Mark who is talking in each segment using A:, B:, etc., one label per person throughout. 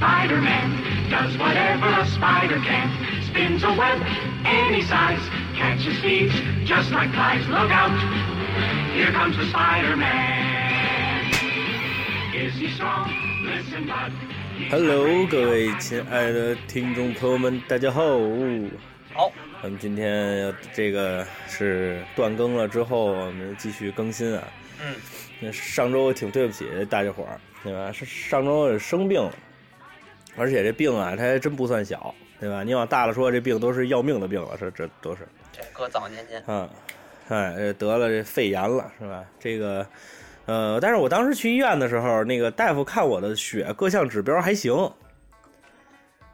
A: Spider-Man does whatever a spider can. Spins a web any size, catches thieves just like flies. Look out! Here comes the Spider-Man. Is he strong? Listen, bud. He's
B: Hello，
A: not
B: 各
A: ready
B: 位亲爱的听众朋友们，大家好！
C: 好，
B: 咱们今天要这个是断更了之后，我们继续更新啊。
C: 嗯，
B: 那上周挺对不起大家伙儿，对吧？是上周生病了，而且这病啊，它还真不算小，对吧？你往大了说，这病都是要命的病了，这这都是。
C: 这搁早 年间，
B: 嗯，哎，这得了这肺炎了是吧？这个，呃，但是我当时去医院的时候，那个大夫看我的血各项指标还行，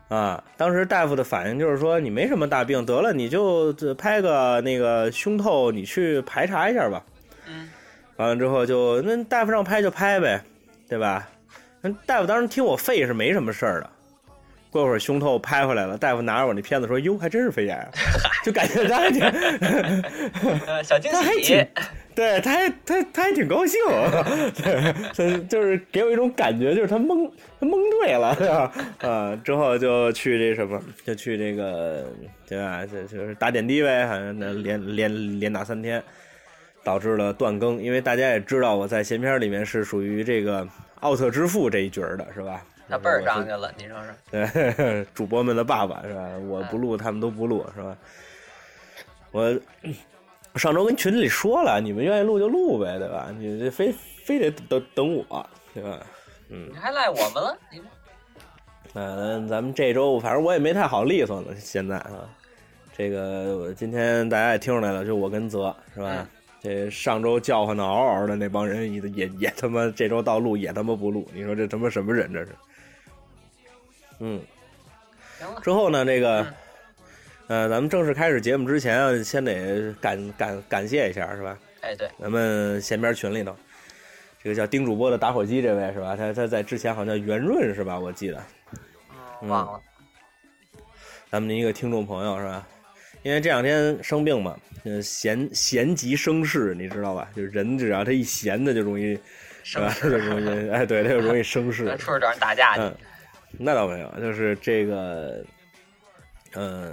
B: 啊，当时大夫的反应就是说你没什么大病，得了你就这拍个那个胸透，你去排查一下吧。
C: 嗯，
B: 完了之后就那大夫让拍就拍呗，对吧？那大夫当时听我肺是没什么事儿的。过会儿胸透拍回来了，大夫拿着我那片子说：“哟，还真是肺炎啊！”就感觉他还挺，
C: 呃，小 惊
B: 他还
C: 喜
B: 挺，对，他还他他还挺高兴，啊 对，他就是给我一种感觉，就是他蒙他蒙对了， 对吧？啊，之后就去这什么，就去这个，对吧？就就是打点滴呗，好像那连连连打三天，导致了断更。因为大家也知道，我在闲篇里面是属于这个奥特之父这一角儿的，是吧？
C: 他倍儿
B: 我是
C: 上去了，你说说，
B: 对， 主播们的爸爸是吧？我不录，他们都不录是吧？我上周跟群里说了，你们愿意录就录呗，对吧？你这非非得等等我，对吧？
C: 你还赖我们了？你
B: 嗯，咱们这周反正我也没太好利索了，现在啊，这个我今天大家也听出来了，就我跟泽是吧？
C: 嗯
B: 这上周叫唤的嗷嗷的那帮人也也也他妈这周到录也他妈不录，你说这他妈什么人这是？嗯，
C: 行了，
B: 之后呢，这个
C: 嗯，
B: 呃，咱们正式开始节目之前啊，先得感感感谢一下，是吧？
C: 哎对，
B: 咱们闲边群里头，这个叫丁主播的打火机这位是吧？他他在之前好像圆润是吧？我记得
C: 嗯，忘了，
B: 咱们的一个听众朋友是吧？因为这两天生病嘛，呃，闲闲极生事，你知道吧？就是人只要他一闲的就容易，是吧
C: 生？
B: 就容易，哎，对，他就容易生 事。
C: 跟出去找人打架去，
B: 嗯，那倒没有，就是这个，呃，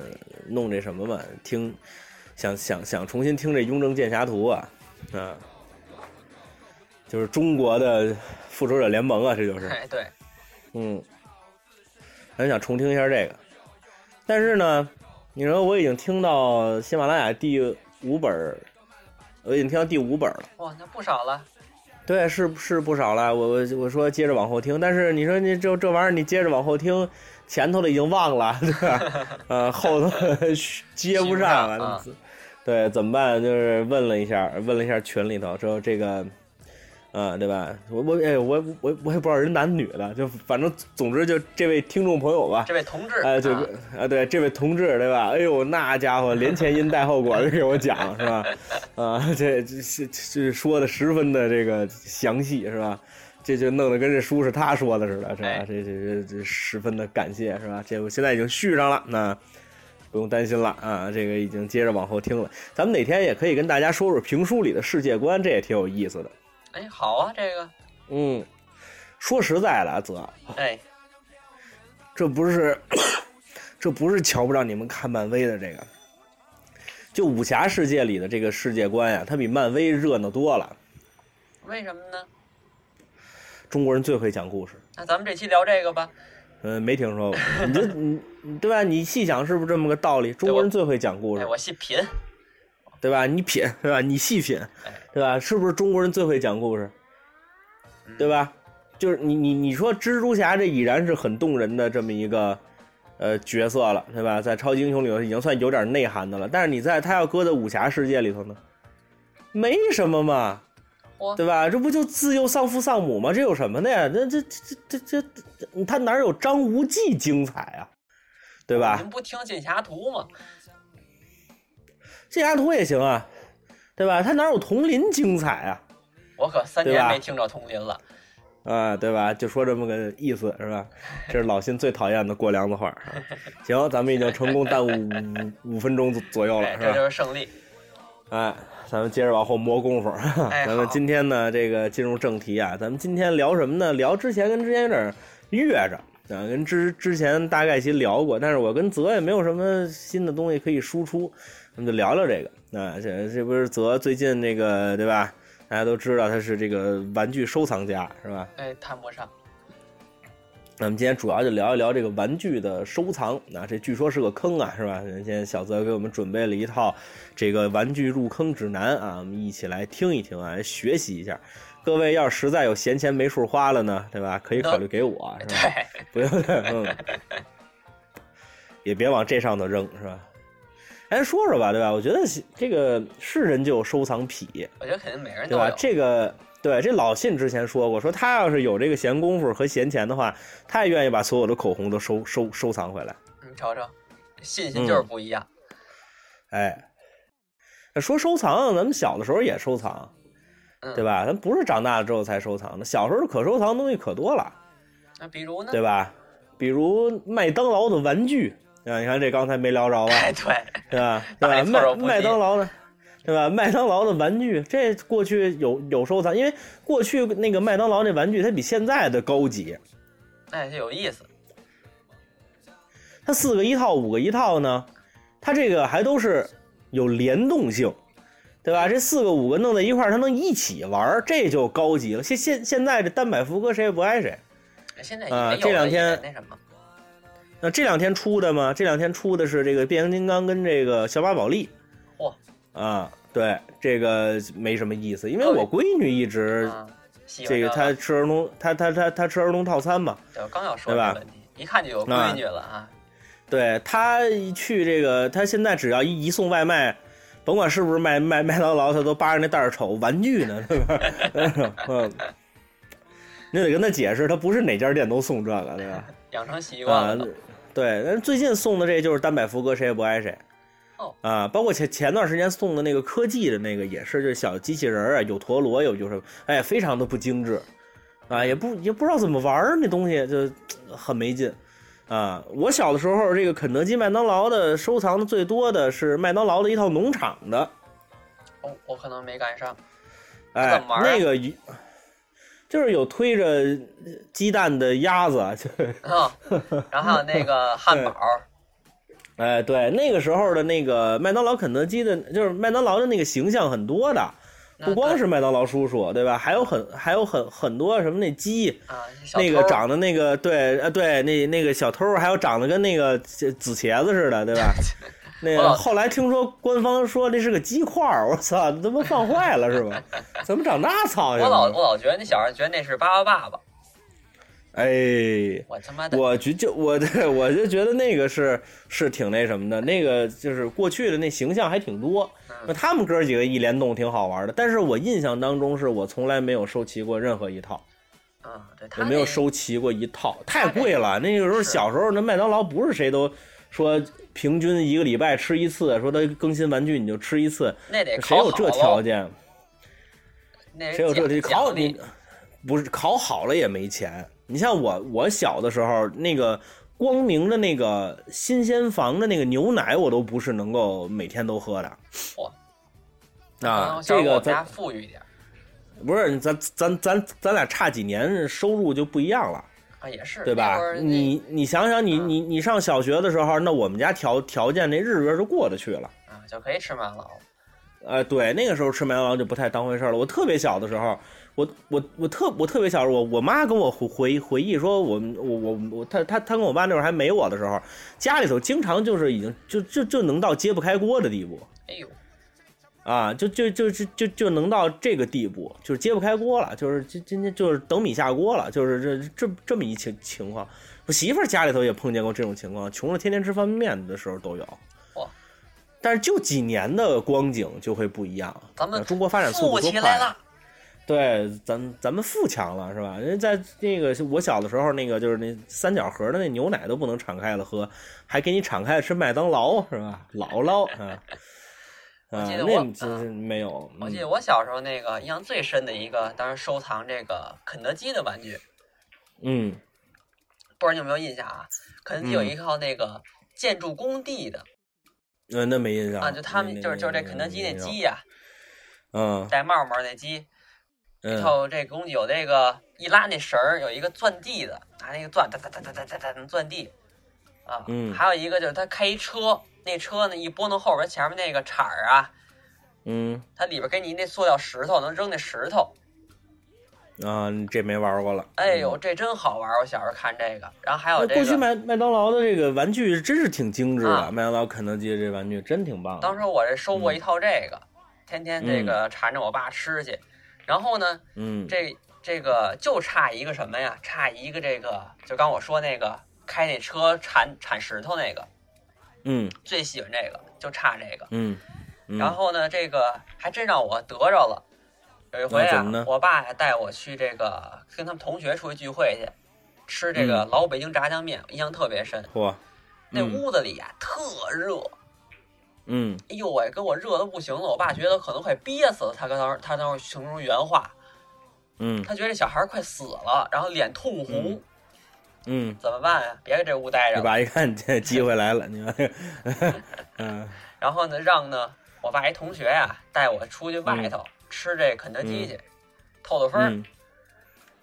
B: 弄这什么嘛，听，想想想重新听这《雍正剑侠图》啊，啊，就是中国的复仇者联盟啊，这就是，
C: 哎对，
B: 嗯，很想重听一下这个，但是呢，你说我已经听到喜马拉雅第五本儿，我已经听到第五本儿了。
C: 哇，那不少了，
B: 对，是是不少了。我我我说接着往后听，但是你说你这这玩意儿，你接着往后听，前头的已经忘了，对 吧？呃，后头接不上
C: 接不上啊
B: 了。对，怎么办？就是问了一下，问了一下群里头，之后这个，呃，对吧？我我哎，我我我也不知道人男女的，就反正总之就这位听众朋友吧，
C: 这位同志，
B: 哎，对
C: 啊
B: 啊，对，这位同志，对吧？哎呦，那家伙连前因带后果的给我讲，是吧？啊，这这这这说的十分的这个详细，是吧？这就弄得跟这书是他说的似的，是吧
C: 哎？
B: 这这这这十分的感谢，是吧？这我现在已经续上了，那不用担心了啊，这个已经接着往后听了。咱们哪天也可以跟大家说说评书里的世界观，这也挺有意思的。
C: 哎好啊，这个，
B: 嗯，说实在的啊，泽，
C: 哎，
B: 这不是，这不是瞧不上你们看漫威的这个，就武侠世界里的这个世界观呀，它比漫威热闹多了。
C: 为什么呢？
B: 中国人最会讲故事，
C: 那咱们这期聊这个吧，
B: 嗯，没听说过，你这你你对吧？你细想是不是这么个道理？中国人最会讲故
C: 哎，
B: 事，
C: 我细品，
B: 对吧？你品，对吧？你细品
C: 哎，
B: 对吧？是不是中国人最会讲故事，
C: 嗯
B: 对吧？就是你你你说蜘蛛侠这已然是很动人的这么一个呃角色了，对吧？在超级英雄里头已经算有点内涵的了，但是你在他要搁在武侠世界里头呢，没什么嘛
C: 哇，
B: 对吧？这不就自幼丧父丧母吗？这有什么的呀？那这这这这这这，他哪有张无忌精彩啊？对吧？
C: 您不听《锦侠图》吗？
B: 这家图也行啊，对吧？他哪有佟林精彩啊？
C: 我可三
B: 对
C: 年
B: 吧
C: 没听着佟林了，
B: 啊，对吧？就说这么个意思是吧？这是老辛最讨厌的过梁子话。啊行，咱们已经成功耽误五五分钟左右了，
C: 哎，
B: 哦是
C: 这就
B: 吧？
C: 是胜利，
B: 哎，咱们接着往后磨功夫。
C: 哎
B: 咱们今天呢，这个进入正题啊，咱们今天聊什么呢？聊之前跟之前有点儿越着，啊，跟之之前大概其聊过，但是我跟泽也没有什么新的东西可以输出，我们就聊聊这个。啊，这这不是泽最近那个对吧？大家都知道他是这个玩具收藏家是吧？
C: 哎，谈不上。
B: 那我们今天主要就聊一聊这个玩具的收藏啊，这据说是个坑啊，是吧？今天小泽给我们准备了一套这个玩具入坑指南啊，我们一起来听一听啊，来学习一下。各位要实在有闲钱没处花了呢，对吧？可以考虑给我，啊是吧？
C: 对，
B: 不用， 嗯，也别往这上头扔，是吧？哎，说说吧，对吧？我觉得这个是人就有收藏癖，
C: 我觉得肯定每个人
B: 对
C: 都
B: 吧？
C: 有。
B: 这个对这老信之前说过，说他要是有这个闲工夫和闲钱的话，他也愿意把所有的口红都收收收藏回来。
C: 你瞅瞅，信心就是不一样。
B: 嗯哎，说收藏，咱们小的时候也收藏，
C: 嗯，
B: 对？吧？咱不是长大了之后才收藏的，小时候可收藏的东西可多了，
C: 那比如呢？
B: 对吧？比如麦当劳的玩具啊，你看这刚才没聊着吧？
C: 哎， 对，
B: 对吧？对
C: 打
B: 吧？
C: 一措
B: 麦
C: 手不及
B: 麦当劳的，对吧？麦当劳的玩具，这过去有有收藏，因为过去那个麦当劳那玩具，它比现在的高级，
C: 那就有意思。
B: 它四个一套，五个一套呢，它这个还都是有联动性，对吧？这四个五个弄在一块儿，它能一起玩儿，这就高级了。现现现在这单摆福哥谁也不爱谁。
C: 现在也
B: 啊
C: 没有了
B: 这两天
C: 也那什么，
B: 那这两天出的嘛，这两天出的是这个变形金刚跟这个小马宝莉。
C: 嚯
B: 啊，对，这个没什么意思，因为
C: 哦
B: 我闺女一直
C: 啊，喜欢
B: 这个
C: 个
B: 他吃儿童，他他他他吃儿童套餐嘛，
C: 对，我刚要说
B: 对
C: 这
B: 吧
C: 个问题，一看就有
B: 啊
C: 闺女了啊。
B: 对他去这个，他现在只要一一送外卖，甭管是不是麦麦麦当劳，他都扒着那袋儿瞅玩具呢，对吧？嗯，你得跟他解释，他不是哪家店都送这个，对吧？
C: 养成习
B: 啊
C: 惯了，，
B: 对，但是最近送的这就是单摆福哥谁也不爱谁。
C: 哦
B: 啊，包括前前段时间送的那个科技的那个也是，就是小机器人儿啊，有陀螺，有有什么，哎，非常的不精致，啊，也不也不知道怎么玩儿，那东西就呃很没劲，啊，我小的时候，这个肯德基、麦当劳的收藏的最多的是麦当劳的一套农场的，
C: 我我可能没赶上。
B: 哎
C: 怎么玩，儿啊
B: 那个鱼就是有推着鸡蛋的鸭子，啊就是
C: 嗯， 然后还有那个汉堡，
B: 哎，对，那个时候的那个麦当劳、肯德基的，就是麦当劳的那个形象很多
C: 啊
B: 的，
C: 那
B: 不光
C: 对
B: 是麦当劳叔叔，对吧？还有很还有很很多什么那鸡，
C: 啊，小
B: 那个
C: 偷
B: 长得那个对啊对，那那个小偷儿，还有长得跟那个紫紫茄子似的，对 吧？那
C: 我
B: 个
C: 老
B: 后来听说官方说那是个鸡块儿，我操，他妈放坏了是吧？怎么长那操性
C: 我老
B: 了？
C: 我老觉得那小孩觉得那是巴巴爸爸，
B: 哎，
C: 我他妈的
B: 我觉就我对我就觉得那个是 是挺那什么的，那个就是过去的那形象还挺多。
C: 嗯
B: 那他们哥几个一联动挺好玩的，但是我印象当中是我从来没有收齐过任何一套，
C: 嗯，对他
B: 我没有
C: 那
B: 收齐过一套，太
C: 他这
B: 贵了。那个时候
C: 是
B: 小时候那麦当劳不是谁都说平均一个礼拜吃一次，说他更新玩具你就吃一次，
C: 那得
B: 谁
C: 烤
B: 有
C: 好
B: 这
C: 喽
B: 条？件？
C: 那是
B: 谁有这
C: 奖
B: 题
C: 奖
B: 考
C: 励
B: 你？不是考好了也没钱。你像我，我小的时候那个光明的那个新鲜房的那个牛奶，我都不是能够每天都喝的。
C: 嚯
B: 啊，
C: 嗯小时
B: 这个
C: 候我们家
B: 咱
C: 富裕一点
B: 不是咱咱咱咱俩差几年收入就不一样了，
C: 啊，也是
B: 对吧
C: 那会儿？那嗯
B: 你你想想你，你你上小学的时候，那我们家条条件那日子就过得去了。
C: 啊就可以吃麦当劳了，
B: 呃，对，那个时候吃麦当劳就不太当回事儿了。我特别小的时候，我我我特我特别小时候，我我妈跟我回回回忆说我，们我我我她她她跟我爸那会儿还没我的时候，家里头经常就是已经就就就能到揭不开锅的地步
C: 哎呦，
B: 啊，就就就就就就能到这个地步，就是揭不开锅了，就是今今天就是等米下锅了，就是这这这么一情情况。我媳妇儿家里头也碰见过这种情况，穷了天天吃方便面的时候都有
C: 哇。
B: 但是就几年的光景就会不一样，
C: 咱们
B: 呃中国发展速
C: 富
B: 度多
C: 起
B: 快
C: 来
B: 啊！
C: 了，
B: 对，咱咱们富强了是吧？人在那个我小的时候，那个就是那三角盒的那牛奶都不能敞开了喝，还给你敞开了吃麦当劳是吧？姥姥啊，啊，
C: 记得我
B: 那真是没有。
C: 我
B: 嗯
C: 记得我小时候那个印象最深的一个，当时收藏这个肯德基的玩具，
B: 嗯，
C: 不知道你有没有印象啊？肯德基有一套那个建筑工地的、
B: 那那没印象
C: 啊，就他们
B: 那
C: 就是
B: 那
C: 就是这
B: 那
C: 肯德基
B: 没
C: 那
B: 印象
C: 鸡呀、
B: 嗯
C: 戴帽帽那鸡，
B: 嗯
C: 然后这工地有那个一拉那绳儿，有一个钻地的，拿那个钻哒哒哒哒哒哒哒钻地，啊，
B: 嗯
C: 还有一个就是他开一车，那车呢一拨弄后边前面那个铲儿啊，
B: 嗯
C: 它里边给你那塑料石头能扔那石头，
B: 啊，这没玩过了。嗯
C: 哎呦，这真好玩！我小时候看这个，然后还有
B: 那
C: 这
B: 过去
C: 个，
B: 麦麦当劳的这个玩具真是挺精致的，
C: 啊
B: 麦当劳、肯德基这玩具真挺棒的。
C: 当时我这收过
B: 嗯
C: 一套这个，天天这个缠着我爸吃去，然后呢，
B: 嗯，
C: 这这个就差一个什么呀？差一个这个，就刚我说那个开那车铲铲石头那个，
B: 嗯
C: 最喜欢这个，就差这个。
B: 嗯嗯，
C: 然后呢，这个还真让我得着了。有一回
B: 那
C: 啊
B: 怎么呢，
C: 我爸呀带我去这个跟他们同学出去聚会去，吃这个老北京炸酱面，印象特别深。
B: 嚯，
C: 那
B: 嗯
C: 屋子里呀、特热，
B: 嗯
C: 哎呦喂，给我热的不行了。我爸觉得可能快憋死了，他跟当时他当时形容原话，
B: 嗯
C: 他觉得这小孩快死了，然后脸通红，
B: 嗯嗯，
C: 怎么办呀、别搁这屋待
B: 你
C: 着了。
B: 爸一看这机会来了，你看， 嗯
C: 然后呢，让呢我爸一同学呀、带我出去外头、吃这肯德基去，透透风儿。
B: 嗯，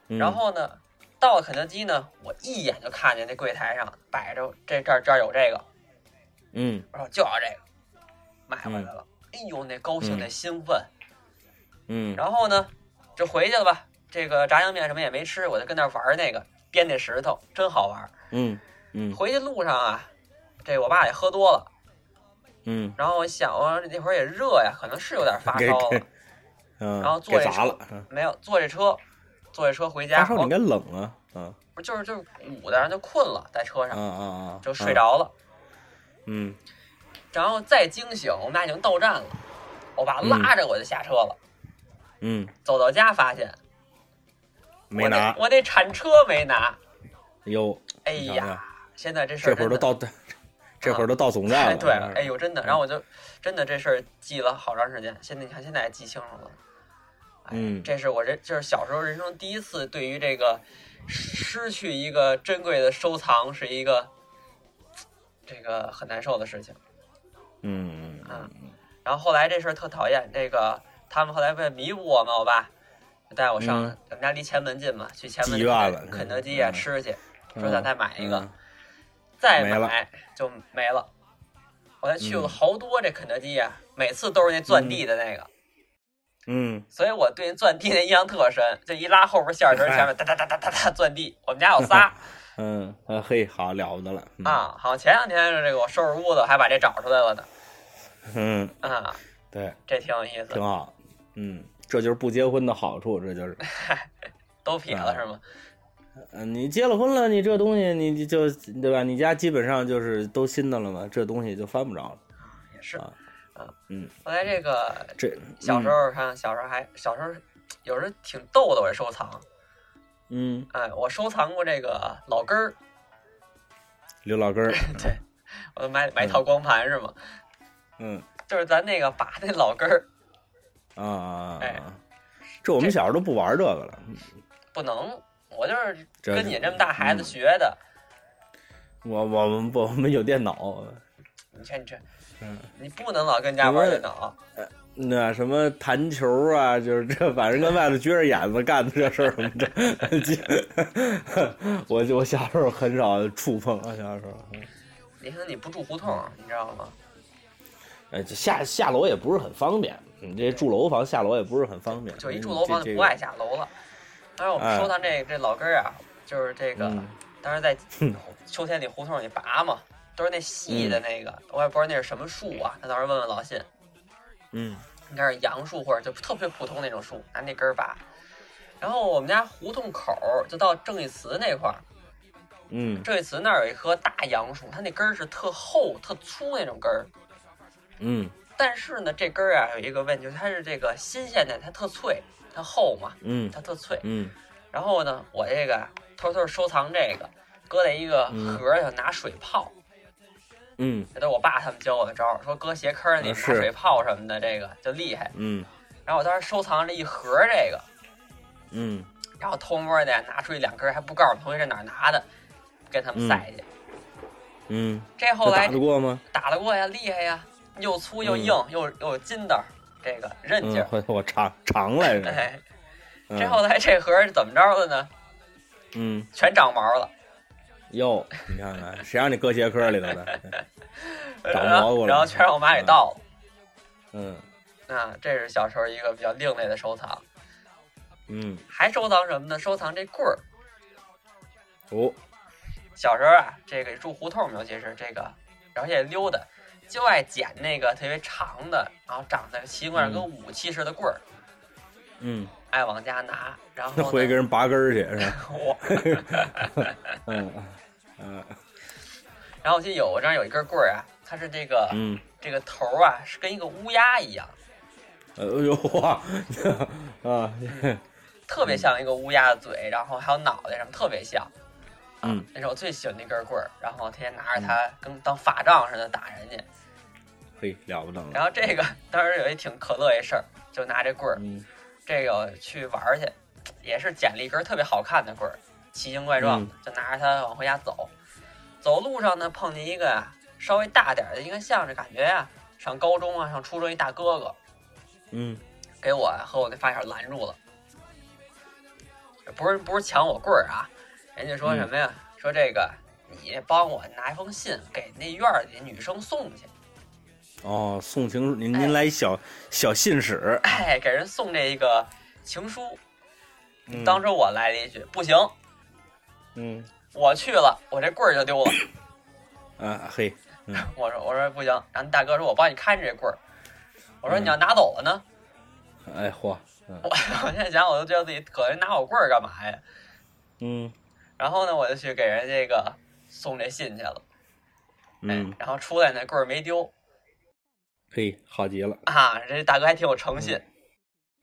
B: 嗯
C: 然后呢，到了肯德基呢，我一眼就看见那柜台上摆着这这儿这儿有这个，
B: 嗯
C: 我说就要这个，买回来了。哎呦，那高兴，
B: 嗯
C: 那兴奋。
B: 嗯
C: 然后呢，就回去了吧。这个炸酱面什么也没吃，我就跟那儿玩儿那个编那石头，真好玩儿。
B: 嗯嗯
C: 回去路上啊，这我爸也喝多了，
B: 嗯，
C: 然后我想，我说那会儿也热呀，可能是有点发
B: 给
C: 烧了
B: 给。，嗯，
C: 然后坐
B: 给
C: 这
B: 砸
C: 车
B: 了，嗯
C: 没有坐这车，坐这车回家
B: 发，烧你
C: 我
B: 应该冷啊，啊
C: 不就是就是捂的，然后就困了，在车
B: 啊
C: 上
B: 啊啊，
C: 就睡
B: 啊，
C: 着了。
B: 嗯
C: 然后再惊醒，我们俩已经到站了。我爸拉着我就下车了，
B: 嗯，
C: 走到家发现
B: 没拿
C: 我那我那铲车没拿。
B: 哟，
C: 哎
B: 你想
C: 呀
B: 想，
C: 现在这事
B: 这
C: 儿
B: 会儿都
C: 真的
B: 到 这会儿都到总站
C: 哎
B: 了，嗯
C: 对，
B: 这是
C: 哎呦真的，然后我就真的这事儿记了好长时间，现在你看现在也记清楚了。哎呀
B: 嗯
C: 这是我这就是小时候人生第一次对于这个失去一个珍贵的收藏是一个这个很难受的事情。
B: 嗯
C: 啊，然后后来这事儿特讨厌，这个他们后来为了弥补我嘛，我爸就带我上
B: 嗯
C: 我们家离前门近嘛，去前门
B: 妓院了
C: 肯肯德基啊
B: 嗯
C: 吃去，
B: 嗯
C: 说咱再买一个，
B: 嗯
C: 再
B: 没了
C: 买就没了。我才去了
B: 嗯
C: 好多这肯德基啊，每次都是那钻地的那个，
B: 嗯，
C: 所以我对那钻地那印象特深。就一拉后边线儿就是前面哒哒哒哒哒哒钻地，我们家有仨
B: 嗯，啊嘿，好了不得了，嗯，
C: 啊。好，前两天这个我收拾屋子还把这找出来了呢，
B: 嗯，
C: 啊，
B: 对，
C: 这挺有意思
B: 挺，好，嗯，这就是不结婚的好处，这就是，
C: 都撇了
B: 嗯
C: 是吗？
B: 嗯，你结了婚了，你这东西你你就对吧？你家基本上就是都新的了嘛，这东西就翻不着了，
C: 也是，
B: 啊
C: 啊，
B: 嗯。
C: 后来这个
B: 这
C: 小时，候看，小时候还小时候有时候挺逗的，我这收藏。
B: 嗯，嗯
C: 哎，我收藏过这个老根儿，
B: 刘老根儿，
C: 对我买买一套光盘是吗？
B: 嗯
C: 就是咱那个拔那老根儿
B: 啊啊，啊
C: 哎
B: 啊这我们小时候都不玩这个了，
C: 不能，我就是
B: 这
C: 跟你这么大孩子
B: 嗯
C: 学的。
B: 我我们不我们有电脑，
C: 你看你这
B: 嗯，
C: 你不能老跟家玩电脑，
B: 那什么弹球啊，就是这，反正跟外头撅着眼子干的 这事儿，我们这，我就我小时候很少触碰啊，小时候，嗯
C: 你说你不住胡同，你知道吗？
B: 呃，这下下楼也不是很方便，你这住楼房下楼也不是很方便，
C: 就一
B: 嗯
C: 住楼房就不爱，下楼了。当然，我们
B: 哎
C: 收藏这这老根儿啊，就是这
B: 这
C: 个
B: 这嗯
C: 当时在
B: 哼
C: 秋天里胡同里拔嘛，都是那细的那个，我也不知道那是什么树啊。那到时候问问老信，
B: 嗯
C: 应该是杨树或者就特别普通那种树，拿那根儿拔。然后我们家胡同口儿就到郑义祠那块儿，
B: 嗯
C: 郑义祠那儿有一棵大杨树，它那根儿是特厚、特粗那种根儿。
B: 嗯
C: 但是呢，这根儿啊有一个问题，就是它是这个新鲜的，它特脆，它厚嘛，
B: 嗯
C: 它特脆。
B: 嗯
C: 然后呢，我这个偷偷收藏这个，搁在一个
B: 嗯
C: 盒儿上拿水泡，
B: 嗯
C: 这都是我爸他们教我的招儿，说搁鞋坑里拿
B: 啊是
C: 水泡什么的，这个就厉害。
B: 嗯
C: 然后我当时收藏了一盒儿这个，
B: 嗯
C: 然后偷摸的拿出一两根儿，还不告诉我同学这哪儿拿的，跟他们赛去。
B: 嗯，
C: 这后
B: 这
C: 来
B: 打得过吗？
C: 打得过呀，厉害呀，又粗又硬，又又有筋道儿，这个韧劲
B: 嗯
C: 儿。，
B: 我我尝尝来着，
C: 哎，
B: 嗯
C: 这后来这盒儿是怎么着的呢？
B: 嗯，
C: 全长毛了，
B: 哟，你看看，谁让你搁鞋壳里头的？长
C: 然
B: 蘑
C: 后
B: 菇了
C: 然后全让我妈给盗了。
B: 嗯
C: 啊，这是小时候一个比较另类的收藏，
B: 嗯，
C: 还收藏什么呢？收藏这棍儿。
B: 哦，
C: 小时候啊，这个住胡同嘛，尤其是这个，然后也溜达，就爱捡那个特别长的，然后长得奇怪跟武器似的棍儿，
B: 嗯，
C: 爱往家拿。然后
B: 那
C: 呢
B: 回给人拔根儿去是吧？
C: 我，
B: 嗯嗯
C: 然后我记得有我这儿有一根棍儿啊，它是这个、
B: 嗯，
C: 这个头儿啊，是跟一个乌鸦一样，
B: 哎呦哇， 啊，
C: 特
B: 嗯
C: 别像一个乌鸦的嘴，然后还有脑袋什么特别像。啊
B: 嗯，
C: 那是我最喜欢的一根棍儿，然后我天天拿着它跟当法杖似的打人家。
B: 嘿，了不得了，
C: 然后这个当时有一挺可乐一事儿，就拿这棍儿，
B: 嗯
C: 这个去玩儿去，也是捡了一根特别好看的棍儿，奇形怪
B: 嗯
C: 状的，就拿着它往回家走。走路上呢，碰见一个啊稍微大点儿的，应该像是感觉呀、上高中啊，上初中一大哥哥，
B: 嗯
C: 给我和我那发小拦住了，不是不是抢我棍儿啊，人家说什
B: 嗯
C: 么呀？说这个你帮我拿一封信给那院儿里的女生送去，
B: 哦，送情书，您
C: 哎
B: 您来一小小信使，
C: 哎，给人送这一个情书。
B: 嗯
C: 当时我来了一句，不行，
B: 嗯
C: 我去了，我这棍儿就丢了。
B: 啊嘿，
C: 我说我说不行，然后大哥说我帮你看着这棍儿，我说
B: 嗯
C: 你要拿走了呢，
B: 哎嚯，嗯
C: 我我现在想我都觉得自己可人拿我棍儿干嘛呀？哎
B: 嗯
C: 然后呢，我就去给人这个送这信去了，哎
B: 嗯，，
C: 然后出来那棍儿没丢
B: 嘿，好极了，
C: 啊，这大哥还挺有诚信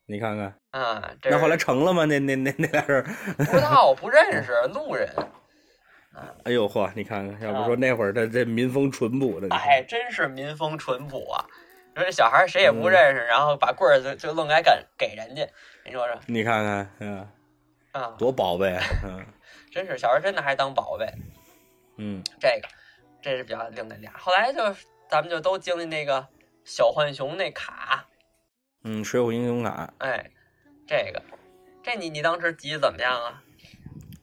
B: 你看看，
C: 啊。这
B: 嗯那
C: 是
B: 后来成了吗？那那那那俩人，
C: 不知道，我不认识路人，
B: 嗯哎呦嚯，你看看，要不
C: 啊
B: 说那会儿这这民风淳朴的，你看
C: 哎，真是民风淳朴啊。说这小孩儿谁也
B: 嗯
C: 不认识，然后把棍儿就就愣该给给人家，你说说
B: 你看看，嗯，
C: 啊，
B: 多宝贝啊，嗯
C: 真是小孩儿真的还当宝贝。
B: 嗯
C: 这个，这是比较另类俩。后来就是咱们就都经历那个小浣熊那卡，
B: 嗯，水浒英雄卡，
C: 哎，这个，这你你当时急得怎么样啊？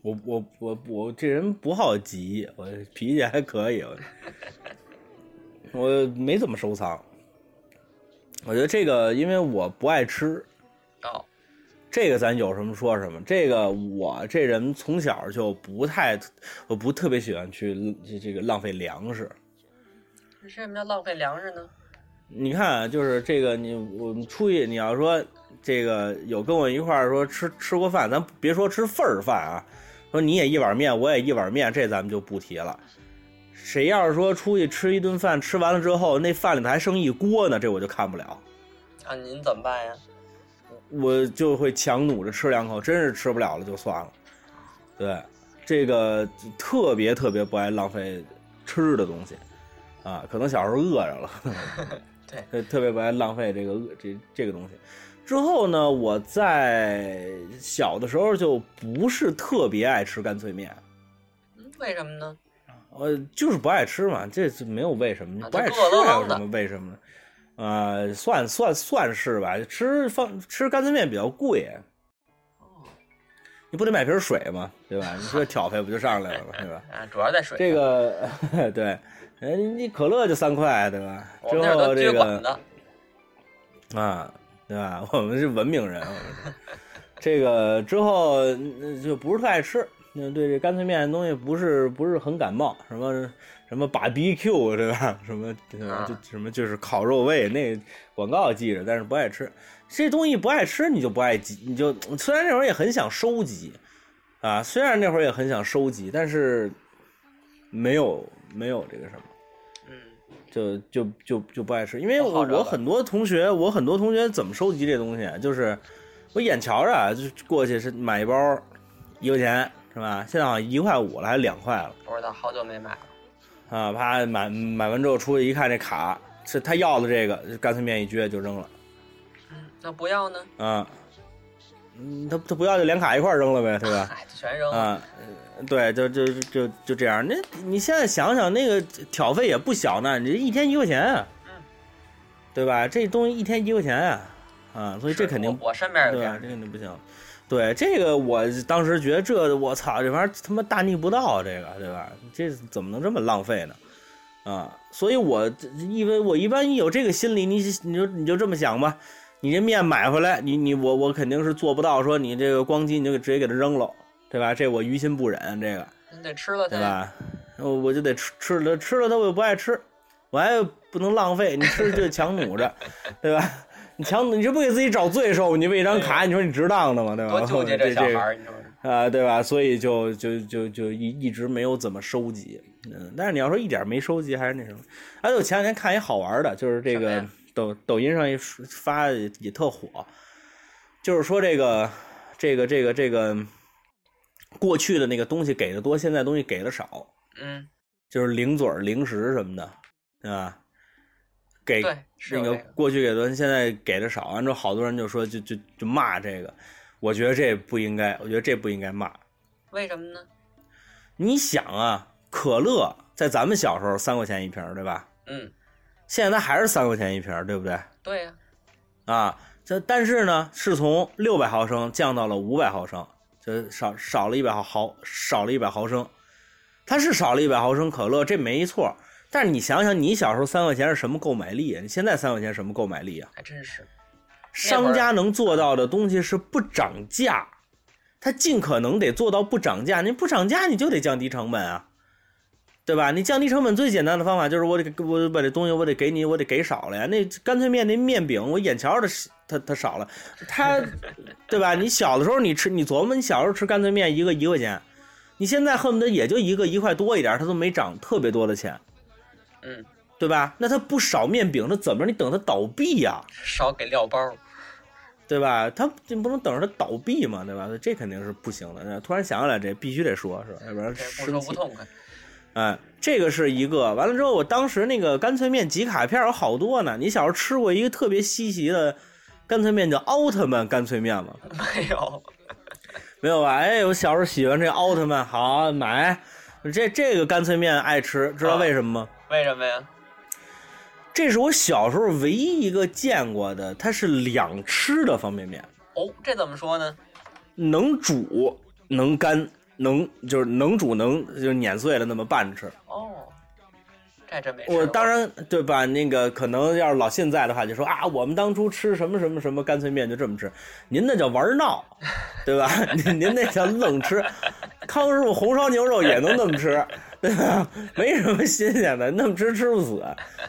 B: 我我我我这人不好急，我脾气还可以，我我没怎么收藏。我觉得这个，因为我不爱吃，
C: 哦，
B: 这个咱有什么说什么。这个我这人从小就不太，我不特别喜欢去这这个浪费粮食。
C: 为什么要浪费粮食呢？
B: 你看啊，就是这个你我们出去，你要说这个有跟我一块儿说吃吃过饭，咱别说吃份儿饭啊，说你也一碗面，我也一碗面，这咱们就不提了。谁要是说出去吃一顿饭，吃完了之后那饭里头还剩一锅呢，这我就看不了，
C: 啊，您怎么办呀？
B: 我就会强弩着吃两口，真是吃不了了就算了。对，这个特别特别不爱浪费吃的东西，啊，可能小时候饿着了。
C: 对，
B: 特特别不爱浪费这个这这个东西。之后呢，我在小的时候就不是特别爱吃干脆面，
C: 嗯为什么呢？
B: 呃，就是不爱吃嘛，这是没有为什么，
C: 啊
B: 不爱吃
C: 就饿
B: 还
C: 了
B: 有
C: 了的
B: 什么为什么呢？呃，算算算是吧，吃方吃干脆面比较贵，
C: 哦
B: 你不得买瓶水吗？对吧？你说挑费不就上来了吗？对吧？
C: 啊，主要在水。
B: 这，个 对，呃，你可乐就三块，对吧？
C: 我
B: 之
C: 们那儿
B: 后
C: 都
B: 这
C: 撅
B: 个
C: 管子。
B: 啊，对吧？ 我们是文明人，我们是这个之后嗯就不是特爱吃，那对这干脆面的东西不是不是很感冒，什么什么 BBQ 对吧？ 什么对吧
C: 啊
B: 就什么就是烤肉味，那广告记着，但是不爱吃。这东西不爱吃，你就不爱集，你就虽然那会儿也很想收集啊，虽然那会儿也很想收集，但是没有没有这个什么。
C: 嗯，
B: 就就就就不爱吃，因为
C: 不
B: 我
C: 好找
B: 我
C: 的
B: 很多同学，我很多同学怎么收集这东西啊，就是我眼瞧着啊，就过去是买一包，一块钱是吧？现在好像一块五了，还是两块了
C: 不知道，好久没买了。
B: 啊！啪买买完之后出去一看这卡，是他要的这个，干脆面一撅就扔了
C: 嗯，那不要呢？
B: 啊。嗯，他他不要就连卡一块儿扔了呗，对吧？
C: 哎，就全扔了。
B: 啊，呃对，就就就就这样。那你现在想想，那个挑费也不小呢，你这一天一块钱啊
C: 嗯，
B: 对吧？这东西一天一块钱啊，啊，所以这
C: 是
B: 肯定
C: 我我身边有这
B: 对吧？
C: 样
B: 这肯定不行。对这个，我当时觉得这我操，这玩意儿他妈大逆不道，啊这个对吧？这怎么能这么浪费呢？啊，所以我因为我一般有这个心理，你你就你就这么想吧，你这面买回来，你你我我肯定是做不到说你这个光机你就给直接给它扔了，对吧？这我于心不忍，这个
C: 你得吃了
B: 对
C: 它，
B: 吧？我我就得吃吃了吃了它，我又不爱吃，我还不能浪费，你吃就强弩 着，对吧？你强弩，你这不给自己找罪受？你为一张卡，你说你值当的吗？对吧？
C: 多纠结这
B: 这
C: 小
B: 个
C: 孩儿，你说是？
B: 啊、对吧？所以就就就就一一直没有怎么收集，嗯，但是你要说一点没收集，还是那什么。哎，我前两天看一好玩的，就是这
C: 什么
B: 个
C: 呀
B: 抖抖音上一发也也特火，就是说这个这个这个这个过去的那个东西给的多，现在东西给的少，
C: 嗯，
B: 就是零嘴儿、零食什么的，对吧？给
C: 对，是
B: 那
C: 有
B: 个
C: 这个。
B: 过去给的，现在给的少，完之后好多人就说就就就骂这个，我觉得这不应该，我觉得这不应该骂。
C: 为什么呢？
B: 你想啊，可乐在咱们小时候三块钱一瓶儿，对吧？
C: 嗯，
B: 现在它还是三块钱一瓶儿，对不对？
C: 对呀、
B: 啊，这但是呢，是从六百毫升降到了五百毫升，就少少了一百毫毫少了一百毫升，它是少了一百毫升可乐，这没错。但是你想想，你小时候三块钱是什么购买力啊？你现在三块钱什么购买力啊？
C: 还真是。那会儿
B: 商家能做到的东西是不涨价，他尽可能得做到不涨价。你不涨价，你就得降低成本啊，对吧？你降低成本最简单的方法就是我得给我把这东西我得给你，我得给少了呀。那干脆面那面饼，我眼瞧着它它少了， 它对吧？你小的时候你吃，你琢磨你小时候吃干脆面一个一块钱，你现在恨不得也就一个一块多一点，它都没涨特别多的钱，
C: 嗯，
B: 对吧？那它不少面饼，它怎么着？你等它倒闭呀、
C: 少给料包儿。
B: 对吧？他你不能等着它倒闭嘛，对吧？这肯定是不行的。突然想起来，这必须得说，是吧？要不然
C: 这不说
B: 生
C: 不
B: 气。
C: 痛快。
B: 哎，这个是一个。完了之后，我当时那个干脆面集卡片有好多呢。你小时候吃过一个特别稀奇的干脆面，叫奥特曼干脆面吗？
C: 没有，
B: 没有吧？哎，我小时候喜欢这奥特曼，好买。这这个干脆面爱吃，知
C: 啊
B: 道为什么吗？
C: 为什么呀？
B: 这是我小时候唯一一个见过的，它是两吃的方便面。
C: 哦，这怎么说呢？
B: 能煮能干，能就是能煮能就是碾碎了那么拌着吃。
C: 哦，这还真没吃过。
B: 我当然对吧？那个可能要是老现在的话，就说啊，我们当初吃什么什么什么干脆面就这么吃，您那叫玩闹，对吧？您您那叫愣吃。康师傅红烧牛肉也能那么吃，对吧？没什么新鲜的，那么吃吃不死，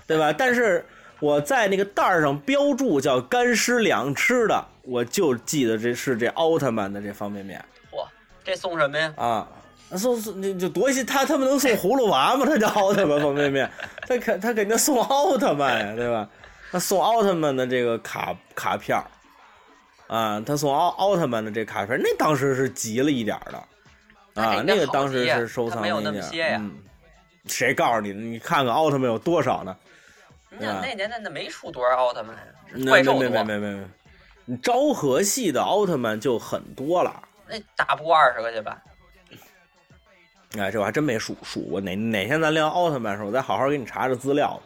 B: 对吧？但是我在那个袋儿上标注叫干湿两吃的，我就记得这是这奥特曼的这方便面。
C: 哇，这送什么呀？
B: 啊，送送就就多些，他他们能送葫芦娃吗？他叫奥特曼方便面，他肯他肯定送奥特曼呀，对吧？他送奥特曼的这个卡卡片儿啊，他送奥奥特曼的这卡片儿，那当时是急了一点儿的啊，
C: 那
B: 那
C: 应该
B: 个
C: 好
B: 当时
C: 些
B: 是收
C: 他
B: 藏
C: 没有
B: 了一
C: 那么
B: 点儿
C: 些呀
B: 嗯，谁告诉你的？你看看奥特曼有多少呢？
C: 那
B: 啊
C: 那年代那没出多少奥特曼呀，是
B: 那
C: 怪兽
B: 没没
C: 多，
B: 没没没，你昭和系的奥特曼就很多了。
C: 那打不过二十个去吧？
B: 哎，这我还真没数数过，哪哪天咱聊奥特曼的时候，我再好好给你查查资料。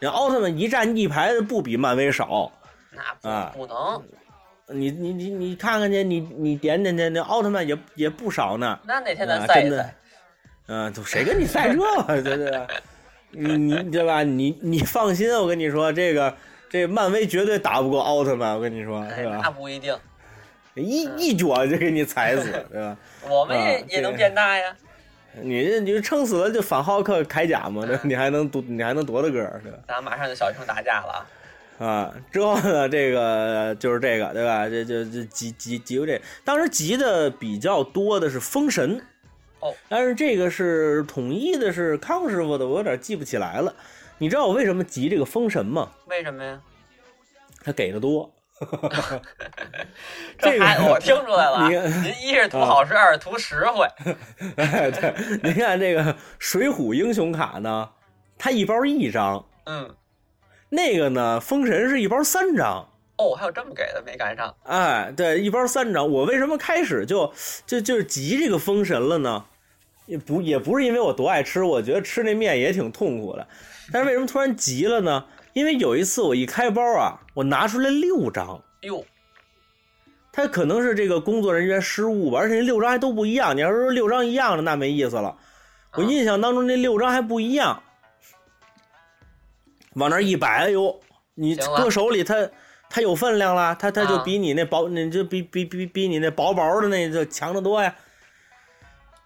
B: 你奥特曼一站一排不比漫威少，
C: 那不、
B: 啊
C: 不能，
B: 你你你你看看去，你你点点去，那奥特曼也也不少呢。
C: 那哪天咱
B: 啊，
C: 赛
B: 真
C: 一
B: 的
C: 赛，，
B: 嗯、都谁跟你赛这个， 对对吧？你你对吧？你你放心，我跟你说，这个这漫威绝对打不过奥特曼，我跟你说，
C: 哎
B: 对
C: 那
B: 吧？
C: 不一定，
B: 一一脚就给你踩死，对吧？
C: 我们也、
B: 啊
C: 也能
B: 对
C: 变大呀。
B: 你这你就撑死了就反浩克铠甲嘛，对吧？你还能多你还能多大个儿，对吧？
C: 咱马上就小熊打架了啊！
B: 啊，之后呢，这个就是这个，对吧？这就这集集集过这，当时集的比较多的是《封神》，
C: 哦，
B: 但是这个是统一的，是康师傅的，我有点记不起来了。你知道我为什么集这个《封神》吗？
C: 为什么呀？
B: 他给的多， 这
C: 这
B: 个
C: 还我听出来了啊，
B: 你啊看
C: 您一是图好吃，二是图实惠。
B: 哎，对，你看这个《水浒英雄卡》呢，它一包一张，
C: 嗯，
B: 那个呢，《封神》是一包三张。
C: 哦，还有这么给的，没赶上。
B: 哎，对，一包三张。我为什么开始就就就是急这个封神了呢？也不也不是因为我多爱吃，我觉得吃那面也挺痛苦的。但是为什么突然急了呢？因为有一次我一开包啊，我拿出来六张，
C: 哟，
B: 他可能是这个工作人员失误吧，而且那六张还都不一样。你要是说六张一样的，那没意思了。我
C: 嗯
B: 印象当中那六张还不一样，往那儿一摆，哎呦，你
C: 行了
B: 搁手里它它有分量了，它它就
C: 啊
B: 比你那薄，你就比比比比你那薄薄的那就强得多呀，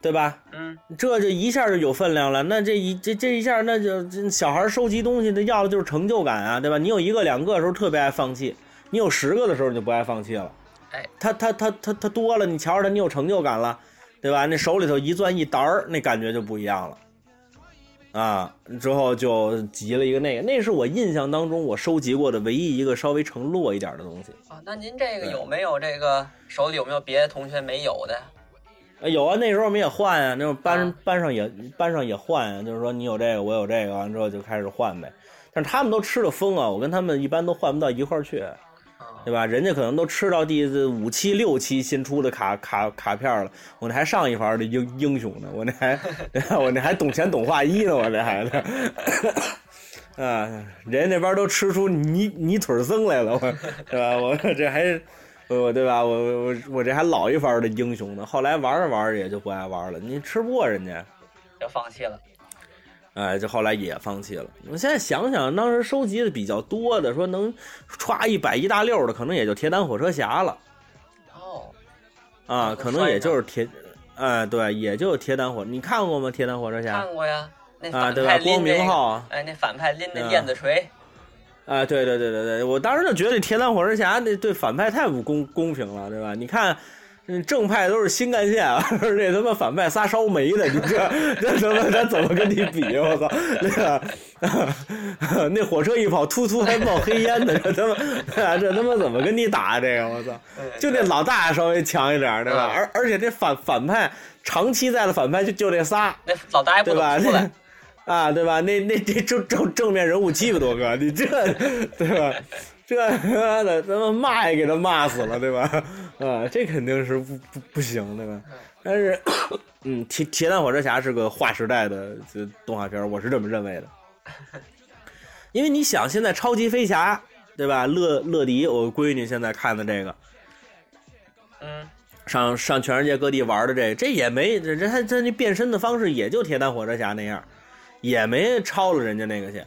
B: 对吧？
C: 嗯，
B: 这就一下就有分量了，那这一这这一下，那就这小孩收集东西，他要的就是成就感啊，对吧？你有一个两个的时候特别爱放弃，你有十个的时候你就不爱放弃了。
C: 哎，
B: 他他他他他多了，你瞧着他，你有成就感了，对吧？那手里头一攥一沓儿，那感觉就不一样了。啊，之后就集了一个那个，那是我印象当中我收集过的唯一一个稍微承落一点的东西。
C: 啊，那您这个
B: 对
C: 有没有这个手里有没有别的同学没有的？
B: 啊，有啊，那时候我们也换啊，那种班、
C: 啊
B: 班上也班上也换啊，就是说你有这个，我有这个，完之后就开始换呗。但是他们都吃的疯啊，我跟他们一般都换不到一块儿去，
C: 啊
B: 对吧？人家可能都吃到第五期、六期新出的卡卡卡片了，我那还上一盘儿的英英雄呢，我那还 对吧我那还懂钱懂画一呢，我这还子。啊，人那边都吃出泥泥腿儿僧来了，我对吧？我这还是我我对吧？我我我我这还老一番儿的英雄呢。后来玩着玩着也就不爱玩了，你吃不过人家，
C: 就放弃了。
B: 哎，就后来也放弃了。我现在想想，当时收集的比较多的，说能歘一百一大溜儿的，可能也就铁胆火车侠了。
C: 哦，
B: 啊，
C: 嗯
B: 可
C: 摔
B: 能也
C: 着
B: 就是铁，哎、对，也就是铁胆火，你看过吗？铁胆火车侠
C: 看过呀，那
B: 啊，
C: 反
B: 对吧？
C: 派
B: 光
C: 拎这
B: 明
C: 个，
B: 号啊，
C: 哎，那反派拎
B: 嗯
C: 那燕子锤，
B: 啊，对对对对对，我当时就觉得铁胆火车侠那对反派太不公公平了，对吧？你看。嗯正派都是新干线啊，这他妈反派仨烧煤的，你这这他妈他怎么跟你比？我操，那个那火车一跑，突突还冒黑烟呢，这他妈这他妈怎么跟你打？这个我操！
C: 嗯
B: 就那老大稍微强一点儿，对吧？
C: 嗯
B: 而而且这反反派长期在的反派就就这仨，
C: 那老大还不
B: 对
C: 懂
B: 吧？
C: 出来
B: 那。 啊，对吧？那那这正正正面人物七百多个，你这对吧？这他妈的，咱们骂也给他骂死了，对吧？啊，这肯定是不不不行，对吧？但是，嗯，铁铁胆火车侠是个划时代的这动画片儿，我是这么认为 的。因为你想，现在超级飞侠，对吧？乐乐迪，我闺女现在看的这个，
C: 嗯，
B: 上上全世界各地玩的这这也没这这他他那变身的方式也就铁胆火车侠那样，也没超了人家那个去，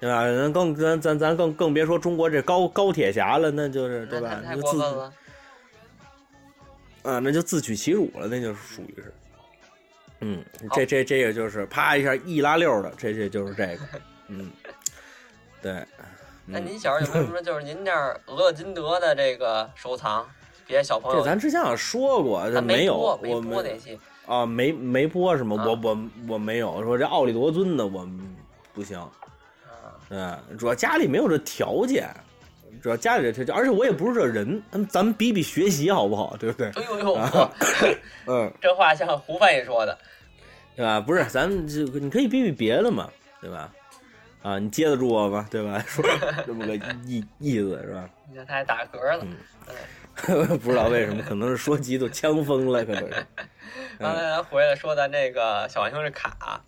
B: 对吧？咱更咱咱咱更更别说中国这高高铁侠了，那就是对
C: 那
B: 吧
C: 他？太
B: 就
C: 过
B: 自
C: 分了。
B: 啊，那就自取其辱了，那就属于是，嗯，这
C: 好
B: 这这个就是啪一下一拉溜的，这这就是这个，嗯，对，
C: 那
B: 嗯
C: 您小时候有没有什么就是您这儿俄勒金德的这个收藏？别的小朋
B: 这
C: 友
B: 咱之前好像说过，
C: 咱
B: 这有，
C: 播啊没
B: 我
C: 播
B: 们
C: 那期，
B: 啊，没没播是吗？
C: 啊
B: 我我我没有说这奥利多尊的我们不行，
C: 啊
B: 嗯，主要家里没有这条件，主要家里这条件，而且我也不是这人，咱们咱们比比学习好不好，对 不对？
C: 哎呦呦，
B: 啊
C: 呵
B: 嗯，
C: 这话像胡翻译说的。
B: 对吧？不是，咱们就你可以比比别的嘛，对吧？啊，你接得住我吗？对吧？ 说这么个意意思是吧？
C: 你看他还打嗝了。
B: 嗯
C: 嗯，
B: 不知道为什么，可能是说急都呛疯了，可能是。
C: 刚才咱回来说咱这个小浣熊这卡，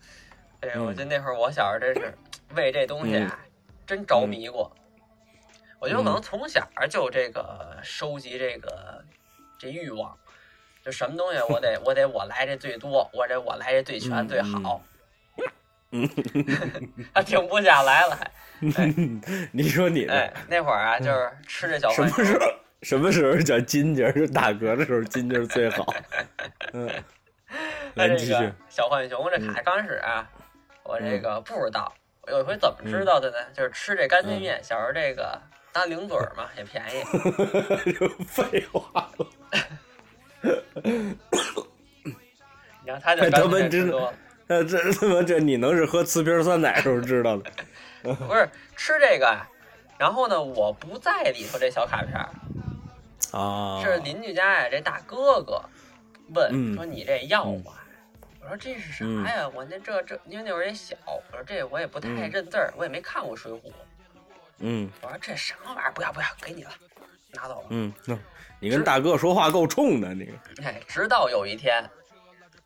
C: 哎，我觉得那会儿我小时候真是为这东西啊真着迷过。我觉得我可能从小就有这个收集这个这欲望，就什么东西我得我得我来这最多，我这我来这最全
B: 嗯
C: 最好。嗯， 还停不下来了，还
B: 你说你呢？
C: 哎，那会儿啊，就是吃这小
B: 什
C: 浣
B: 么
C: 熊，
B: 时候什么时候叫金姐儿？就打嗝的时候，金姐儿最 好。嗯， 来
C: 那
B: 你继
C: 这
B: 续。嗯
C: 个小浣熊这卡刚开始啊，我这个不知道，我有一回怎么知道的呢？就是吃这干脆
B: 嗯
C: 面，小时候这个当零嘴儿嘛，也便宜。
B: 就废话了，
C: 你看他就
B: 哎他
C: 干脆
B: 们
C: 面
B: 真
C: 吃
B: 的
C: 多了，
B: 呃，这他妈这你能是喝瓷瓶酸奶时候知道 的？
C: 不是吃这个啊。然后呢，我不在里头这小卡片儿，
B: 啊，
C: 是邻居家呀这大哥哥问
B: 嗯
C: 说你这要吗？我说这是啥呀？我那这这因为那会儿也小，我说这我也不太
B: 嗯
C: 认字儿，我也没看过《水浒》，
B: 嗯
C: 我说这什么玩意儿？不要不要，给你了，拿走了。
B: 嗯，那你跟大哥说话够冲的，你
C: 哎，直到有一天，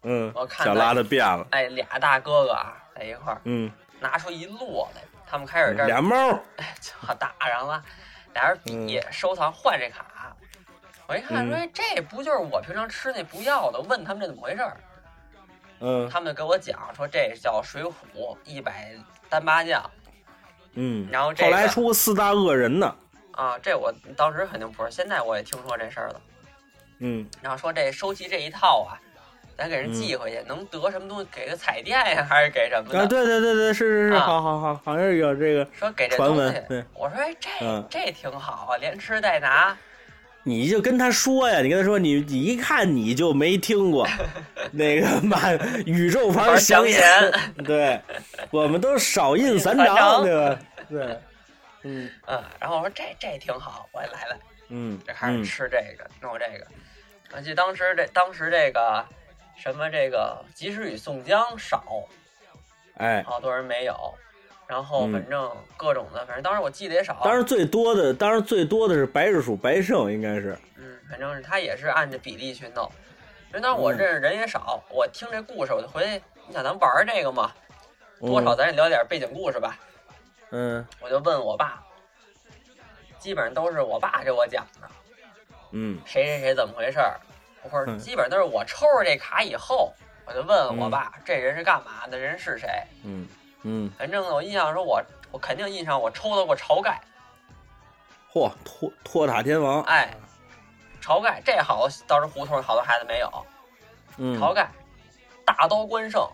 B: 嗯
C: 我，看
B: 小
C: 到
B: 拉的变了，
C: 哎，俩大哥哥啊在一块儿
B: 嗯，
C: 拿出一摞来，他们开始这
B: 俩
C: 儿
B: 猫儿，
C: 哎就打上了，俩人比收藏换这卡，我一看说这不就是我平常吃那不要的？问他们这怎么回事儿，
B: 嗯
C: 他们就给我讲说这叫水浒一百单八将
B: 嗯，
C: 然后这
B: 后来
C: 个
B: 还出过四大恶人呢，
C: 啊，这我当时肯定不是，现在我也听说这事儿了。
B: 嗯
C: 然后说这收集这一套啊，咱给人寄回去，能得什么东西？给个彩电呀，还是给什么的？
B: 啊，对对对对，是是是，
C: 啊
B: 好好好，好像是有这个。
C: 说给这
B: 传
C: 东
B: 闻对
C: 西，我说哎这、
B: 嗯
C: 这挺好啊，连吃带拿。
B: 你就跟他说呀，你跟他说，你你一看你就没听过那个嘛宇宙牌
C: 祥
B: 言
C: 言，
B: 对，我们都少印三
C: 少印
B: 章，
C: 三章
B: 对吧？对，嗯
C: 嗯，然后我说这这挺好，我也来了，
B: 嗯
C: 就开始
B: 嗯
C: 吃这个，弄这个。我记得当时这当时这个什么这个及时雨宋江少，
B: 哎，
C: 好多人没有。然后
B: 嗯
C: 反正各种的，反正当时我记得也少。
B: 当然最多的，当然最多的是白日鼠白胜，应该是，
C: 嗯，反正是他也是按着比例去弄。因为当时我认识人也少，
B: 嗯
C: 我听这故事我就回去，你想咱玩儿这个嘛，多少咱也聊点背景故事吧。
B: 嗯
C: 我就问我爸，基本上都是我爸给我讲的，
B: 嗯
C: 谁谁谁怎么回事儿，或者
B: 嗯
C: 基本上都是我抽着这卡以后，我就问我爸、这人是干嘛的，这人是谁。
B: 嗯嗯，
C: 反正呢，我印象说我我肯定印象我抽到过晁盖，
B: 嚯，托托塔天王，
C: 哎，晁盖这好，当时胡同好多孩子没有，
B: 嗯，
C: 晁
B: 啊，
C: 盖，大刀关胜。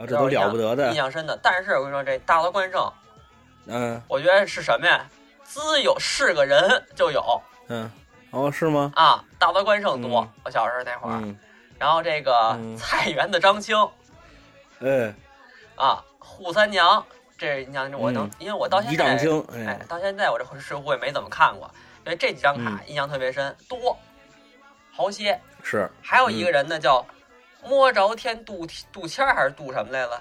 B: 这都了不得
C: 印
B: 的，
C: 象深的。但是我跟你说，这大刀关胜，
B: 嗯
C: 我觉得是什么呀？资有是个人就有
B: 嗯，哦，是吗？
C: 啊，大刀关胜多。
B: 嗯
C: 我小时候那会儿，
B: 嗯，
C: 然后这个
B: 嗯
C: 菜园子张青
B: 哎，
C: 啊，扈三娘，这你想我能，因为我到现
B: 一丈
C: 在，
B: 嗯青，
C: 哎
B: 哎，，
C: 到现在我这《水浒》也没怎么看过，所以这几张
B: 嗯
C: 卡印象特别深，多好些。
B: 是，
C: 还有一
B: 嗯
C: 个人呢，叫摸着天杜杜迁儿还是杜什么来了？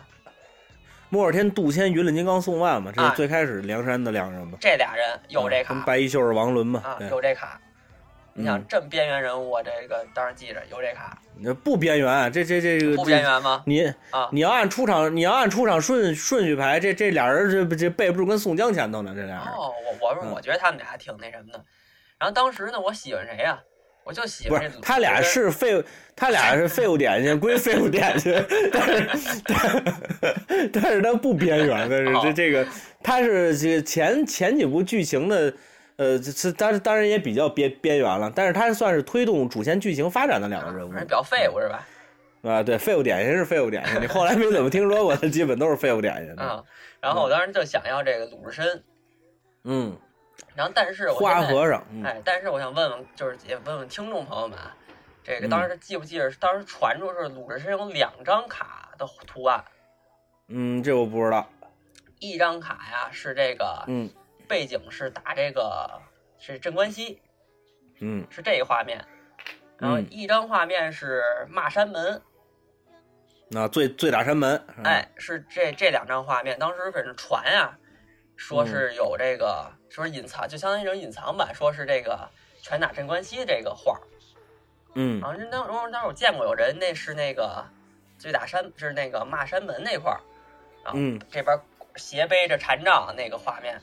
B: 莫尔天、杜迁、云里金刚、宋万嘛，这
C: 哎
B: 是最开始梁山的两人嘛，啊
C: 这俩人有这
B: 跟
C: 卡
B: 白衣秀是王伦嘛，
C: 啊，
B: 对
C: 有这卡。你想
B: 嗯
C: 这么边缘人物，我这个当然记着有这卡，
B: 你不边缘，啊这这这个
C: 不边。缘吗？
B: 你
C: 啊
B: 你要按出场，你要按出场顺顺序排，这这俩人这这背不住跟宋江前头呢，这俩人、
C: 哦，我我
B: 嗯
C: 我觉得他们俩挺那什么的。然后当时呢，我喜欢谁呀？我就喜
B: 不
C: 欢这
B: 是他俩是废物，他俩是废物点心，归废物点心，但是但但是他不边缘，但是
C: 哦
B: 这这个他是这个前前几部剧情的，呃，这这当然当然也比较边边缘了，但是他算是推动主线剧情发展的两个人物
C: 啊人比较废物是吧？
B: 啊，对，废物点心是废物点心，你后来没怎么听说过，他基本都是废物点心的，
C: 嗯。然后我当时就想要这个鲁智深，
B: 嗯，
C: 然后但是我
B: 花
C: 现在
B: 和尚，嗯
C: 哎，但是我想问问，就是也问问听众朋友们啊，这个
B: 嗯
C: 当时记不记得？当时传出是鲁智深有两张卡的图案，
B: 嗯，这我不知道，
C: 一张卡呀是这个
B: 嗯
C: 背景是打这个是镇关西，
B: 嗯
C: 是这一画面，然后
B: 嗯
C: 一张画面是骂山门，
B: 那最最打山门，嗯，
C: 哎，是这这两张画面。当时反正传呀、
B: 嗯
C: 说是有这个，说是隐藏，就相当于一种隐藏版，说是这个拳打镇关西这个画儿。
B: 嗯
C: 然后那当当当时我见过有人，那是那个最打山，是那个骂山门那块儿，啊，
B: 嗯
C: 这边斜背着禅杖那个画面。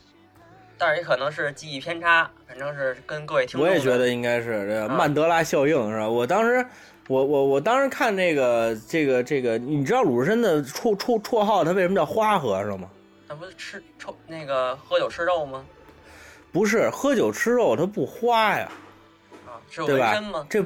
C: 但是也可能是记忆偏差，反正是跟各位听众
B: 我也觉
C: 的
B: 得应该是这个
C: 啊
B: 曼德拉效应是吧？我当时，我我我当时看这个这个这个，你知道鲁智深的绰绰绰号他为什么叫花和尚吗？
C: 那不是吃抽那个喝酒吃肉吗？
B: 不是喝酒吃肉，他不花呀，
C: 啊，是有
B: 对
C: 纹
B: 吧
C: 身吗？？
B: 这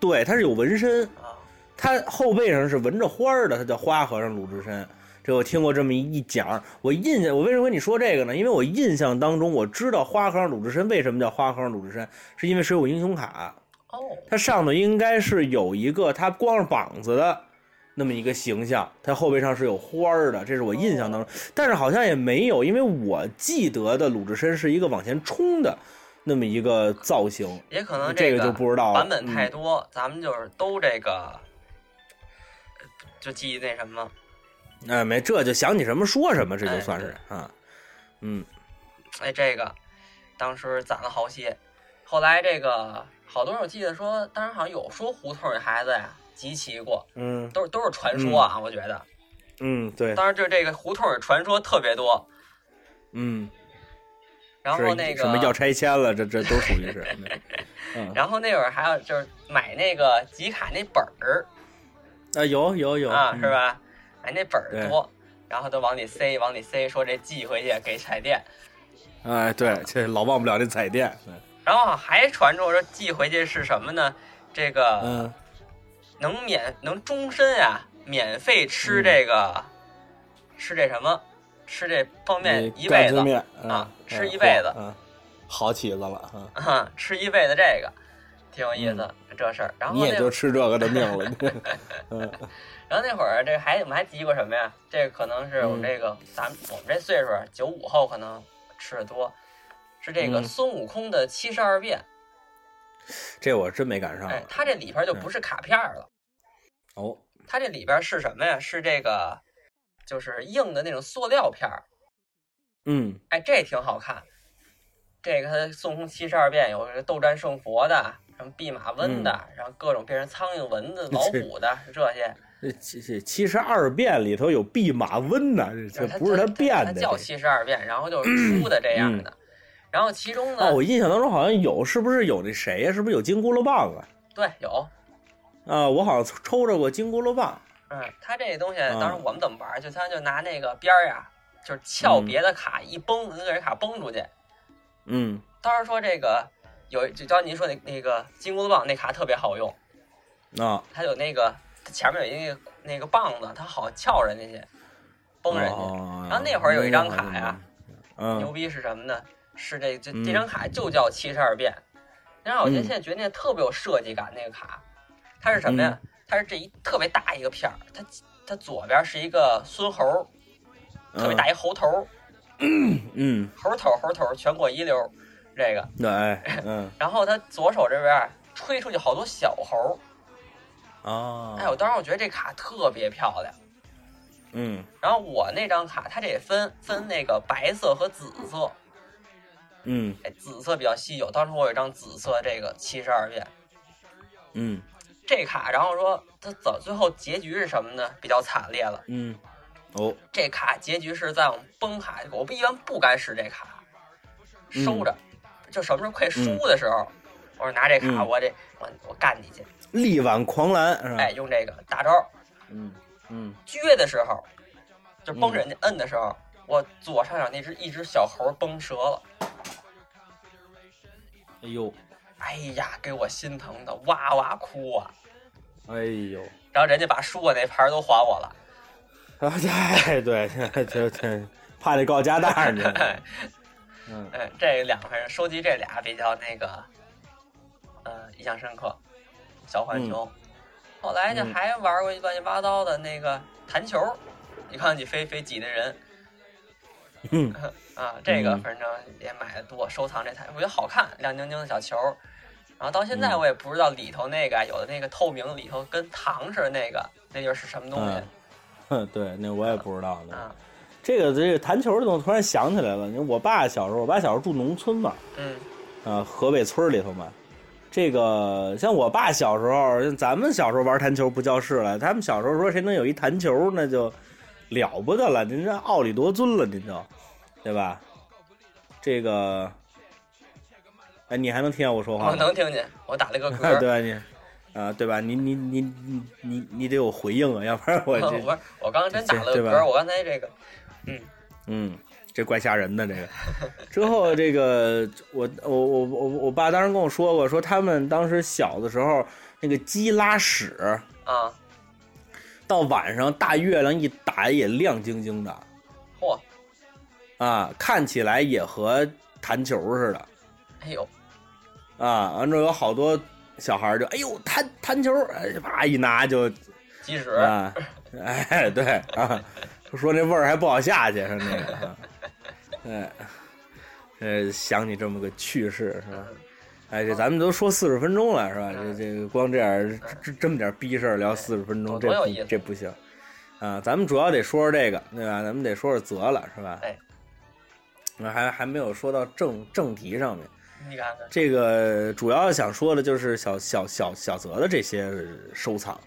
B: 对他是有纹身，
C: 啊，
B: 他后背上是纹着花儿的，他叫花和尚鲁智深。这我听过这么一讲，我印象我为什么跟你说这个呢？因为我印象当中我知道花和尚鲁智深为什么叫花和尚鲁智深，是因为《水浒英雄卡》。
C: 哦，
B: 它上头应该是有一个它光着膀子的那么一个形象，它后背上是有花儿的，这是我印象
C: 哦
B: 当中，但是好像也没有，因为我记得的鲁智深是一个往前冲的那么一个造型，
C: 也可能
B: 这
C: 个
B: 个就不知道了嗯
C: 版本太多，咱们就是都这个，呃就记忆那什么。
B: 哎，没这就想起什么说什么，这就
C: 哎
B: 算是啊，嗯
C: 哎，这个当时攒了好些，后来这个好多人我记得说，当时好像有说胡同里孩子呀集齐过，
B: 嗯
C: 都是都是传说啊，我觉得。
B: 嗯，对，
C: 当然，就这个胡同里传说特别多。
B: 嗯，
C: 然后那
B: 是
C: 个
B: 什么要拆迁了，这这都属于是， 嗯
C: 然后那会儿还有就是买那个集卡那本儿
B: 啊，有有有
C: 啊，
B: 嗯
C: 是吧？买那本儿多，然后都往里塞，往里塞，说这寄回去给彩电。
B: 哎，对，这老忘不了这彩电。对
C: 然后还传出说寄回去是什么呢？这个
B: 嗯，
C: 能免能终身啊，免费
B: 嗯
C: 吃这个，吃这什么？吃这方便
B: 你
C: 一辈
B: 干
C: 子
B: 脆 面嗯
C: 啊吃
B: 嗯
C: 一辈子
B: 嗯，好起子了。嗯
C: 啊，吃一辈子这个，挺有意思、这事儿。然后
B: 你
C: 那
B: 也就吃这个的命 了。
C: 然后那会儿这还我们还提过什么呀？这可能是
B: 嗯
C: 我们这个、咱们我们这岁数九五后可能吃的多，是这个
B: 嗯
C: 孙悟空的七十二变。
B: 这我真没赶上
C: 哎，它这里边就不是卡片儿了，
B: 哦，
C: 它这里边是什么呀？是这个就是硬的那种塑料片儿。
B: 嗯，
C: 哎，这挺好看。这个它孙悟空七十二变有这个斗战胜佛的，什么弼马温的，
B: 嗯
C: 然后各种变成苍蝇、蚊子、老虎的这些。
B: 这七这七十二变里头有弼马温呢， 这这不是
C: 他
B: 变
C: 他
B: 的。
C: 叫
B: 这嗯
C: 七十二变，然后 就是出的这样的。然后其中呢，
B: 哦，我印象当中好像有，是不是有那谁呀？是不是有金箍噜棒啊？
C: 对有，
B: 啊，我好像抽着过金箍噜棒。
C: 嗯，他这东西
B: 嗯
C: 当时我们怎么玩儿？就他就拿那个边儿呀，就是撬别的卡一崩，能给人卡崩出去。
B: 嗯
C: 当时说这个有，就刚您说那那个金箍棒那卡特别好用，
B: 啊，
C: 它有那个它前面有一个那个棒子，它好撬人家去，崩人家。
B: 哦
C: 然后那会儿有一张卡呀，牛
B: 嗯，
C: 逼是什么呢？是这这
B: 嗯
C: 这张卡就叫七十二变。然后我觉得
B: 嗯
C: 现在觉得那特别有设计感，那个卡，它是什么呀？
B: 嗯
C: 它是这一特别大一个片儿，它它左边是一个孙猴，特别大一猴头，
B: 嗯，
C: 猴头猴头，全国一流，这个。
B: 对，嗯
C: 然后它左手这边吹出去好多小猴，
B: 啊，
C: 哎，我当时我觉得这卡特别漂亮。
B: 嗯
C: 然后我那张卡，它这也分分那个白色和紫色，
B: 嗯
C: 哎，紫色比较稀有。当时我有一张紫色这个七十二变，
B: 嗯
C: 这卡，然后说他走最后结局是什么呢？比较惨烈了。
B: 嗯，哦，
C: 这卡结局是在我们崩卡，我们一般不该使这卡，
B: 嗯
C: 收着，就什么时候快输的时候，我说拿这卡，
B: 嗯
C: 我这我我干你去，
B: 力挽狂澜是吧？
C: 哎，用这个大招
B: 嗯嗯
C: 撅的时候，就崩人家摁的时候，我左上角那只一只小猴崩折了，
B: 哎呦，
C: 哎呀，给我心疼的哇哇哭啊！
B: 哎呦，
C: 然后人家把输我那牌儿都还我了，
B: 啊，对对对对对，怕你告家大儿去。嗯
C: 嗯，这两回事，收集这俩比较那个，呃，印象深刻。小浣熊，后来就
B: 嗯
C: 还玩过一乱七八糟的那个弹球，你看你非非挤那人
B: 嗯
C: 啊，这个
B: 嗯
C: 反正也买的多，收藏这台我觉得好看，亮晶晶的小球。然后到现在
B: 嗯
C: 我也不知道里头那个有的那个透明里头跟糖似的那个，那又是什么东
B: 嗯
C: 西、，
B: 哼对，那我也不知道呢。
C: 啊？
B: 这个这个弹球的，我突然想起来了。你说我爸小时候，我爸小时候住农村嘛，
C: 嗯
B: 啊，河北村儿里头嘛。这个像我爸小时候，像咱们小时候玩弹球不叫事了，他们小时候说谁能有一弹球，那就了不得了，您这奥里夺尊了，您就，对吧？这个，哎，你还能听见我说话吗？
C: 我哦 能听见，我打了个嗝。
B: 对吧你？啊，对吧？你你你你你你得有回应啊，要不然我
C: 哦 我
B: 这
C: 不是，我刚刚真打了
B: 对
C: 个
B: 吧
C: 嗝，我刚才这个
B: 嗯，这怪吓人的这个。 之后这个我我我我我爸当时跟我说过，说他们当时小的时候那个鸡拉屎，
C: 啊，
B: 到晚上大月亮一打也亮晶晶的
C: 嚯，
B: 啊，看起来也和弹球似的。
C: 哎呦，
B: 啊，完之后有好多小孩儿就哎呦弹弹球，哎啪一拿就
C: 鸡屎。
B: 啊，哎对啊，说那味儿还不好下去，说那个，啊、哎，呃想起这么个趣事是吧？
C: 嗯
B: 哎，这咱们都说四十分钟了是吧？这这个光这样儿这这么点儿逼事儿聊四十分钟，这
C: 嗯多有
B: 不
C: 意思
B: 这不行啊！咱们主要得说说这个对吧？咱们得说说泽了是吧？
C: 哎
B: 那还还没有说到正正题上面。
C: 你看看，
B: 这个主要想说的就是小小小小泽的这些收藏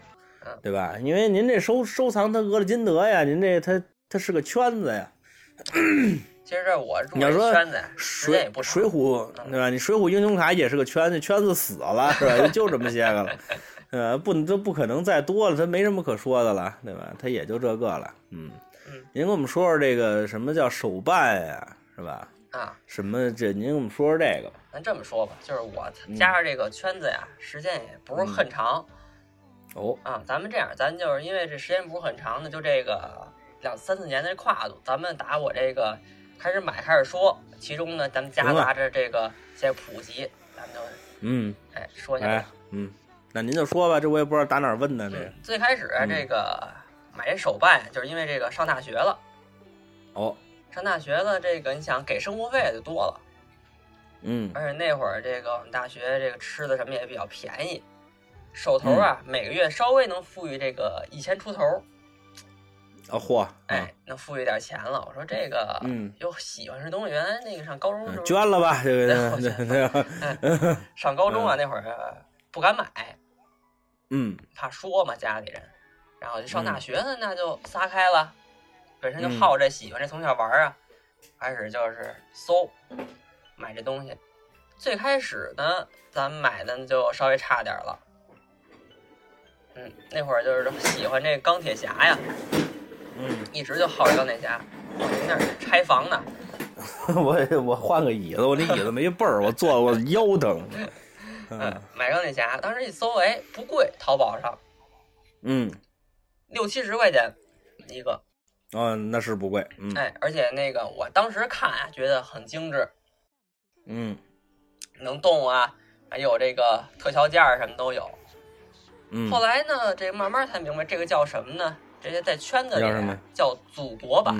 C: 嗯，
B: 对吧？因为您这收收藏他俄勒金德呀，您这他他是个圈子呀，
C: 其实这我入
B: 你要说
C: 这圈子时间
B: 水
C: 也不嗯
B: 水
C: 长，
B: 浒对吧？你水浒英雄卡也是个圈子，圈子死了是吧？就这么些个了，呃，不都不可能再多了，他没什么可说的了，对吧？他也就这个了，嗯
C: 嗯。
B: 您给我们说说这个什么叫手办呀，是吧？
C: 啊，
B: 什么这？您给我们说说这个吧。
C: 咱这么说吧，就是我
B: 嗯
C: 加入这个圈子呀，时间也不是很长
B: 哦，
C: 啊。咱们这样，咱就是因为这时间不是很长呢，就这个两三四年的跨度，咱们打我这个开始买开始说，其中呢，咱们夹
B: 行了
C: 杂着这个些普及，咱们就
B: 嗯，
C: 哎说一下
B: 哎，嗯，那您就说吧，这我也不知道打哪儿问呢，这个
C: 嗯，最开始
B: 嗯
C: 这个买这手办，就是因为这个上大学了，
B: 哦，
C: 上大学了，这个你想给生活费也就多了，
B: 嗯
C: 而且那会儿这个我们大学这个吃的什么也比较便宜，手头啊、
B: 嗯
C: 每个月稍微能富裕这个一千出头，
B: 啊嚯，啊
C: 哎，能富裕点钱了。我说这个，
B: 嗯
C: 又喜欢这东西，原来那个上高中时
B: 嗯
C: 候，
B: 捐了吧，这个
C: 好
B: 这
C: 像
B: 个这个，
C: 上高中啊那会儿呃不敢买，
B: 嗯
C: 怕说嘛家里人，然后就上大
B: 嗯
C: 学呢，那就撒开了，本身就
B: 嗯
C: 好这喜欢这从小玩儿啊，开始就是搜买这东西。最开始呢，咱们买的就稍微差点儿了，嗯，那会儿就是喜欢这钢铁侠呀，
B: 嗯，
C: 一直就好这钢铁侠。我们那儿是拆房呢，
B: 我我换个椅子，我这椅子没背儿，我坐我腰疼，
C: 嗯
B: 嗯，
C: 买钢铁侠，当时一搜，哎，不贵，淘宝上
B: 嗯，
C: 六七十块钱一个，
B: 哦，那是不贵，嗯
C: 哎，而且那个我当时看啊，觉得很精致，
B: 嗯
C: 能动啊，还有这个特效件儿什么都有。
B: 嗯，
C: 后来呢，这慢慢才明白这个叫什么呢？这些在圈子里
B: 叫什么
C: 啊
B: 呀
C: 叫祖国版，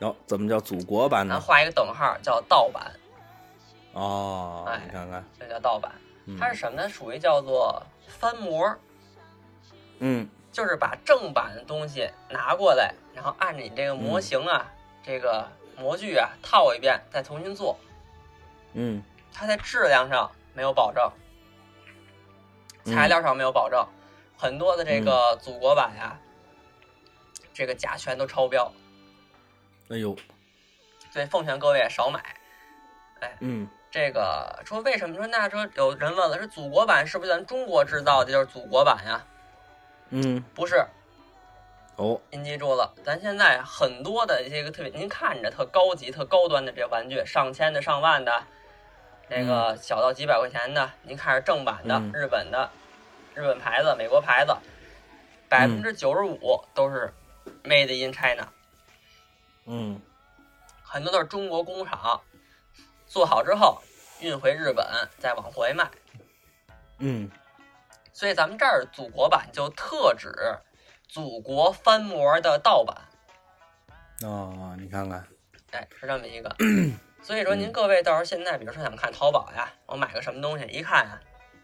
B: 嗯哦，怎么叫祖国版
C: 咱
B: 呢？
C: 画一个等号叫盗版，
B: 哦，
C: 哎
B: 你看看，
C: 这叫盗版。
B: 嗯
C: 它是什么呢？属于叫做翻模，
B: 嗯
C: 就是把正版的东西拿过来，然后按着你这个
B: 嗯
C: 模型啊、这个模具啊套一遍，再重新做。
B: 嗯
C: 它在质量上没有保证，材料上没有保证，很多的这个祖国版呀、这个甲醛都超标，
B: 哎呦，
C: 所以奉劝各位少买。
B: 嗯
C: 这个说为什么说那说有人问了，是祖国版是不是咱中国制造的就是祖国版呀？
B: 嗯，
C: 不是，
B: 哦，
C: 您记住了，咱现在很多的这个特别，您看着特高级、特高端的这玩具，上千的、上万的，那个小到几百块钱的，您看着正版的、
B: 嗯
C: 日本的、日本牌子、美国牌子，百分之九十五都是 made in China，
B: 嗯
C: 很多都是中国工厂做好之后运回日本，再往回卖。
B: 嗯，
C: 所以咱们这儿祖国版就特指祖国翻模的盗版。
B: 哦，你看看，
C: 哎，是这 么一个。所以说，
B: 嗯
C: 您各位到时候现在，比如说想看淘宝呀，我买个什么东西，一看啊，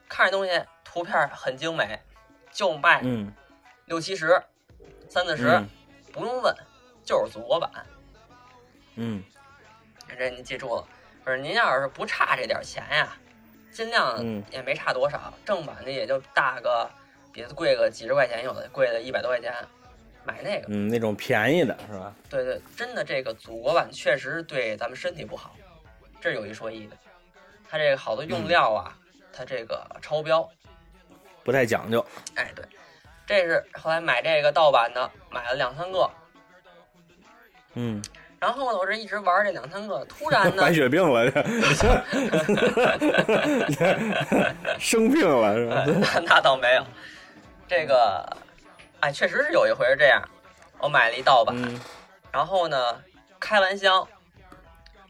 C: 看着东西图片很精美，就卖
B: 嗯
C: 六七十、三四哎十，
B: 嗯
C: 不用问，就是祖国版。
B: 嗯
C: 这您记住了，不是您要是不差这点钱呀，尽量
B: 嗯
C: 也没差多少，正版的也就大个，比它贵个几十块钱，有的贵的一百多块钱，买那个。
B: 嗯，那种便宜的是吧？
C: 对对，真的这个祖国版确实对咱们身体不好，这是有一说一的。它这个好多
B: 嗯
C: 用料啊，它这个超标，
B: 不太讲究，
C: 哎对，这是后来买这个盗版的，买了两三个，
B: 嗯，
C: 然后呢，我这一直玩这两三个，突然呢
B: 白，血病了， 生病了是吧？
C: 那哎那倒没有，这个，哎，确实是有一回是这样，我买了一盗版，
B: 嗯
C: 然后呢，开完箱，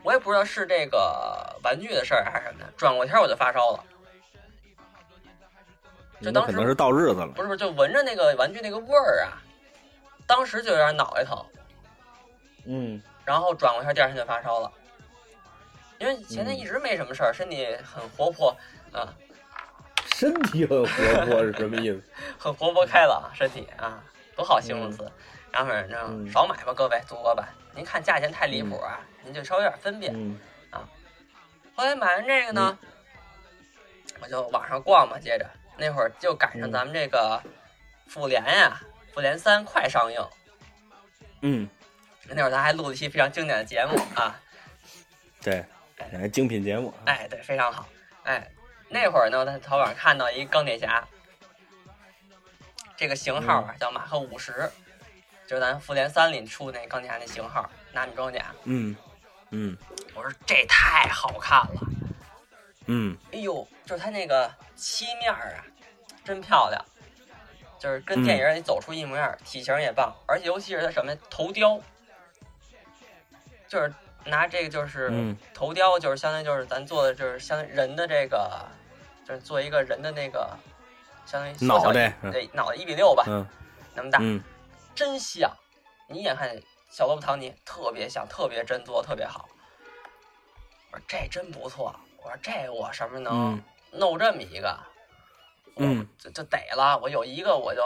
C: 我也不知道是这个玩具的事儿还是什么的，转过天我就发烧了。就
B: 那
C: 当
B: 可
C: 时
B: 能是到日子了
C: 不，是不是，就闻着那个玩具那个味儿啊，当时就有点脑袋疼，
B: 嗯
C: 然后转过天第二天就发烧了，因为前
B: 嗯
C: 天一直没什么事儿，身体很活泼，啊，
B: 身体很活泼是什么 意思？
C: 很活泼开朗，身体啊，多好形容词。然后反正
B: 嗯
C: 少买吧，各位，祖国版，您看价钱太离谱啊，您就稍微有点分辨。
B: 嗯
C: 后来买完这个呢，我就网上逛嘛，接着那会儿就赶上
B: 嗯
C: 咱们这个《复联》呀，《复联三》快上映，
B: 嗯
C: 那会儿咱还录了一期非常经典的节目啊，
B: 对，感觉精品节目，啊
C: 哎，对，非常好，哎，那会儿呢，我在淘宝上看到一钢铁侠，这个型号啊叫马克五十，就是咱复联三里出那钢铁侠那型号，纳米装甲，
B: 嗯嗯
C: 我说这太好看了，
B: 嗯
C: 哎呦，就是它那个漆面儿啊，真漂亮，就是
B: 嗯
C: 跟电影里走出一模一样，体型也棒，而且尤其是它什么头雕，就是拿这个就是、
B: 嗯
C: 头雕，就是相当于就是咱做的就是相当于人的这个，就是做一个人的那个，相当于缩小
B: 脑袋
C: 一
B: 嗯
C: 对脑袋一比六吧，
B: 嗯
C: 那么大，
B: 嗯
C: 真像，你一眼看小萝卜唐尼特别像，特别真做得特别好，我说这真不错，我说这我什么时候能。
B: 嗯
C: 弄这么一个，我
B: 嗯
C: 就就得了。我有一个我就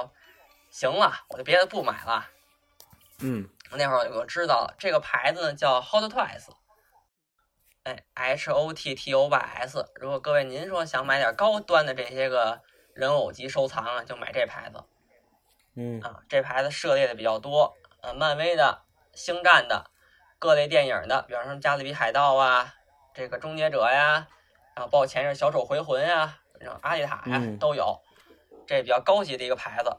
C: 行了，我就别的不买了。
B: 嗯
C: 那会儿我知道了，这个牌子呢叫 Hot Toys，哎，H O T T O Y S。如果各位您说想买点高端的这些个人偶级收藏啊，就买这牌子
B: 嗯
C: 啊。这牌子涉猎的比较多，呃，漫威的、星战的、各类电影的，比方说《加勒比海盗》啊，这个《终结者》呀，然后抱前是《小丑回魂》呀，然后《阿丽塔》呀
B: 嗯
C: 都有，这比较高级的一个牌子。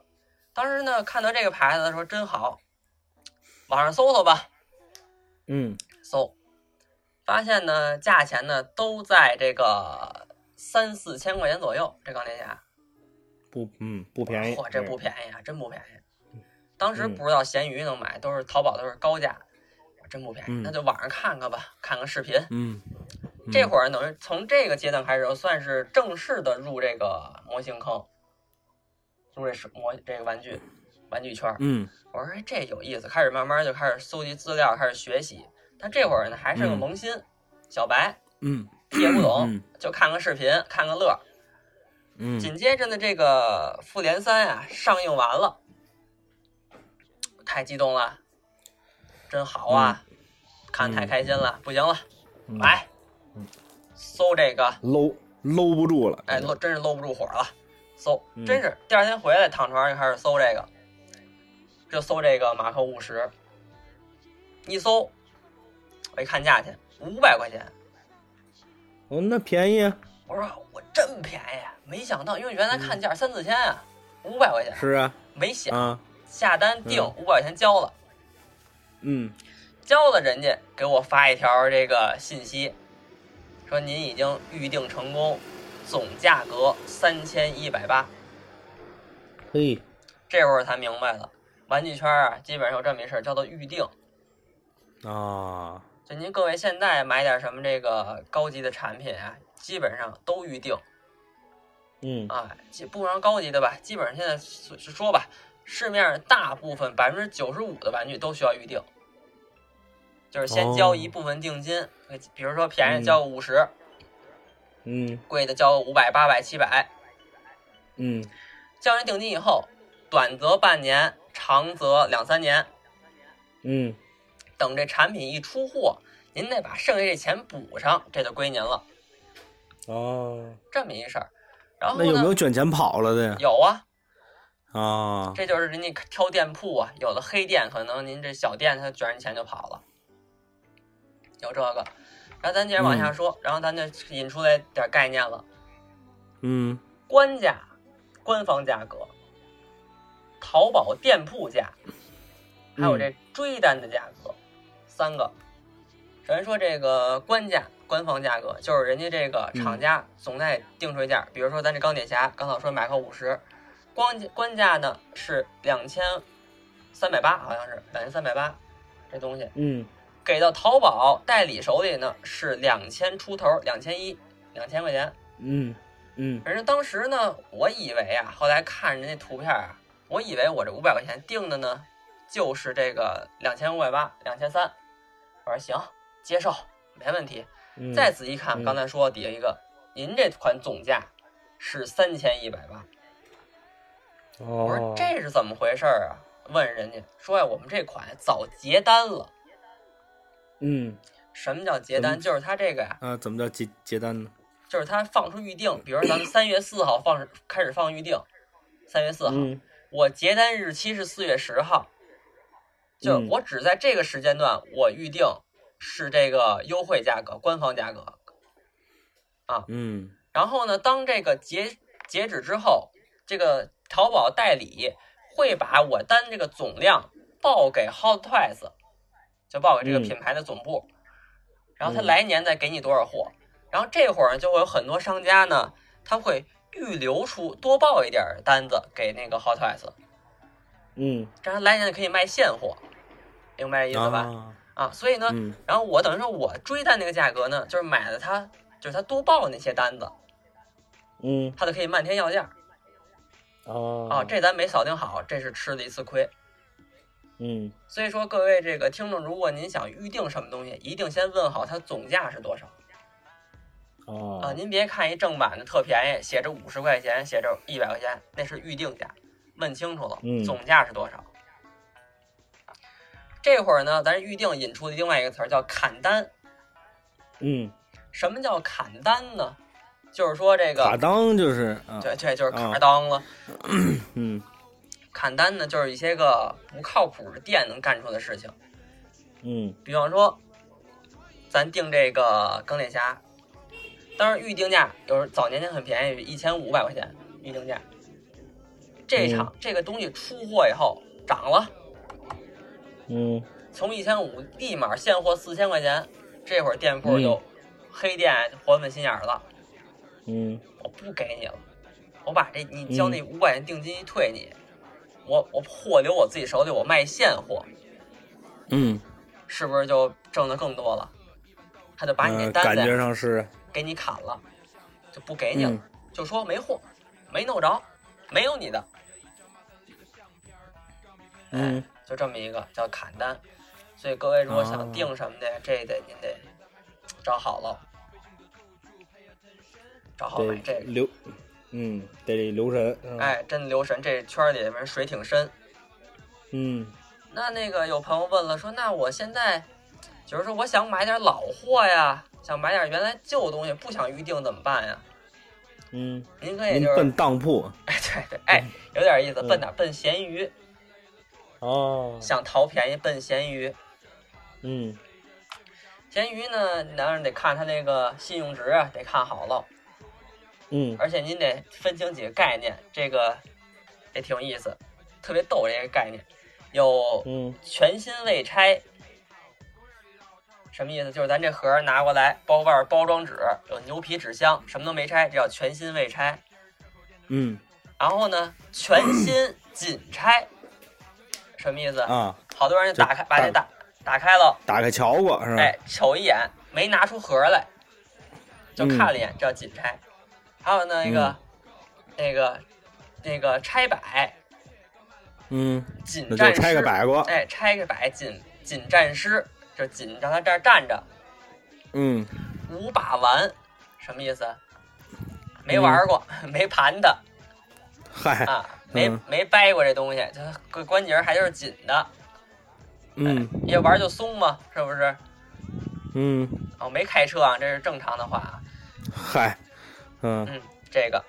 C: 当时呢，看到这个牌子说真好，网上搜搜吧，
B: 嗯
C: 搜，发现呢价钱呢都在这个三四千块钱左右，这钢铁侠，
B: 不嗯不便宜，
C: 嚯，这不便宜啊，真不便宜。当时
B: 嗯
C: 不知道闲鱼能买，都是淘宝都是高价，真不便宜。
B: 嗯
C: 那就网上看看吧，看个视频。
B: 嗯
C: 这会儿等于从这个阶段开始，我算是正式的入这个模型坑，入这是模这个玩具玩具圈儿。
B: 嗯
C: 我说哎这有意思，开始慢慢就开始搜集资料，开始学习。但这会儿呢，还是个
B: 嗯
C: 萌新、小白，
B: 嗯
C: 也不懂，
B: 嗯
C: 就看个视频，看个乐儿。
B: 嗯
C: 紧接着呢，这个《复联三》啊上映完了，太激动了，真好啊，看太开心了，不行了，
B: 嗯
C: 来、搜这个，
B: 搂搂不住了，
C: 哎，搂真是搂不住火了，搜，
B: 嗯
C: 真是第二天回来躺床上就开始搜这个，就搜这个马克五十，一搜，我一看价钱五百块钱，
B: 哦那便宜啊，
C: 我说我真便宜，啊没想到，因为原来看价三四千啊，五百块钱，
B: 嗯是啊
C: 没想
B: 啊
C: 下单定
B: 嗯
C: 五百块钱交了，
B: 嗯
C: 交了人家给我发一条这个信息，说您已经预定成功，总价格三千一百八。
B: 嘿
C: 这会儿才明白了，玩具圈啊，基本上有这么一事儿，叫做预定。
B: 啊
C: 就您各位现在买点什么这个高级的产品啊，基本上都预定
B: 嗯
C: 啊，基不光高级的吧，基本上现在说说吧，市面上大部分百分之九十五的玩具都需要预定，就是先交
B: 哦
C: 一部分定金，呃比如说便宜
B: 嗯
C: 的交个五十、
B: 嗯
C: 贵的交个五百、八百、七百，
B: 嗯
C: 交完定金以后，短则半年，长则两三年，
B: 嗯
C: 等这产品一出货，您得把剩下这钱补上，这就归您了，
B: 哦，
C: 这么一事儿。然后
B: 那
C: 呢？
B: 有没有卷钱跑了的呀？
C: 有啊，
B: 啊
C: 这就是人家挑店铺啊，有的黑店可能您这小店他卷人钱就跑了，有这个。然后咱接着往下说，然后咱就引出来点概念了。
B: 嗯
C: 官价、官方价格、淘宝店铺价，还有这追单的价格，三个。首先说这个官价、官方价格，就是人家这个厂家总代定出一价，比如说咱这钢铁侠，刚才我说买克五十，光官价呢是两千三百八，好像是两千三百八，这东西
B: 嗯
C: 给到淘宝代理手里呢是两千出头，两千一，两千块钱。
B: 嗯嗯
C: 人家当时呢，我以为啊，后来看人家图片啊，我以为我这五百块钱定的呢，就是这个两千五百八、两千三。我说行，接受，没问题。
B: 嗯，
C: 再仔细看，
B: 嗯
C: 刚才说底下一个，您这款总价是三千一百八。我
B: 哦
C: 说这是怎么回事儿啊？问人家说呀，我们这款早结单了。
B: 嗯
C: 什么叫结单？
B: 嗯
C: 就是它这个呀、
B: 啊怎么叫结结单呢？
C: 就是它放出预定，比如说咱们三月四号放开始放预定，三月四号。
B: 嗯
C: 我结单日期是四月十号，就我只在这个时间段我预定是这个优惠价格，官方价格。
B: 嗯
C: 然后呢，当这个截截止之后，这个淘宝代理会把我单这个总量报给 Hot Toys，就报给这个
B: 嗯
C: 品牌的总部，然后他
B: 嗯
C: 来年再给你多少货。然后这会儿就会有很多商家呢，他会预留出多报一点儿单子给那个 Hot Toys，
B: 嗯，
C: 这样来年就可以卖现货，明白这意思吧？
B: 啊，
C: 啊，所以呢，
B: 嗯
C: 然后我等于说我追单那个价格呢，就是买了它，就是它多报那些单子，
B: 嗯
C: 它就可以漫天要价。
B: 哦
C: 啊，这咱没扫定好，这是吃了一次亏。
B: 嗯
C: 所以说，各位这个听众，如果您想预定什么东西，一定先问好它总价是多少
B: 哦
C: 啊！您别看一正版的特便宜，写着五十块钱，写着一百块钱，那是预定价，问清楚了
B: 嗯，
C: 总价是多少。这会儿呢，咱预定引出的另外一个词儿叫砍单。
B: 嗯，
C: 什么叫砍单呢？就是说这
B: 卡
C: 个，
B: 当就是啊，
C: 对对，就是
B: 啊
C: 卡当了。
B: 嗯
C: 砍单呢，就是一些个不靠谱的店能干出的事情。
B: 嗯
C: 比方说，咱定这个钢铁侠，当然预定价有时候早年间很便宜，一千五百块钱预定价。这场、这个东西出货以后涨了，
B: 嗯
C: 从一千五立马现货四千块钱，这会儿店铺就、
B: 嗯
C: 黑店就活问心眼儿了，
B: 嗯
C: 我不给你了，我把这你交
B: 嗯
C: 那五百元定金一退你，我我货留我自己手里，我卖现货，
B: 嗯，
C: 是不是就挣的更多了？他就把你那
B: 呃
C: 单
B: 感
C: 子呀
B: 觉上是，
C: 给你砍了，就不给你了，
B: 嗯
C: 就说没货，没弄着，没有你的，
B: 嗯
C: 哎，就这么一个叫砍单。所以各位如果想定什么的，这得您得找好了，找好买这
B: 得
C: 个。
B: 留，嗯，得留神，嗯，
C: 哎，真留神，这圈里面水挺深。
B: 嗯
C: 那那个有朋友问了，说那我现在就是说我想买点老货呀，想买点原来旧东西，不想预定怎么办呀？
B: 嗯，
C: 您可以
B: 您
C: 就是
B: 奔当铺
C: 哎，对对，哎，有点意思，
B: 嗯
C: 奔哪儿？奔咸鱼，
B: 哦，
C: 想淘便宜奔咸鱼。
B: 嗯
C: 咸鱼呢，当然得看它那个信用值啊，得看好喽。
B: 嗯
C: 而且您得分清几个概念，这个也挺有意思，特别逗这个概念。有
B: 嗯
C: 全新未拆，什么意思？就是咱这盒儿拿过来，包外儿包装纸有牛皮纸箱，什么都没拆，这叫全新未拆。
B: 嗯
C: 然后呢，全新仅拆，什么意思？
B: 啊，
C: 好多人就
B: 就
C: 打开把
B: 打
C: 这打打开了，
B: 打开瞧过是吧？
C: 哎，瞅一眼，没拿出盒来，就看了一眼，
B: 嗯
C: 这叫紧拆。还有那个、那个那个拆摆，
B: 嗯，
C: 紧
B: 那
C: 战
B: 就
C: 师，
B: 拆个摆过，
C: 哎，拆个摆，紧紧战师，就紧让他这儿站着，
B: 嗯
C: 五把玩，什么意思？没玩过，没盘的
B: 嗨，
C: 啊，没、
B: 嗯
C: 没掰过这东西，这关节还就是紧的，
B: 嗯
C: 一玩就松嘛，是不是？
B: 嗯
C: 哦，没开车啊，这是正常的话啊。
B: 嗨，嗯
C: 嗯，这个，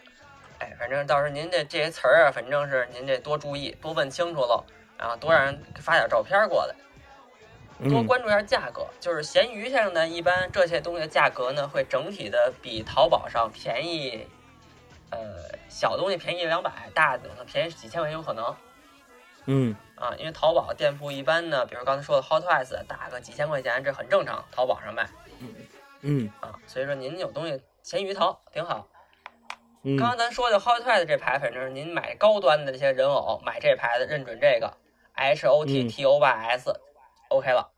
C: 哎，反正到时候您这这些词儿啊，反正是您这多注意，多问清楚喽，然后多让人发点照片过来，多
B: 嗯
C: 关注一下价格。就是闲鱼上呢，一般这些东西的价格呢，会整体的比淘宝上便宜，呃，小东西便宜一两百，大的可能便宜几千块钱有可能
B: 嗯
C: 啊，因为淘宝店铺一般呢，比如刚才说的 Hot Toys，打个几千块钱，这很正常，淘宝上卖
B: 嗯
C: 啊，所以说您有东西闲鱼淘挺好。
B: 嗯，
C: 刚刚咱说的 Hot Toys 这牌，反正是您买高端的这些人偶，买这牌子认准这个 H O T T O Y S，OK、了。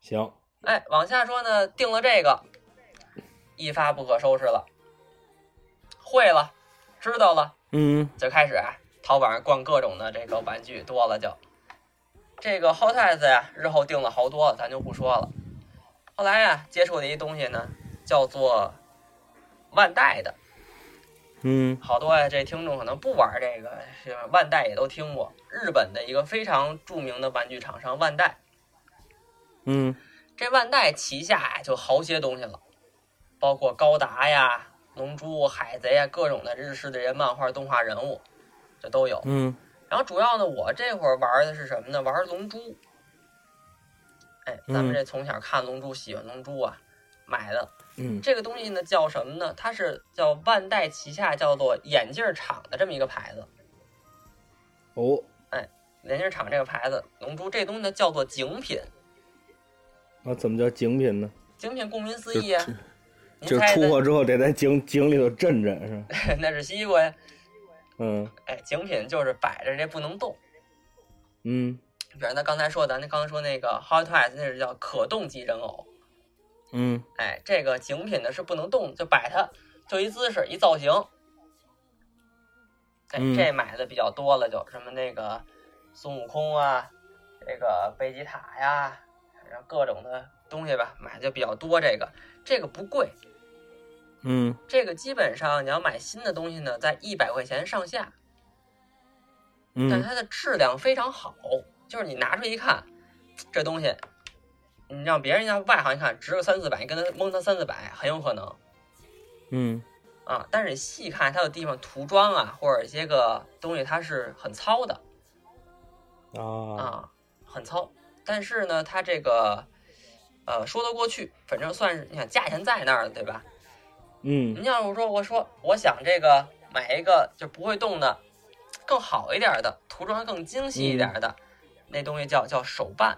B: 行，
C: 哎，往下说呢，定了这个，一发不可收拾了，会了，知道了，
B: 嗯
C: 就开始啊淘宝上逛各种的这个玩具，多了就。这个 Hot Toys 呀、日后定了好多了，咱就不说了。后来呀、接触的一东西呢，叫做万代的。
B: 嗯
C: 好多呀，这听众可能不玩这个，是吧万代也都听过，日本的一个非常著名的玩具厂商万代。
B: 嗯
C: 这万代旗下呀就好些东西了，包括高达呀、龙珠、海贼呀，各种的日式的这些漫画、动画人物，这都有。
B: 嗯
C: 然后主要呢，我这会儿玩的是什么呢？玩龙珠。哎，咱们这从小看龙珠，喜欢龙珠啊，买的
B: 嗯
C: 这个东西呢叫什么呢？它是叫万代旗下叫做眼镜厂的这么一个牌子，
B: 哦
C: 眼镜厂这个牌子，龙珠这东西呢叫做精品，
B: 那怎么叫精品呢？
C: 精品顾名思义啊。您
B: 就是
C: 猜
B: 出
C: 的
B: 货之后得在井井里头镇镇是吧？
C: 那是西瓜呀？
B: 嗯
C: 哎，精品就是摆着这不能动。
B: 嗯
C: 比如咱刚才说的，咱那刚才说那个 Hot Toys，那是叫可动级人偶。
B: 嗯
C: 哎，这个精品呢是不能动，就摆它，就一姿势一造型。哎
B: 嗯，
C: 这买的比较多了，就什么那个孙悟空啊，这个贝吉塔呀，然后各种的东西吧，买的就比较多。这个这个不贵，
B: 嗯
C: 这个基本上你要买新的东西呢，在一百块钱上下，但
B: 嗯
C: 它的质量非常好，就是你拿出一看，这东西，你让别人家外行一看值个三四百，你跟他蒙他三四百，很有可能。
B: 嗯
C: 啊，但是你细看，它有地方涂装啊，或者一些个东西，它是很糙的
B: 啊
C: 啊，很糙。但是呢，它这个呃说得过去，反正算是你想价钱在那儿了，对吧？
B: 嗯
C: 您要是说我说我想这个买一个就不会动的，更好一点儿的，涂装更精细一点儿的，那东西叫叫手办。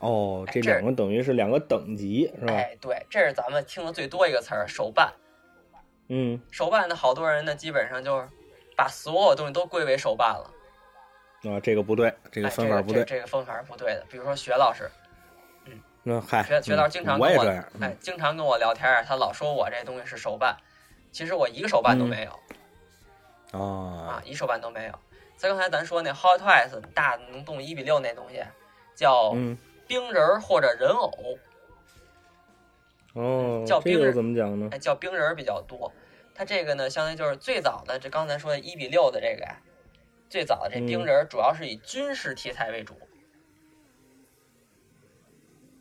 B: 哦，
C: 哎
B: 这
C: 这
B: 两个等于是两个等级是吧？
C: 哎，对，这是咱们听的最多一个词儿，手办。
B: 嗯
C: 手办呢，好多人呢基本上就是把所有东西都归为手办了。
B: 啊，这个不对，这个
C: 哎
B: 分法不对
C: 这个、。这个分法是不对的。比如说学老师，
B: 那嗨，
C: 学学老师
B: 嗯
C: 经常
B: 我
C: 跟
B: 也
C: 我
B: 这样。
C: 哎，经常跟我聊天儿，他老说我这东西是手办，其实我一个手办都没有、
B: 啊
C: 啊，一手办都没有。在刚才咱说那 Hot Toys 大能动一比六那东西，叫
B: 嗯
C: 冰人儿或者人偶，
B: 哦，
C: 叫
B: 这
C: 冰
B: 个
C: 人
B: 怎么讲呢？
C: 哎，叫冰人儿比较多。它这个呢，相当于就是最早的这刚才说的一比六的这个呀，最早的这冰
B: 嗯
C: 人儿主要是以军事题材为主。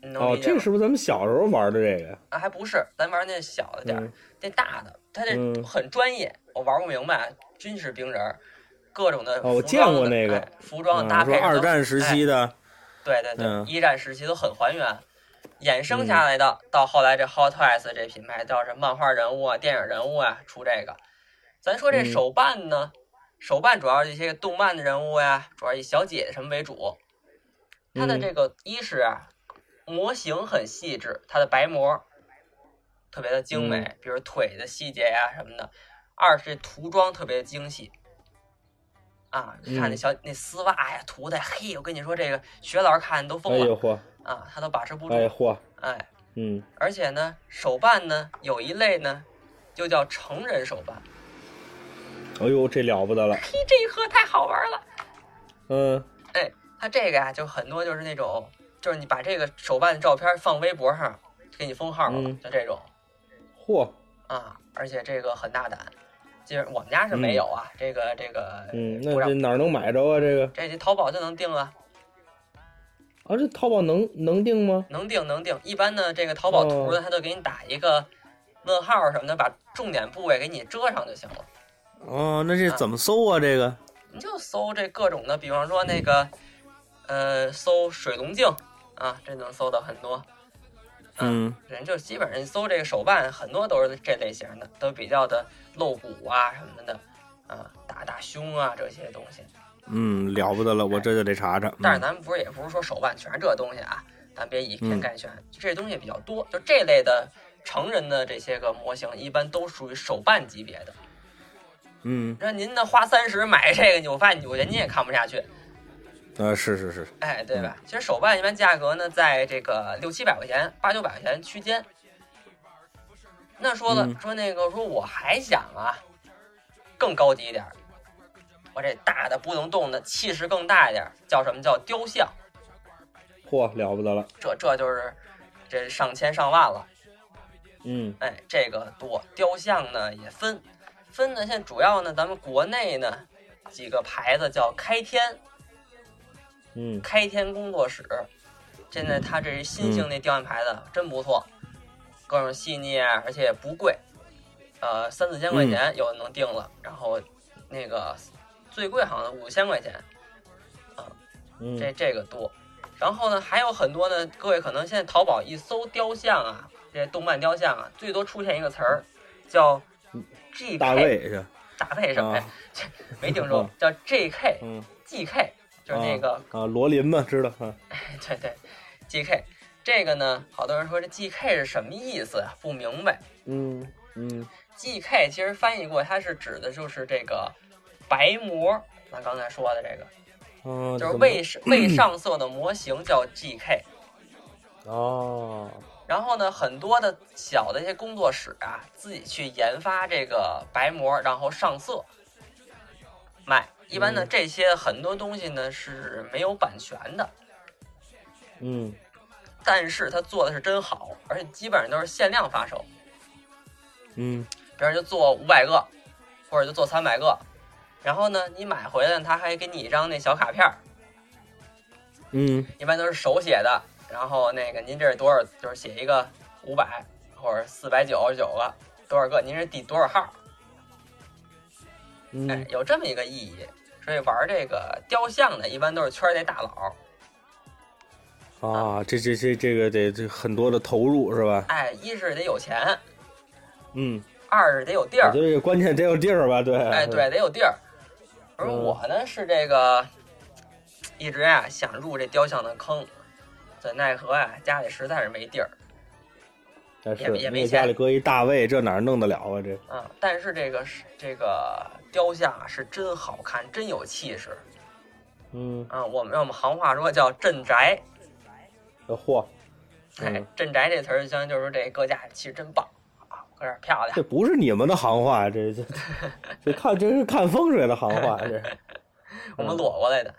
C: 你能
B: 哦，
C: 理解
B: 这
C: 吗
B: 是不是咱们小时候玩的这个呀？
C: 啊，还不是，咱玩那小的点儿，
B: 嗯
C: 那大的，它这
B: 嗯
C: 很专业，我玩不明白。军事兵人儿，各种的
B: 哦我
C: 服
B: 见
C: 装
B: 过
C: 的
B: 那个
C: 哎服装的搭
B: 啊
C: 配
B: 说
C: 都，
B: 二战时期
C: 哎，
B: 的，
C: 对对对，
B: 嗯
C: 一战时期都很还原，衍生下来的。
B: 嗯
C: 到后来这 Hot Toys 这品牌，到这漫画人物啊、电影人物啊出这个。咱说这
B: 嗯
C: 手办呢，手办主要是一些动漫的人物呀，主要以小姐姐什么为主。它的
B: 嗯
C: 这个一是啊，模型很细致，它的白膜特别的精美，
B: 嗯
C: 比如腿的细节呀、什么的；二是涂装特别精细，啊，看那
B: 嗯
C: 小、那丝袜呀涂的，嘿，我跟你说这个学老师看都
B: 哎
C: 疯
B: 呦
C: 了、
B: 嚯，
C: 啊，他都把持不住，
B: 哎呦嚯，
C: 哎，
B: 嗯，
C: 而且呢，手办呢有一类呢，又叫成人手办，
B: 哎呦这了不得了，
C: 嘿，这一盒太好玩了。
B: 嗯
C: 哎，它这个呀、就很多就是那种，就是你把这个手办的照片放微博上，给你封号了，
B: 嗯
C: 就这种
B: 嚯，
C: 啊。而且这个很大胆，就是我们家是没有啊，这个这个
B: 嗯，那
C: 不让
B: 这，哪儿能买着啊？这个
C: 这这淘宝就能订啊，
B: 啊，这淘宝能能定吗？
C: 能订能订。一般呢，这个淘宝图呢，它都给你打一个问号什么的，把重点部位给你遮上就行了。
B: 哦，那这
C: 啊
B: 怎么搜啊？这个
C: 你就搜这各种的，比方说那个，呃，搜水龙镜啊，这能搜到很多。
B: 嗯
C: 人就基本上搜这个手办，很多都是这类型的，都比较的露骨啊什么的，啊，打打胸啊这些东西。
B: 嗯，了不得了，我这就得查查。
C: 但是咱们不是也不是说手办全是这东西啊，咱别以偏
B: 嗯
C: 概全，这东西比较多。就这类的成人的这些个模型，一般都属于手办级别的。
B: 嗯，
C: 那您呢花三十买这个，你我发现你我人家也看不下去，
B: 呃，是是是，
C: 哎，对
B: 嗯
C: 吧？其实手办一般价格呢，在这个六七百块钱、八九百块钱区间。那说了，
B: 嗯
C: 说那个，说我还想啊，更高级一点儿，我这大的不能动的，气势更大一点儿，叫什么叫雕像？
B: 嚯，了不得了。
C: 这这就是这上千上万了。
B: 嗯
C: 哎，这个多雕像呢也分，分呢现在主要呢，咱们国内呢几个牌子叫开天、
B: 嗯
C: 开天工作室，现在它这是新型那雕像牌子，真不错，各种细腻啊，而且也不贵，呃，三四千块钱有的能定了，然后那个最贵好像五千块钱，
B: 嗯
C: 这这个多。然后呢，还有很多呢，各位可能现在淘宝一搜雕像啊，这动漫雕像啊，最多出现一个词儿叫
B: 嗯
C: G
B: 大
C: K，
B: 卫是吧，
C: 大卫什么
B: 啊？
C: 呀没听说，叫 J K
B: 嗯
C: G K，就是那个
B: 啊，罗琳嘛，知道啊，
C: 对对，G K 这个呢，好多人说这 G K 是什么意思啊？不明白。
B: 嗯嗯
C: G K 其实翻译过，它是指的就是这个白膜，咱刚才说的这个，
B: 哦，
C: 就是
B: 怎么
C: 未是未上色的模型叫 G K。
B: 哦，
C: 然后呢，很多的小的一些工作室啊，自己去研发这个白膜，然后上色卖。一般呢，
B: 嗯
C: 这些很多东西呢是没有版权的，
B: 嗯
C: 但是它做的是真好，而且基本上都是限量发售。
B: 嗯
C: 比如就做五百个，或者就做三百个，然后呢，你买回来，他还给你一张那小卡片儿，
B: 嗯
C: 一般都是手写的，然后那个您这是多少，就是写一个五百或者四百九十九个多少个，您是第多少号，哎
B: 嗯，
C: 有这么一个意义。所以玩这个雕像的，一般都是圈内大佬，
B: 啊，这这这这个得这很多的投入是吧？
C: 哎，一是得有钱，
B: 嗯，
C: 二是得有地
B: 我
C: 儿
B: 觉，得这关键得有地儿吧，对，
C: 哎，对，，得有地儿。而
B: 嗯
C: 我呢是这个，一直啊想入这雕像的坑，怎奈何啊家里实在是没地儿
B: 但是
C: 也没也没
B: 那
C: 钱
B: 家里搁一大卫，这哪儿弄得了啊？这
C: 啊。但是这个是这个雕像啊是真好看，真有气势
B: 嗯，
C: 啊。我们我们行话说叫镇宅，
B: 嚯，
C: 哎
B: 嗯，
C: 镇宅这词儿相当于就是这各家气势真棒啊，搁这儿漂亮
B: 这。不是你们的行话，这这这看这是看风水的行话，这
C: 我们裸过来的，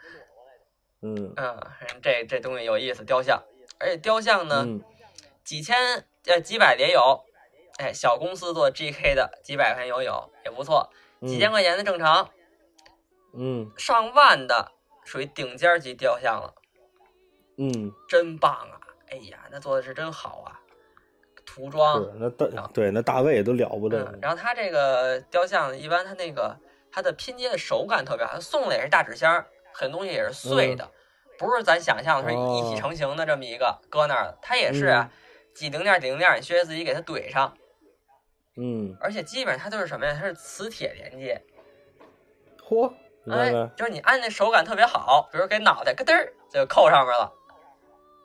B: 嗯
C: 嗯，这这东西有意思，雕像，而且雕像呢，
B: 嗯
C: 几千呃几百的也有，哎，小公司做 GK 的几百块钱也有，也不错，
B: 嗯
C: 几千块钱的正常，
B: 嗯
C: 上万的属于顶尖儿级雕像了，
B: 嗯，
C: 真棒啊！哎呀，那做的是真好啊，涂
B: 是
C: 装，
B: 那大对那大卫都了不得
C: 嗯，，然后它这个雕像一般它那个它的拼接的手感特别好，它送的也是大纸箱儿，很多东西也是碎的，不是咱想象的是一体
B: 哦
C: 成型的这么一个搁那儿的，它也是啊几零件儿几零件儿，你需要自己给它怼上。
B: 嗯，
C: 而且基本上它都是什么呀？它是磁铁连接，
B: 嚯，你
C: 哎
B: 看看，，
C: 就是你按那手感特别好，比如给脑袋咯噔儿就扣上面了，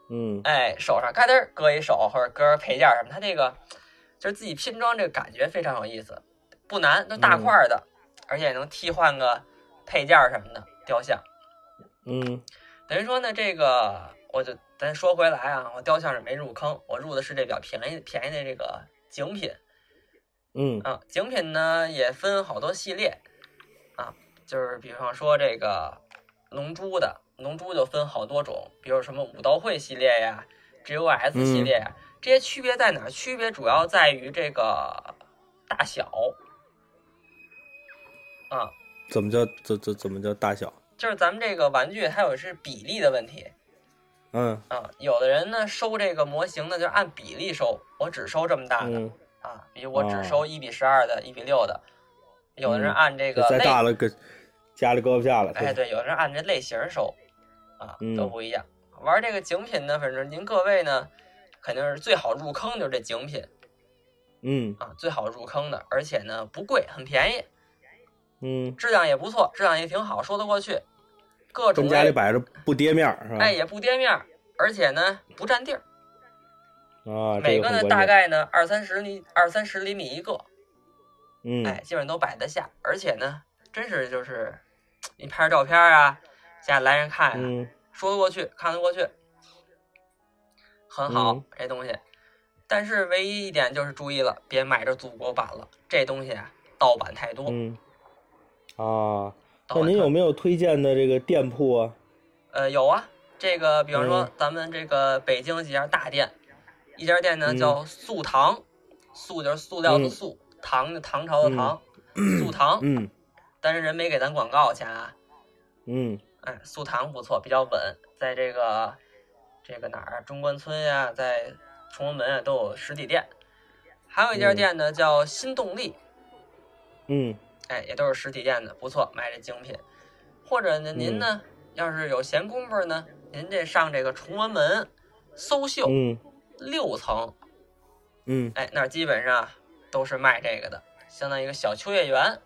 B: 嗯
C: 哎，手上嘎噔儿搁一手或者搁配件儿什么，它这个就是自己拼装这个感觉非常有意思，不难，都大块儿的，而且也能替换个配件儿什么的雕像。
B: 嗯
C: 等于说呢，这个我就咱说回来啊，我雕像是没入坑，我入的是这比较便宜便宜的这个精品，
B: 嗯
C: 啊，精品呢也分好多系列啊，就是比方说这个龙珠的，龙珠就分好多种，比如什么武道会系列呀、GOS 系列呀，
B: 嗯
C: 这些区别在哪儿？区别主要在于这个大小啊，
B: 怎么叫怎怎怎么叫大小？
C: 就是咱们这个玩具还有是比例的问题
B: 嗯
C: 啊，有的人呢收这个模型呢就是按比例收，我只收这么大的。
B: 嗯，
C: 啊，比如我只
B: 哦
C: 收一比十二的、一比六的，有的人
B: 嗯
C: 按这
B: 这
C: 个
B: 再
C: 类，
B: 大了搁家里搁不下了，
C: 哎，对，有的人按这类型儿收，啊，都
B: 嗯
C: 不一样。玩这个精品呢，反正您各位呢，肯定是最好入坑就是这精品
B: 嗯
C: 啊，最好入坑的，而且呢不贵，很便宜，
B: 嗯，
C: 质量也不错，质量也挺好，说得过去，各种
B: 跟家里
C: 类，
B: 摆着不跌面儿是吧？
C: 哎，也不跌面儿，而且呢不占地儿，
B: 啊，
C: 每
B: 这
C: 个
B: 很
C: 呢
B: 关
C: 大
B: 键
C: 概呢二三十厘二三十厘米一个，
B: 嗯
C: 哎，基本都摆得下，而且呢，真是就是你拍照片啊，家里来人看啊，
B: 嗯
C: 说得过去，看得过去，很好、
B: 嗯
C: 这东西。但是唯一一点就是注意了，别买着祖国版了，这东西啊盗版太多。
B: 嗯啊，那
C: 盗版
B: 您
C: 特
B: 有没有推荐的这个店铺啊？
C: 呃有啊，这个比方说
B: 嗯
C: 咱们这个北京几家大店，一家店呢
B: 嗯
C: 叫素堂，素就是塑料的
B: 嗯
C: 素，唐就唐朝的 唐，素堂。
B: 嗯
C: 但是人没给咱广告钱啊，
B: 嗯
C: 哎，素堂不错，比较稳，在这个这个哪儿啊中关村呀、在崇文门啊都有实体店。还有一家
B: 嗯
C: 店呢，叫新动力，
B: 嗯
C: 哎，也都是实体店的，不错，卖这精品。或者呢，您呢，
B: 嗯
C: 要是有闲工夫呢，您这上这个崇文门搜秀
B: 嗯
C: 六层，
B: 嗯
C: 哎，那儿基本上都是卖这个的，相当于一个小秋叶原。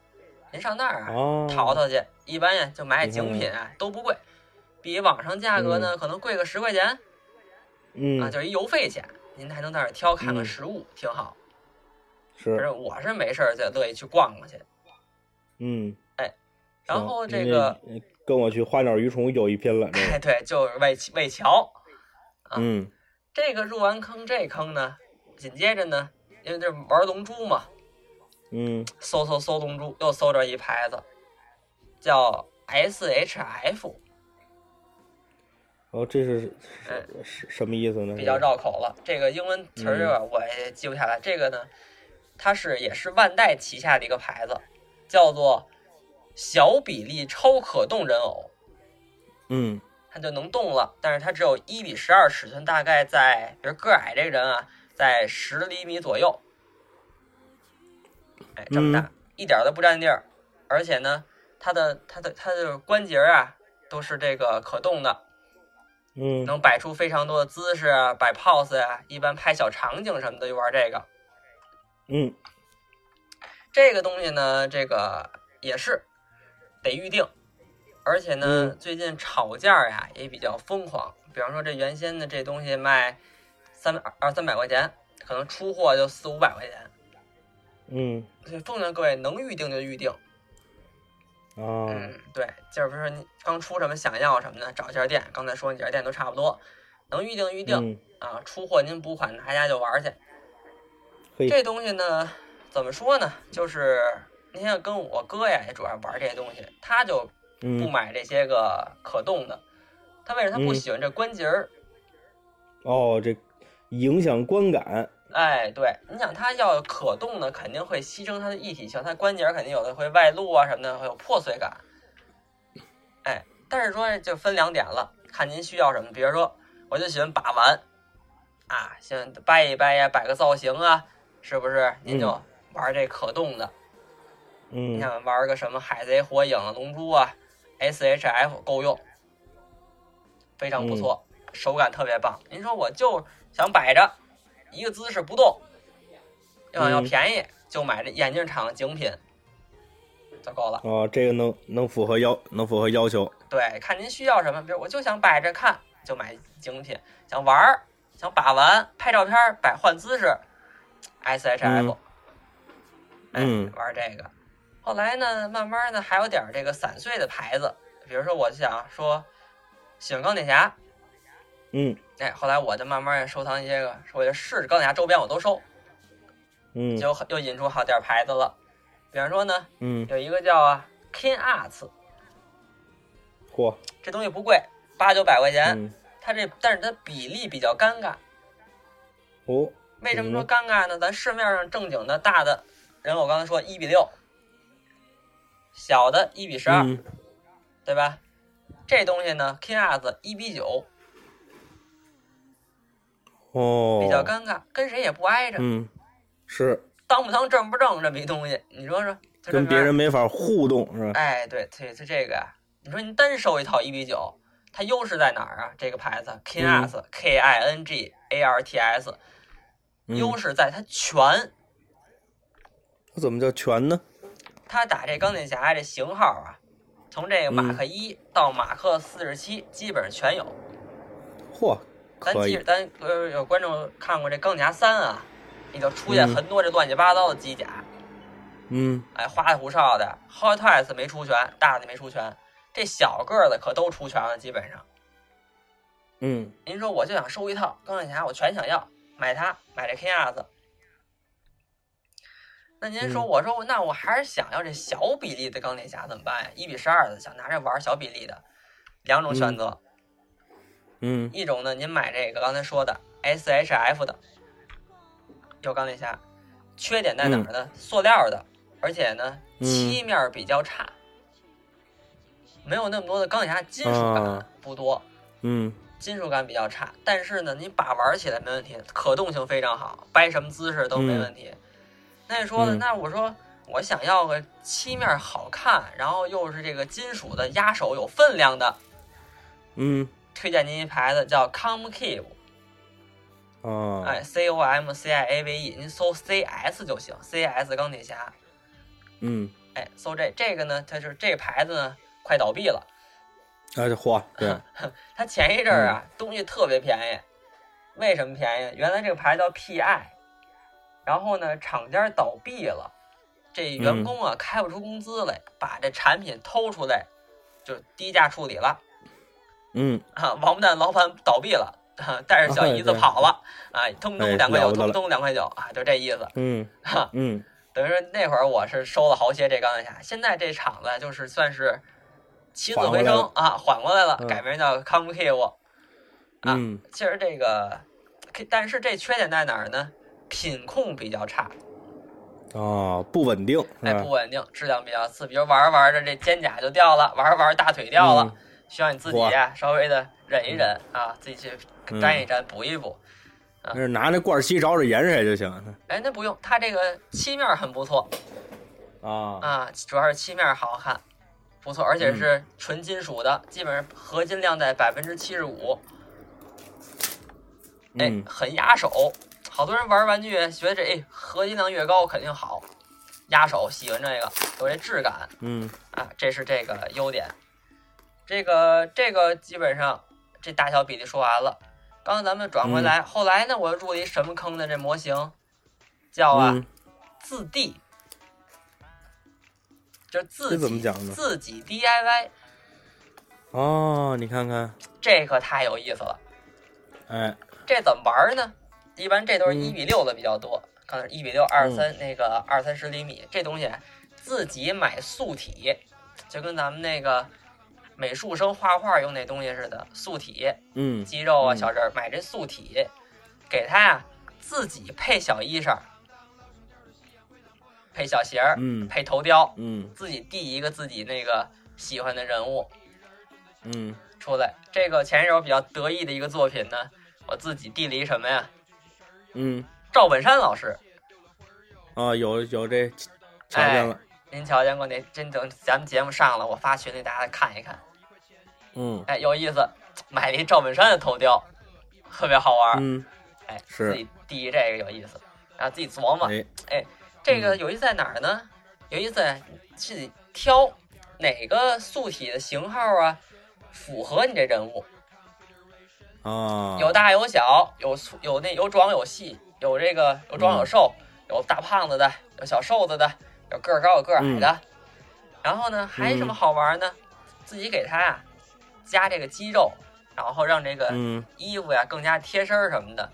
C: 您上那儿啊，
B: 哦，
C: 淘淘去，一般呀就买点精
B: 嗯
C: 品啊，都不贵，比网上价格呢、可能贵个十块钱
B: 嗯
C: 啊，就是一邮费钱。您还能在那儿挑看看
B: 嗯
C: 实物，挺好。反
B: 是
C: 正我是没事儿就乐意去逛逛去。
B: 嗯，
C: 然
B: 行
C: 后这
B: 您
C: 个，
B: 呃跟我去花鸟鱼虫有一拼了，这
C: 哎，
B: 个
C: 对，就是魏桥魏桥啊
B: 嗯
C: 这个入完坑这坑呢，紧接着呢，因为这玩龙珠嘛，
B: 嗯
C: 搜搜搜龙珠，又搜着一牌子，叫 S H F，
B: 哦，这是
C: 哎
B: 是是什么意思呢？
C: 比较绕口了。这个英文词儿啊我也记不下来。这个呢，它是也是万代旗下的一个牌子，叫做小比例超可动人偶，
B: 嗯
C: 它就能动了，但是它只有一比十二尺寸，大概在比如个矮这个人啊，在十厘米左右，哎，这么大，
B: 嗯
C: 一点儿都不占地儿，而且呢，它的它的它的关节啊都是这个可动的，
B: 嗯
C: 能摆出非常多的姿势啊，摆 pose 啊，一般拍小场景什么的就玩这个。
B: 嗯
C: 这个东西呢，这个也是得预定，而且呢，
B: 嗯
C: 最近炒价呀也比较疯狂。比方说，这原先的这东西卖三百二三百块钱，可能出货就四五百块钱。
B: 嗯
C: 所以奉劝各位能预定就预定。
B: 啊
C: 嗯，对，就是比如说你刚出什么想要什么的，找一家店。刚才说那几家店都差不多，能预定预定、
B: 嗯
C: 啊，出货您补款拿家就玩去。
B: 嘿
C: 这东西呢，怎么说呢？就是那天跟我哥呀，也主要玩这些东西，他就不
B: 嗯
C: 买这些个可动的。他为什么他不
B: 嗯
C: 喜欢这关节儿？
B: 哦，这影响观感，
C: 哎，对，你想他要可动的，肯定会牺牲它的一体性，它关节儿肯定有的会外露啊什么的，会有破碎感。哎，但是说就分两点了，看您需要什么。比如说，我就喜欢把玩，啊，喜欢掰一掰呀、摆个造型啊，是不是？您就玩这可动的。你
B: 嗯
C: 想玩个什么海贼、火影、龙珠啊，S H F 够用，非常不
B: 嗯
C: 错，手感特别棒。您说我就想摆着一个姿势不动，要想要
B: 嗯
C: 便宜，就买这眼镜厂的精品就够了。
B: 哦，这个能能符合要能符合要求，
C: 对，看您需要什么，比如我就想摆着看，就买精品；想玩儿，想把玩，拍照片儿，摆换姿势，S H F。
B: 嗯
C: 哎
B: 嗯，
C: 玩这个。后来呢，慢慢呢还有点儿这个散碎的牌子，比如说我就想说喜欢钢铁侠，
B: 嗯
C: 哎，后来我就慢慢也收藏一些个，说我就是钢铁侠周边我都收，
B: 嗯
C: 就又引出好点儿牌子了。比方说呢，
B: 嗯，
C: 有一个叫啊 King Arts，
B: 嚯，
C: 这东西不贵，八九百块钱，
B: 嗯
C: 它这但是它比例比较尴尬。
B: 哦，
C: 为什么说
B: 嗯
C: 尴尬呢？咱市面上正经的大的人，我刚才说一比六，小的一比十二、
B: 嗯
C: 对吧？这东西呢，King Arts 一比九，
B: 哦，
C: 比较尴尬，跟谁也不挨着，
B: 嗯，是
C: 当不当正不正这么一东西，你说说，就这
B: 跟
C: 玩意
B: 别
C: 儿
B: 人，没法互动是吧？
C: 哎，对，对，就这个呀，你说你单收一套一比九，它优势在哪儿啊？这个牌子 King
B: 嗯
C: Arts、K I N G A R T S，
B: 嗯
C: 优势在它全，
B: 它怎么叫全呢？
C: 它打这钢铁侠这型号啊，从
B: 嗯
C: 这个马克一到马克四十七，基本上全有。
B: 嚯，
C: 咱
B: 可
C: 记
B: 以
C: 着，，咱呃有观众看过这钢铁侠三啊，里头出现很多这乱七八糟的机甲，
B: 嗯
C: 哎，花里胡哨的。Hot Toys 没出全，大的没出全，这小个儿的可都出全了，基本上。
B: 嗯
C: 您说我就想收一套钢铁侠，我全想要，买它，买这 K R 子。那您说，
B: 嗯
C: 我说那我还是想要这小比例的钢铁侠怎么办呀？一比十二的，想拿着玩儿小比例的，两种选择，
B: 嗯
C: 一种呢，您买这个刚才说的 S H F 的，有钢铁侠，缺点在哪儿呢？塑料的，而且呢，
B: 嗯
C: 漆面儿比较差，没有那么多的钢铁侠金属感、
B: 啊
C: 不多，
B: 嗯
C: 金属感比较差。但是呢，你把玩起来没问题，可动性非常好，掰什么姿势都没问题。那你说呢？
B: 嗯
C: 那我说我想要个漆面好看，然后又是这个金属的压手有分量的。
B: 嗯，
C: 推荐您一牌子叫 Comcave，
B: 哦，
C: 哎，C O M C I A V E，您搜 C S 就行，C S 钢铁侠，
B: 嗯，
C: 哎，搜这这个呢，它就是这牌子呢快倒闭了。
B: 哎，嚯，对，
C: 它前一阵儿啊，
B: 嗯
C: 东西特别便宜，为什么便宜？原来这个牌叫 PI，然后呢，厂家倒闭了，这
B: 嗯
C: 员工啊、开不出工资来，把这产品偷出来，就是低价处理了
B: 嗯，
C: 啊。王八蛋老板倒闭了，啊、带着小姨子
B: 哎对
C: 跑了啊，通
B: 哎
C: 通两块九，
B: 了不得
C: 通
B: 了
C: 通两块九啊，就这意思。
B: 嗯，嗯，
C: 等于说那会儿我是收了好些这钢铁侠，现在这厂子就是算是起死
B: 缓过
C: 回
B: 来
C: 生
B: 了
C: 啊，缓过来了，
B: 嗯
C: 改名叫 Comcave。啊
B: 嗯，
C: 其实这个，可但是这缺点在哪儿呢？品控比较差，
B: 哦，不稳定，
C: 哎，
B: 是吧
C: 不稳定，质量比较次。比如玩着玩着这肩胛就掉了，玩着玩着大腿掉
B: 嗯
C: 了，需要你自己啊
B: 嚯
C: 稍微的忍一忍啊，自己去
B: 嗯
C: 沾一沾，补一补。
B: 那是拿那罐儿吸找找盐水就行
C: 哎，那不用，它这个漆面很不错
B: 啊，
C: 啊，主要是漆面好看，不错，而且是纯金属的，基本上合金量在百分之七十五，哎
B: 嗯，，
C: 很压手。好多人玩玩具觉得这哎合金量越高肯定好，压手喜欢这个，有这质感
B: 嗯，
C: 啊，这是这个优点。这个这个基本上这大小比例说完了。刚才咱们转回
B: 嗯
C: 来，后来呢，我又入了一什么坑呢？这模型叫啊、
B: 嗯
C: 自地，就是自己
B: 这怎么讲呢
C: 自己 DIY，
B: 哦，你看看，
C: 这可太有意思了。
B: 哎，
C: 这怎么玩呢？一般这都是
B: 嗯
C: 一比六的比较多，可能一比六二
B: 嗯
C: 三那个二三十厘米，这东西自己买素体，就跟咱们那个美术生画画用那东西似的，素体
B: 嗯，
C: 肌肉啊
B: 嗯
C: 小人儿买这素体，给他呀、自己配小衣裳，配小鞋儿，
B: 嗯，
C: 配头雕，
B: 嗯，
C: 自己递一个自己那个喜欢的人物，
B: 嗯，
C: 出来。这个前一首比较得意的一个作品呢，我自己递了一什么呀？
B: 嗯，
C: 赵本山老师，
B: 啊，有有这瞧见了，
C: 您瞧见过那？真等咱们节目上了，我发群里大家看一看。
B: 嗯，
C: 哎，有意思，买了一赵本山的头雕，特别好玩。
B: 嗯，
C: 哎，
B: 是
C: 自己递一这个有意思，然后自己琢磨，
B: 哎，嗯
C: 这个有意思在哪儿呢？有意思在自己挑哪个素体的型号啊，符合你这人物。
B: 啊，
C: 有大有小，有粗有那有壮有细，有这个有壮有
B: 嗯
C: 瘦，有大胖子的，有小瘦子的，有个儿高有个儿
B: 嗯
C: 矮的。然后呢，还有什么好玩呢？自己给他呀、加这个肌肉，然后让这个
B: 嗯，
C: 衣服呀、更加贴身儿什么的。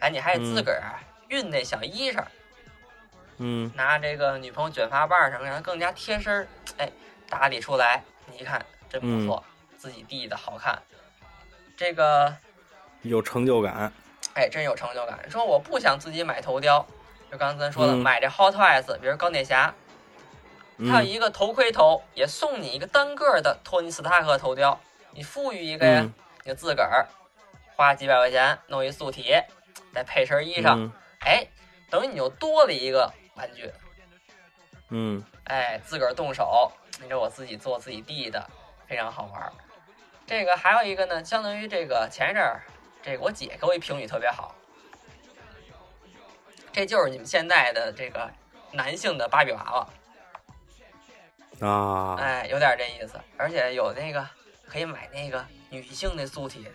C: 哎，你还得自个儿啊熨那小衣裳，
B: 嗯，
C: 拿这个女朋友卷发棒儿什么，让它更加贴身儿。哎，打理出来，你一看真不错，
B: 嗯
C: 自己递的好看。这个
B: 有成就感，
C: 哎，真有成就感。说我不想自己买头雕，就刚才咱说的，
B: 嗯
C: 买这 Hot Toys，比如钢铁侠，它有
B: 嗯，
C: 一个头盔头，也送你一个单个儿的托尼斯塔克头雕，你富裕一个呀，
B: 嗯
C: 你就自个儿花几百块钱弄一素体，再配身衣裳，
B: 嗯，
C: 哎，等于你就多了一个玩具，
B: 嗯，
C: 哎，自个儿动手，你说我自己做自己递的，非常好玩儿。这个还有一个呢，相当于这个前一阵儿，这个我姐给我一评语特别好，这就是你们现在的这个男性的芭比娃娃，
B: 啊，
C: 哎，有点这意思，而且有那个可以买那个女性的素体，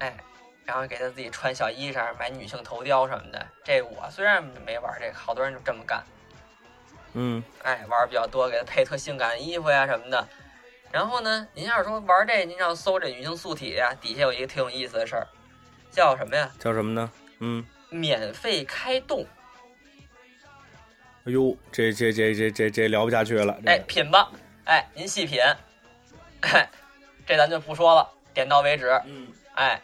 C: 哎，然后给她自己穿小衣裳，买女性头雕什么的。这我虽然没玩这个，好多人就这么干，
B: 嗯，
C: 哎，玩儿比较多，给他配特性感的衣服呀什么的。然后呢，您要是说玩这，您要搜这女性素体呀，底下有一个挺有意思的事儿，叫什么呀？
B: 叫什么呢？嗯，
C: 免费开动，
B: 哎呦，这这这这这这聊不下去了，
C: 哎，品吧，哎，您细品， 哎，这咱就不说了，点到为止，
B: 嗯，
C: 哎，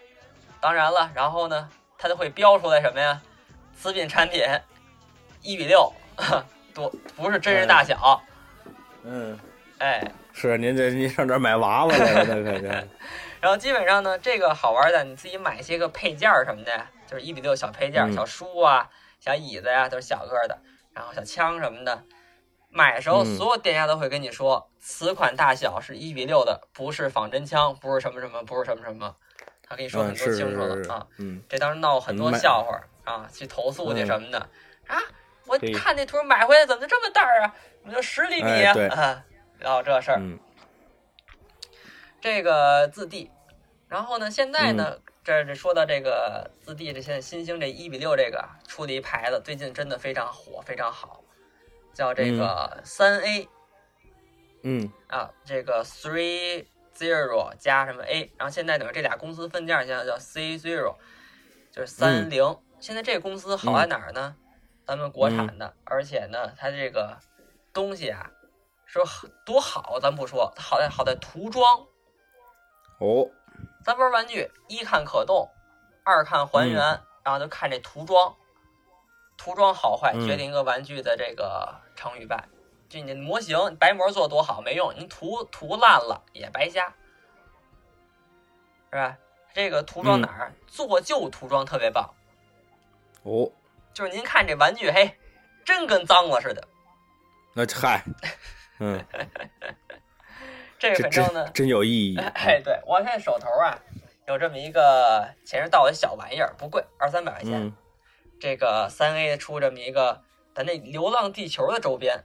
C: 当然了，然后呢，它就会标出来什么呀？此品产品一比六， 多不是真人大小，
B: 嗯，
C: 哎，
B: 是您这您上这儿买娃娃来了，这可是，
C: 然后基本上呢，这个好玩的，你自己买一些个配件儿什么的，就是一比六小配件儿、
B: 嗯
C: 小书啊、小椅子呀、都是小个儿的，然后小枪什么的，买的时候
B: 嗯
C: 所有店家都会跟你说，此款大小是一比六的，不是仿真枪，不是什么什么，不是什么什么，他跟你说很
B: 嗯，
C: 多
B: 是
C: 清
B: 是
C: 楚
B: 是
C: 了
B: 是
C: 啊。，
B: 嗯，
C: 这当时闹很多
B: 买
C: 笑话啊，去投诉去
B: 嗯
C: 什么的啊。我
B: 对
C: 看那图买回来怎么就这么大儿啊？怎么就十厘米
B: 哎对
C: 啊？啊，然后这事儿，
B: 嗯
C: 这个自地，然后呢，现在呢，这这说到这个自地，这现在新兴这一比六这个出的一牌子，最近真的非常火，非常好，叫这个三 A、
B: 嗯
C: 啊，这个 three zero 加什么 A，然后现在等于这俩公司分件，现在叫 C zero，就是三零、现在这个公司好在哪儿呢？咱们国产的，而且呢，它这个东西啊，说多好，咱不说，它好在好在涂装。
B: 哦，
C: 咱玩玩具，一看可动，二看还原，
B: 嗯
C: 然后就看这涂装，涂装好坏
B: 嗯
C: 决定一个玩具的这个成与败。就你的模型白模做多好没用，你涂涂烂了也白瞎，是吧？这个涂装
B: 嗯
C: 哪儿、做旧涂装特别棒，
B: 哦，
C: 就是您看这玩具，嘿，真跟脏了似的。
B: 那嗨，嗯，
C: 这个
B: 这
C: 反正呢
B: 真，真有意义，
C: 哎，对我现在手头啊有这么一个前日到的小玩意儿，不贵，二三百块钱。
B: 嗯
C: 这个三 A 出这么一个咱这《流浪地球》的周边，哎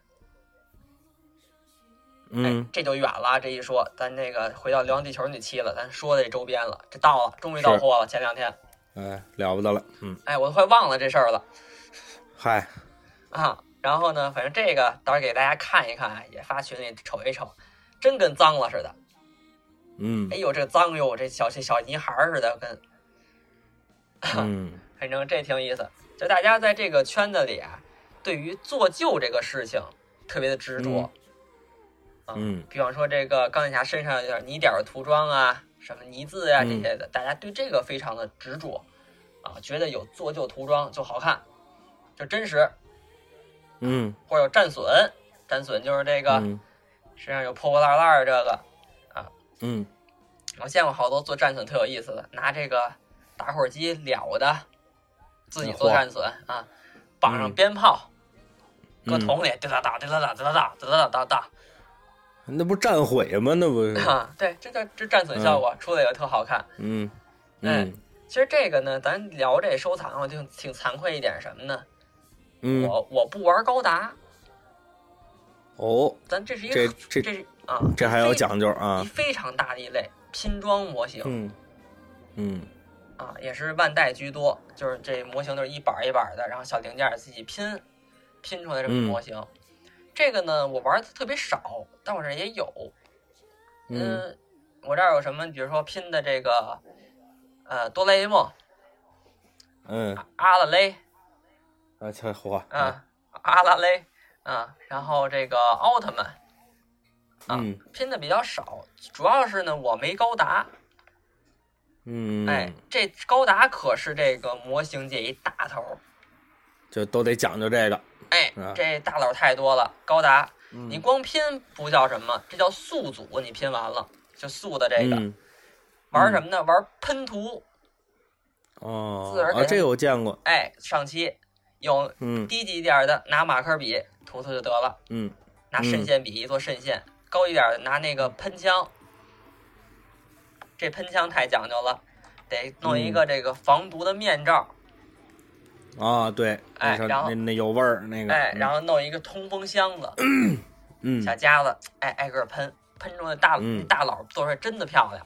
B: 嗯，，
C: 这就远了。这一说，咱这个回到《流浪地球》那期了，咱说的这周边了，这到了，终于到
B: 是
C: 货了。前两天，
B: 哎，了不得了，嗯，
C: 哎，我都快忘了这事儿了
B: 嗨，
C: 啊。然后呢，反正这个到时候给大家看一看啊，也发群里瞅一瞅，真跟脏了似的。
B: 嗯
C: 哎呦，这脏哟，这小这小泥孩儿似的，跟
B: 嗯
C: 反正这挺有意思。就大家在这个圈子里啊，对于做旧这个事情特别的执着。
B: 嗯嗯
C: 比方说这个钢铁侠身上有点泥点儿涂装啊，什么泥渍啊这
B: 嗯
C: 些的，大家对这个非常的执着啊，觉得有做旧涂装就好看，就真实，
B: 嗯
C: 或者有战损，战损就是这个
B: 嗯
C: 身上有破破烂烂儿这个，
B: 嗯，
C: 我见过好多做战损特有意思的，拿这个打火机燎的，自己
B: 嗯
C: 做
B: 嚯
C: 战损啊，绑上
B: 嗯
C: 鞭炮，搁
B: 嗯
C: 桶里滴答答滴答答滴答答滴答答答答。
B: 嗯那不战毁吗？那不 是，
C: 啊，对，这叫这战损效果出来也特好看。
B: 嗯
C: 哎
B: 嗯
C: 其实这个呢，咱聊这收藏，我就挺惭愧一点什么呢？
B: 嗯，
C: 我我不玩高达，
B: 哦，
C: 咱这是一
B: 这
C: 个
B: 这
C: 这是啊，
B: 这还有
C: 非
B: 讲究
C: 一
B: 啊，
C: 非常大的一类拼装模型、
B: 嗯嗯
C: 啊，也是万代居多，就是这模型都是一板儿一板儿的，然后小零件儿自己拼拼出来这么
B: 嗯
C: 模型。这个呢，我玩的特别少，但我这也有。
B: 嗯，
C: 嗯，我这儿有什么？比如说拼的这个，呃，哆啦 A 梦、
B: 嗯
C: 阿拉蕾，
B: 啊，这火，
C: 啊，阿拉蕾，啊，然后这个奥特曼啊
B: 嗯
C: 拼的比较少，主要是呢我没高达，
B: 嗯，
C: 哎，这高达可是这个模型界一大头儿，
B: 就都得讲究这个，
C: 哎
B: 啊，
C: 这大佬太多了，高达你
B: 嗯
C: 光拼不叫什么，这叫速组，你拼完了就速的这个
B: 嗯
C: 玩什么呢？玩喷涂，
B: 哦
C: 自个儿，给
B: 啊，
C: 它
B: 这个我见过，
C: 哎，上期有
B: 嗯
C: 低级一点的拿马克笔涂涂就得了，
B: 嗯
C: 拿
B: 嗯
C: 渗线笔一做渗线，高一点的拿那个喷枪，这喷枪太讲究了，得弄一
B: 嗯
C: 个这个防毒的面罩，
B: 啊，对，
C: 哎
B: 那啥
C: 然后
B: 那那有味儿那个，
C: 哎，
B: 嗯
C: 然后弄一个通风 箱子，
B: 嗯
C: 小夹子，哎，挨个喷，喷出来大、
B: 嗯
C: 大佬做出来真的漂亮，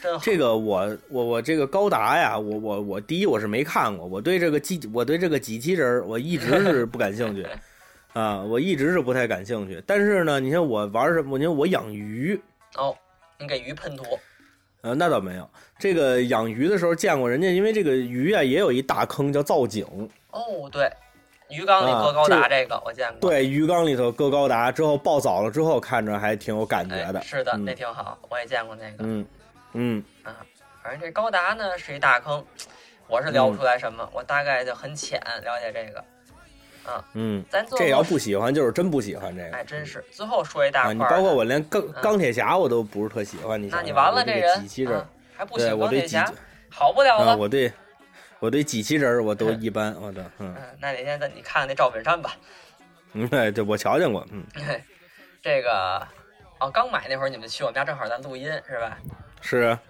C: 真好，
B: 这个我我我这个高达呀，我我我第一我是没看过，我对这个机我对这个机器人儿我一直是不感 兴趣啊，我一直是不太感兴趣。但是呢，你像我玩什么？你看我养鱼，
C: 哦，你给鱼喷涂，
B: 呃，那倒没有。这个养鱼的时候见过人家，因为这个鱼啊也有一大坑叫造景，
C: 哦，对，鱼缸里
B: 啊
C: 搁高达
B: 这
C: 这个我见过，
B: 对，鱼缸里头搁高达之后爆藻了之后，看着还挺有感觉
C: 哎，
B: 的。
C: 是的，
B: 嗯
C: 那挺好，我也见过那个，
B: 嗯嗯
C: 反正这高达呢是一大坑，我是聊不
B: 嗯
C: 出来什么，我大概就很浅了解这个。
B: 嗯，
C: 咱最后
B: 这要不喜欢就是真不喜欢这个。
C: 哎，真是最后说一
B: 嗯
C: 大
B: 啊，
C: 块
B: 你
C: 儿
B: 包括
C: 的，
B: 我连钢
C: 嗯
B: 钢铁侠我都不是特喜欢，你想
C: 那
B: 想
C: 你完了
B: 我对这
C: 人
B: 机器人儿
C: 啊，还不
B: 对
C: 行，
B: 我
C: 钢
B: 对
C: 铁
B: 机
C: 侠好不了
B: 啊，
C: 了。
B: 我对我对机器人儿我都一般，我的嗯
C: 嗯，那哪天咱你看看那赵本山吧，
B: 嗯， 对，这我瞧见过，嗯，
C: 这个哦，刚买那会儿你们去我们家正好咱录音是吧？
B: 是啊，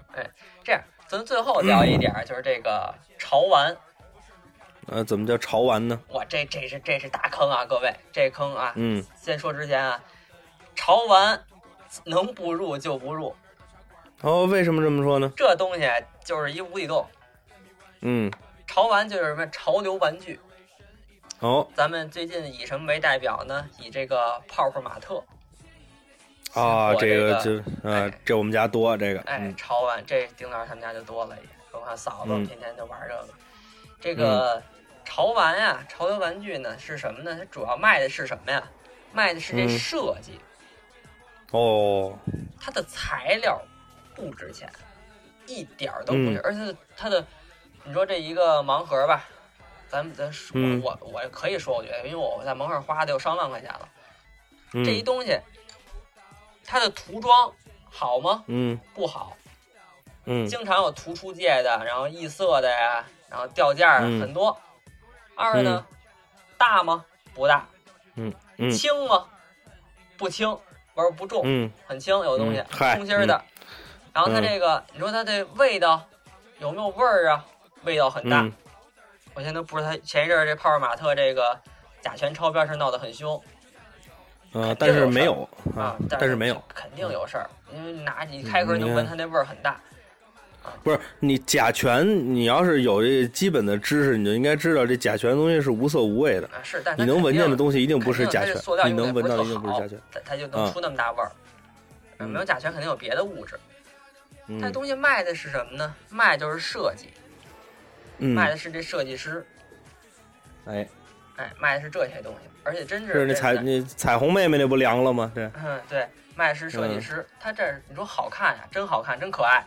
C: 这样，咱最后聊一点儿，就是这个潮玩，
B: 呃，怎么叫潮玩呢？
C: 哇，这这是这是大坑啊，各位，这坑啊，
B: 嗯，
C: 先说之前啊，潮玩能不入就不入，
B: 哦，为什么这么说呢？
C: 这东西就是一无底洞。
B: 嗯，
C: 潮玩就是什么潮流玩具，
B: 哦
C: 咱们最近以什么为代表呢？以这个泡泡玛特，
B: 啊，
C: 我
B: 这
C: 这
B: 个
C: 个
B: 就呃
C: 哎，
B: 这我们家多这个，
C: 哎
B: 嗯，
C: 潮玩这丁老师他们家就多了也，我看嫂子
B: 嗯
C: 天天就玩这个。这个潮玩呀，潮流玩具呢是什么呢？它主要卖的是什么呀？卖的是这
B: 嗯
C: 设计，
B: 哦，
C: 它的材料不值钱，一点儿都不值，
B: 嗯
C: 而且它的，你说这一个盲盒吧，咱们咱说
B: 嗯
C: 我我可以说，我觉得，因为我在盲盒花的有上万块钱了，
B: 嗯
C: 这一东西，它的涂装好吗？
B: 嗯
C: 不好，
B: 嗯
C: 经常有涂出界的，然后异色的呀，然后掉价儿
B: 嗯
C: 很多。二呢，大吗？不大。
B: 嗯
C: 轻吗？不轻，玩儿不重，
B: 嗯
C: 很轻，有东西
B: 嗯嗨
C: 空心儿的。然后它
B: 嗯
C: 这个，你说它这味道有没有味儿啊？味道很大。
B: 嗯
C: 我现在都不知道它前一阵儿这泡泡玛特这个甲醛超标是闹得很凶
B: 呃，
C: 肯定
B: 但是
C: 有
B: 没
C: 事儿
B: 有
C: 啊
B: 啊，，但是没有，
C: 肯定有事儿，因为拿你开盒
B: 嗯
C: 能
B: 你
C: 闻
B: 看
C: 它那味儿很大。
B: 不是你甲醛，你要是有这基本的知识，你就应该知道这甲醛的东西是无色无味的。
C: 啊，是，但
B: 嗯你能闻见的
C: 东
B: 东西一定
C: 西
B: 不是甲醛
C: 塑料，
B: 你
C: 用
B: 能
C: 的
B: 闻到的一定不
C: 不
B: 是
C: 好
B: 甲醛。，
C: 它它就能
B: 嗯
C: 出那么大味儿。呃
B: 嗯
C: 没有甲醛，肯定有别的物质。它
B: 嗯
C: 东西卖的是什么呢？卖的就是设计，卖
B: 嗯，
C: 的是这设计师，
B: 哎，
C: 哎，卖的是这些东西。而且真是
B: 是那
C: 这
B: 彩那彩虹妹妹那不凉了吗？对，
C: 嗯，对，卖的是设计
B: 嗯
C: 师。它这儿你说好看呀，真好看，真可爱。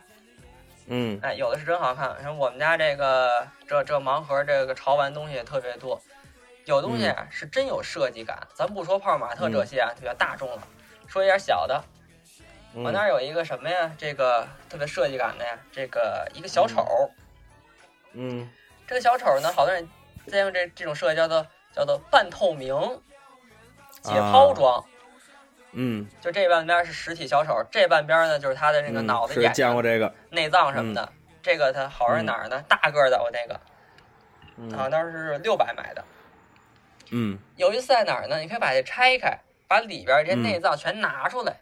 B: 嗯
C: 哎，有的是真好看。然后我们家这个这这盲盒这个潮玩东西也特别多，有东西
B: 嗯
C: 啊是真有设计感。咱不说泡泡玛特这些啊，比较大众了，说一点小的。 我那
B: 嗯
C: 儿有一个什么呀？这个特别设计感的呀，这个一个小丑。
B: 嗯，
C: 这个小丑呢，好多人在用这这种设计叫做叫做半透明解
B: 啊
C: 剖装。
B: 嗯，
C: 就这半边是实体小丑，这半边呢就是他的那个
B: 嗯
C: 脑袋、
B: 是嗯
C: 眼
B: 见过
C: 睛、
B: 这个，
C: 内脏什么的。这个它好在哪儿呢？大个儿的我那个，好
B: 嗯
C: 像啊当时是六百买的。
B: 嗯
C: 有一次在哪儿呢？你可以把这拆开，把里边这些内脏全拿出来。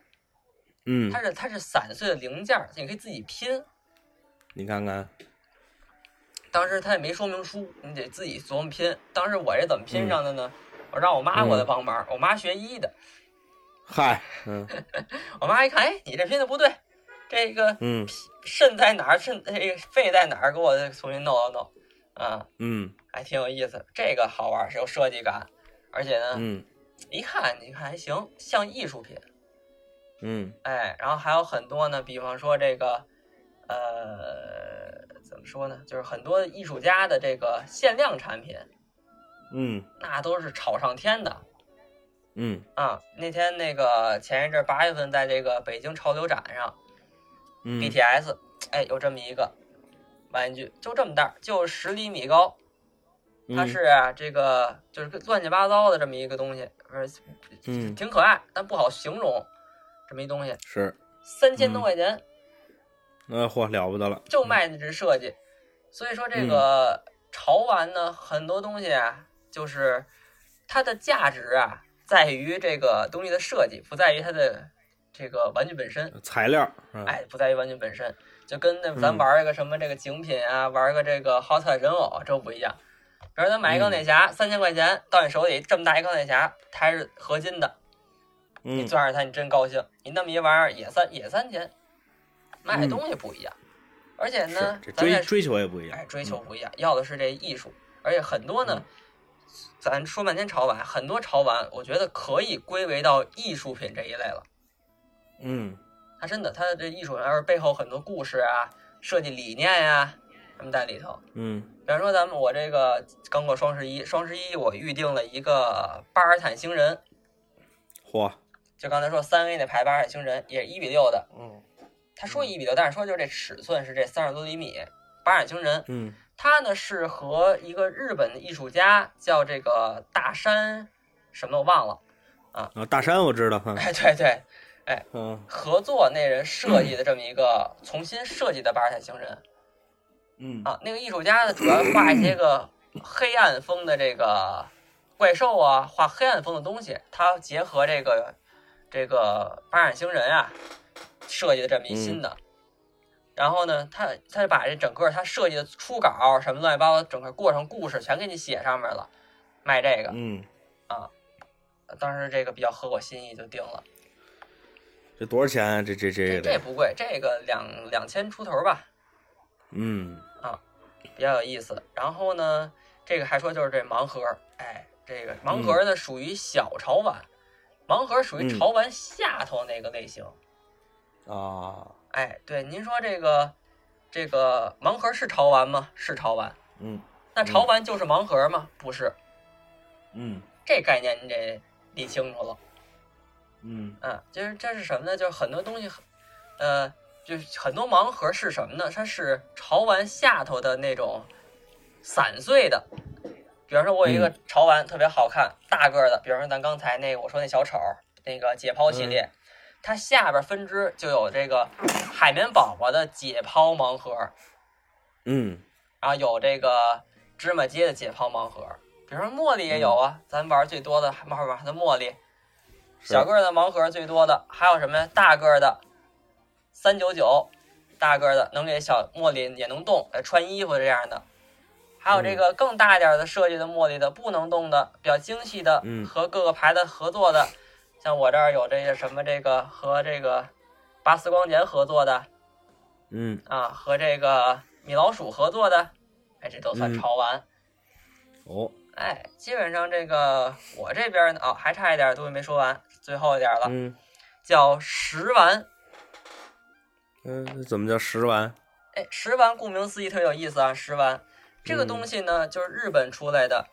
B: 嗯
C: 它，是它是散碎的零件，你可以自己拼。
B: 你看看，
C: 当时他也没说明书，你得自己琢磨拼。当时我这怎么
B: 嗯
C: 拼上的呢？我让我妈给我
B: 嗯
C: 的帮忙，我妈学医的。
B: 嗨，嗯
C: 我妈一看，哎，你这拼的不对，这个
B: 嗯
C: 肾在哪儿，肾这个肺在哪儿，给我重新弄了弄。啊，
B: 嗯
C: 还挺有意思，这个好玩，是有设计感，而且呢，
B: 嗯
C: 一看你看还行，像艺术品。
B: 嗯
C: 哎，然后还有很多呢，比方说这个，呃，怎么说呢，就是很多艺术家的这个限量产品，
B: 嗯
C: 那都是炒上天的
B: 嗯
C: 啊。那天那个前一阵八月份在这个北京潮流展上
B: 嗯，
C: ，BTS，哎，有这么一个玩具，就这么大，就十厘米高，
B: 嗯
C: 它是啊这个就是跟乱七八糟的这么一个东西，呃
B: 嗯
C: 挺可爱，但不好形容，这么一东西，
B: 是，
C: 三千多块钱。
B: 那嚯了不得了，
C: 就卖的这设计。所以说
B: 嗯
C: 这个潮玩呢，很多东西啊，就是它的价值啊，在于这个东西的设计，不在于它的这个玩具本身。
B: 材料，嗯
C: 哎，不在于玩具本身，就跟那
B: 嗯
C: 咱玩一个什么这个景品啊，玩一个这个好彩人偶，这不一样。比如咱买一
B: 嗯
C: 钢铁侠，三千块钱到你手里这么大一钢铁侠，它还是合金的，你
B: 嗯
C: 攥着它你真高兴。你那么一玩意儿也三也三千，卖的
B: 嗯
C: 东西不一样，而且呢
B: 是，这
C: 咱
B: 追
C: 再
B: 追求也不一
C: 哎，
B: 样，
C: 追求不一样，要的是这艺术，而且很多呢，咱说半天潮玩，很多潮玩，我觉得可以归为到艺术品这一类了。
B: 嗯
C: 它真的，它的这艺术而背后很多故事啊、设计理念呀、什么在里头。
B: 嗯
C: 比方说，咱们我这个刚过双十一，双十一我预定了一个巴尔坦星人，
B: 嚯，
C: 就刚才说三 A 那牌巴尔坦星人也是一比六的，
B: 嗯
C: 他说一比六，但是说就是这尺寸是这三十多厘米，巴尔坦星人，
B: 嗯
C: 他呢是和一个日本的艺术家叫这个大山什么都忘了。
B: 啊，大山我知道哈，
C: 哎， 对对，
B: 嗯
C: 合作那人设计的这么一个重新设计的巴尔泰星人
B: 嗯
C: 啊，那个艺术家呢，主要画一些个黑暗风的这个怪兽啊，画黑暗风的东西，他结合这个这个巴尔泰星人啊设计的这么一新的。然后呢，他他就把这整个他设计的初稿什么乱七八糟，整个过程故事全给你写上面了，卖这个。
B: 嗯，
C: 当时这个比较合我心意，就定了。
B: 这多少钱啊？这这这
C: 这
B: 个
C: 这
B: 得，
C: 不贵，这个两两千出头吧，
B: 嗯
C: 比较有意思。然后呢，这个还说就是这盲盒，哎，这个盲盒呢属于小潮玩，盲盒属于
B: 嗯
C: 潮玩下头那个类型。
B: 啊，
C: 哎，对，您说这个这个盲盒是潮玩吗？是潮玩。
B: 嗯
C: 那潮玩就是盲盒吗？不是，
B: 嗯
C: 这概念你得理清楚了。
B: 嗯
C: 嗯，就是这是什么呢？就是很多东西很，呃，就是很多盲盒是什么呢？它是潮玩下头的那种散碎的。比方说，我有一个潮玩特别好看，大个儿的，比方说咱刚才那个我说那小丑儿那个解剖系列，它下边分支就有这个海绵宝宝的解剖盲盒，
B: 嗯
C: 然后有这个芝麻街的解剖盲盒，比如说茉莉也有啊，咱玩最多的慢慢玩的茉莉，
B: 是
C: 小个儿的盲盒最多的，还有什么呀？大个儿的三九九，大个儿的能给小茉莉也能动，呃穿衣服这样的，还有这
B: 嗯
C: 个更大一点的设计的茉莉的不能动的，比较精细的
B: 嗯，
C: 和各个牌子合作的，像我这儿有这个什么这个和这个巴斯光年合作的，
B: 嗯
C: 啊，和这个米老鼠合作的，哎，这都算
B: 嗯
C: 潮玩。
B: 哦，
C: 哎，基本上这个我这边呢，哦，还差一点东西没说完，最后一点了，
B: 嗯
C: 叫食玩。
B: 嗯，那怎么叫十万？
C: 哎，食玩顾名思义特别有意思啊，食玩这个东西呢，就是日本出来的，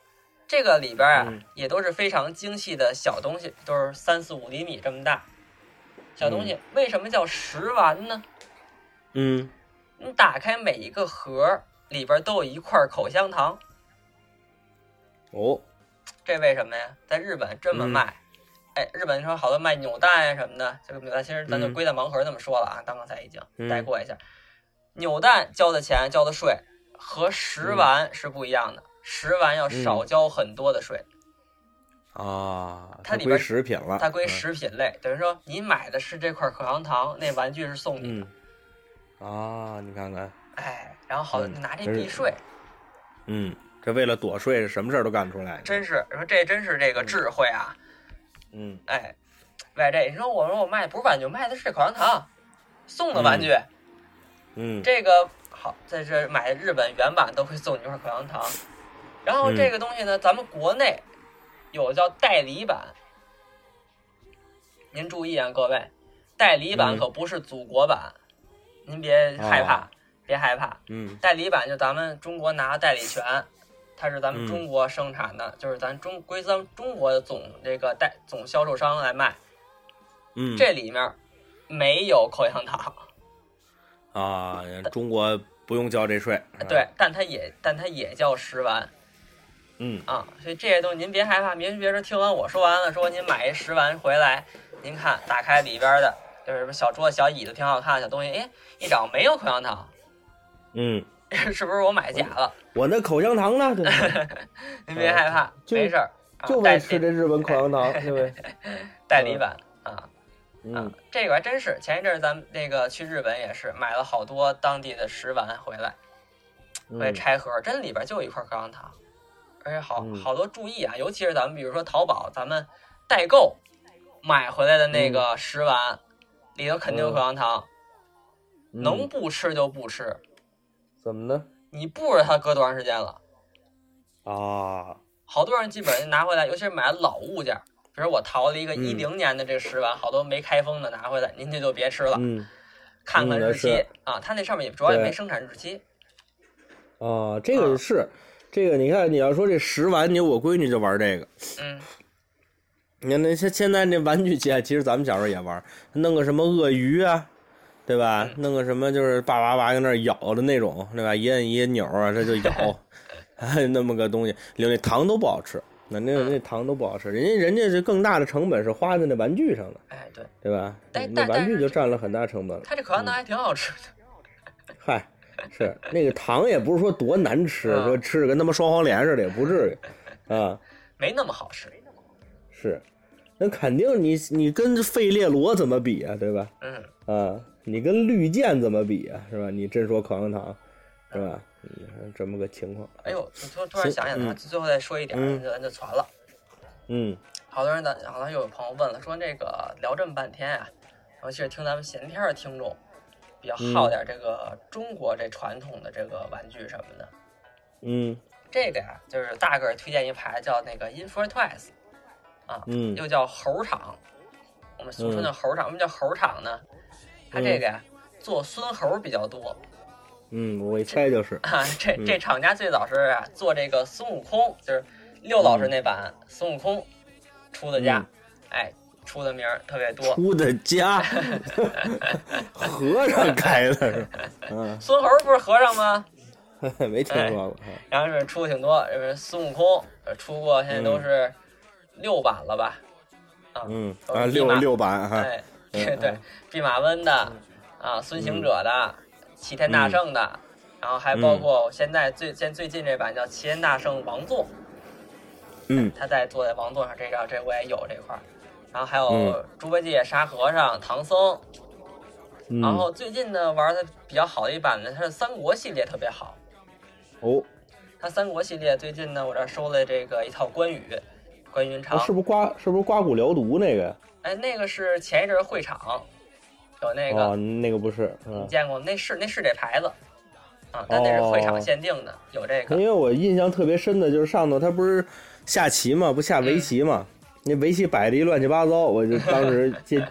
C: 这个里边啊、
B: 嗯
C: 也都是非常精细的小东西，都是三四五厘米这么大小东西。为什么叫食玩呢？
B: 嗯
C: 你打开每一个盒儿里边都有一块口香糖。
B: 哦，
C: 这为什么呀？在日本这么
B: 嗯
C: 卖，哎，日本说好多卖扭蛋呀什么的，这个扭蛋其实咱就
B: 嗯
C: 归在盲盒那么说了啊，当刚才已经
B: 嗯
C: 带过一下。扭蛋交的钱、交的税和食
B: 嗯
C: 玩是不一样的，食玩要少交很多的税，
B: 啊，
C: 它
B: 它
C: 里边
B: 归食品了，
C: 它归
B: 嗯，
C: 食品类，等于说你买的是这块口香糖，那玩具是送你的，
B: 嗯啊，你看看，
C: 哎，然后好多
B: 嗯
C: 你拿这
B: 真是
C: 避税，
B: 嗯，这为了躲税，什么事儿都干出来，
C: 真是说这真是这个智慧啊，
B: 嗯
C: 哎，卖这你说我说我卖不是玩具，我卖的是口香糖，送的玩具。
B: 嗯
C: 这个好，在这买日本原版都会送你一块口香糖。
B: 嗯
C: 然后这个东西呢，咱们国内有叫代理版。您注意啊，各位，代理版
B: 嗯
C: 可不是祖国版，您别害怕，
B: 哦
C: 别害怕。
B: 嗯
C: 代理版就咱们中国拿代理权，它是咱们
B: 嗯
C: 中国生产的，就是咱中归咱们中国的总这个代总销售商来卖。
B: 嗯，
C: 这里面没有口香糖。
B: 啊，中国不用交这 税，
C: 对，，但它也但它也叫食玩
B: 嗯
C: 啊，所以这些东西您别害怕，您别说听完我说完了，说您买一食玩回来，您看打开里边的，就是什么小桌子、小椅子挺好看的小东西，哎，一找没有口香糖，
B: 嗯，
C: 是不是我买假了？
B: 我那口香糖呢？对不 对
C: 您别害怕，
B: 呃就
C: 没事儿，啊
B: 就
C: 代
B: 为吃这
C: 理
B: 日本口香糖，对不对？
C: 代理版啊啊
B: 嗯，
C: 这个还真是，前一阵儿咱们那个去日本也是买了好多当地的食玩回来。我也
B: 嗯
C: 拆盒，真里边就一块口香糖，而且好
B: 嗯
C: 好多注意啊，尤其是咱们比如说淘宝，咱们代购买回来的那个食玩，里头肯定有口香糖，
B: 嗯
C: 能不吃就不吃，
B: 怎么呢？
C: 你不知道它搁多长时间了。
B: 啊，
C: 好多人基本上拿回来，尤其是买老物件，比如我淘了一个
B: 嗯
C: 一零年的这个食玩，好多没开封的拿回来，您这就别吃了，
B: 嗯
C: 看看
B: 嗯那
C: 日期、
B: 是
C: 啊，它那上面也主要也没
B: 对
C: 生产日期，
B: 啊，这个是这个，你看你要说这十玩具，我闺女就玩这个。
C: 嗯，
B: 你看那现现在那玩具界，其实咱们小时候也玩，弄个什么鳄鱼啊，对吧？
C: 嗯
B: 弄个什么就是叭叭叭跟那儿咬的那 种，对吧？一摁一钮啊，这就咬，哎，那么个东西，里头那糖都不好吃，那那
C: 嗯
B: 那糖都不好吃，人家人家是更大的成本是花在那玩具上了，
C: 哎，对，
B: 对吧？
C: 但
B: 那
C: 但
B: 玩具
C: 但是
B: 就占了很大成本了。
C: 它这可乐糖还挺好吃的。
B: 嗨，是那个糖也不是说多难吃，
C: 嗯
B: 说吃着跟他妈双黄连似的也不至于啊。
C: 没那么好吃。
B: 是，那肯定你你跟费列罗怎么比啊，对吧？
C: 嗯，
B: 啊，你跟绿箭怎么比啊，是吧？你真说口香糖，是吧？嗯，这么个情况。
C: 哎呦，你突突然想起来，
B: 嗯
C: 最后再说一点，
B: 嗯
C: 咱就咱就传了。
B: 嗯
C: 好多人呢，好像又有朋友问了，说这个聊这么半天啊，尤其是听咱们闲天儿的听众，
B: 嗯
C: 比较好点这个中国这传统的这个玩具什么的。
B: 嗯
C: 这个呀、就是大个儿推荐一排叫那个 Infra Toys，啊，
B: 嗯
C: 又叫猴场，我们俗称叫猴场。为什么叫猴场呢？它这个呀、做孙猴比较多
B: 嗯，我一猜就是，
C: 啊。
B: 嗯
C: 这这厂家最早是、啊、做这个孙悟空，就是六老师那版孙悟空出的家，
B: 嗯
C: 哎，出的名儿特别多。
B: 出的家，和尚开的是，嗯、
C: 孙猴不是和尚吗？
B: 哎没听说过。
C: 然后是出的挺多，就是孙悟空呃出过，现在都是六版了吧？
B: 嗯
C: 都是
B: 啊，
C: 弼
B: 六
C: 马
B: 六版哈，
C: 哎，
B: 嗯
C: 对对，弼马温的啊，孙行者的，齐天
B: 嗯
C: 大圣的，然后还包括我现在最现最近这版叫《齐天大圣王座》，
B: 嗯
C: 他在坐在王座上，这张这我也有这块儿。然后还有
B: 嗯
C: 猪八戒、沙和尚、唐僧，
B: 嗯，
C: 然后最近呢玩的比较好的一版呢，它是三国系列特别好。
B: 哦，
C: 它三国系列最近呢，我这儿收了这个一套关羽，关云
B: 哦
C: 长
B: 那，是不是刮是不是刮骨疗毒那个？
C: 哎，那个是前一阵儿会场有那个，
B: 哦，那个不是，
C: 你
B: 嗯，
C: 见过吗？那是那是这牌子啊，但那是会场
B: 哦哎
C: 限定的，有这
B: 因
C: 个。
B: 为我印象特别深的就是上头他不是下棋嘛，不下
C: 嗯
B: 围棋嘛，那围棋摆的一乱七八糟，我就当 时见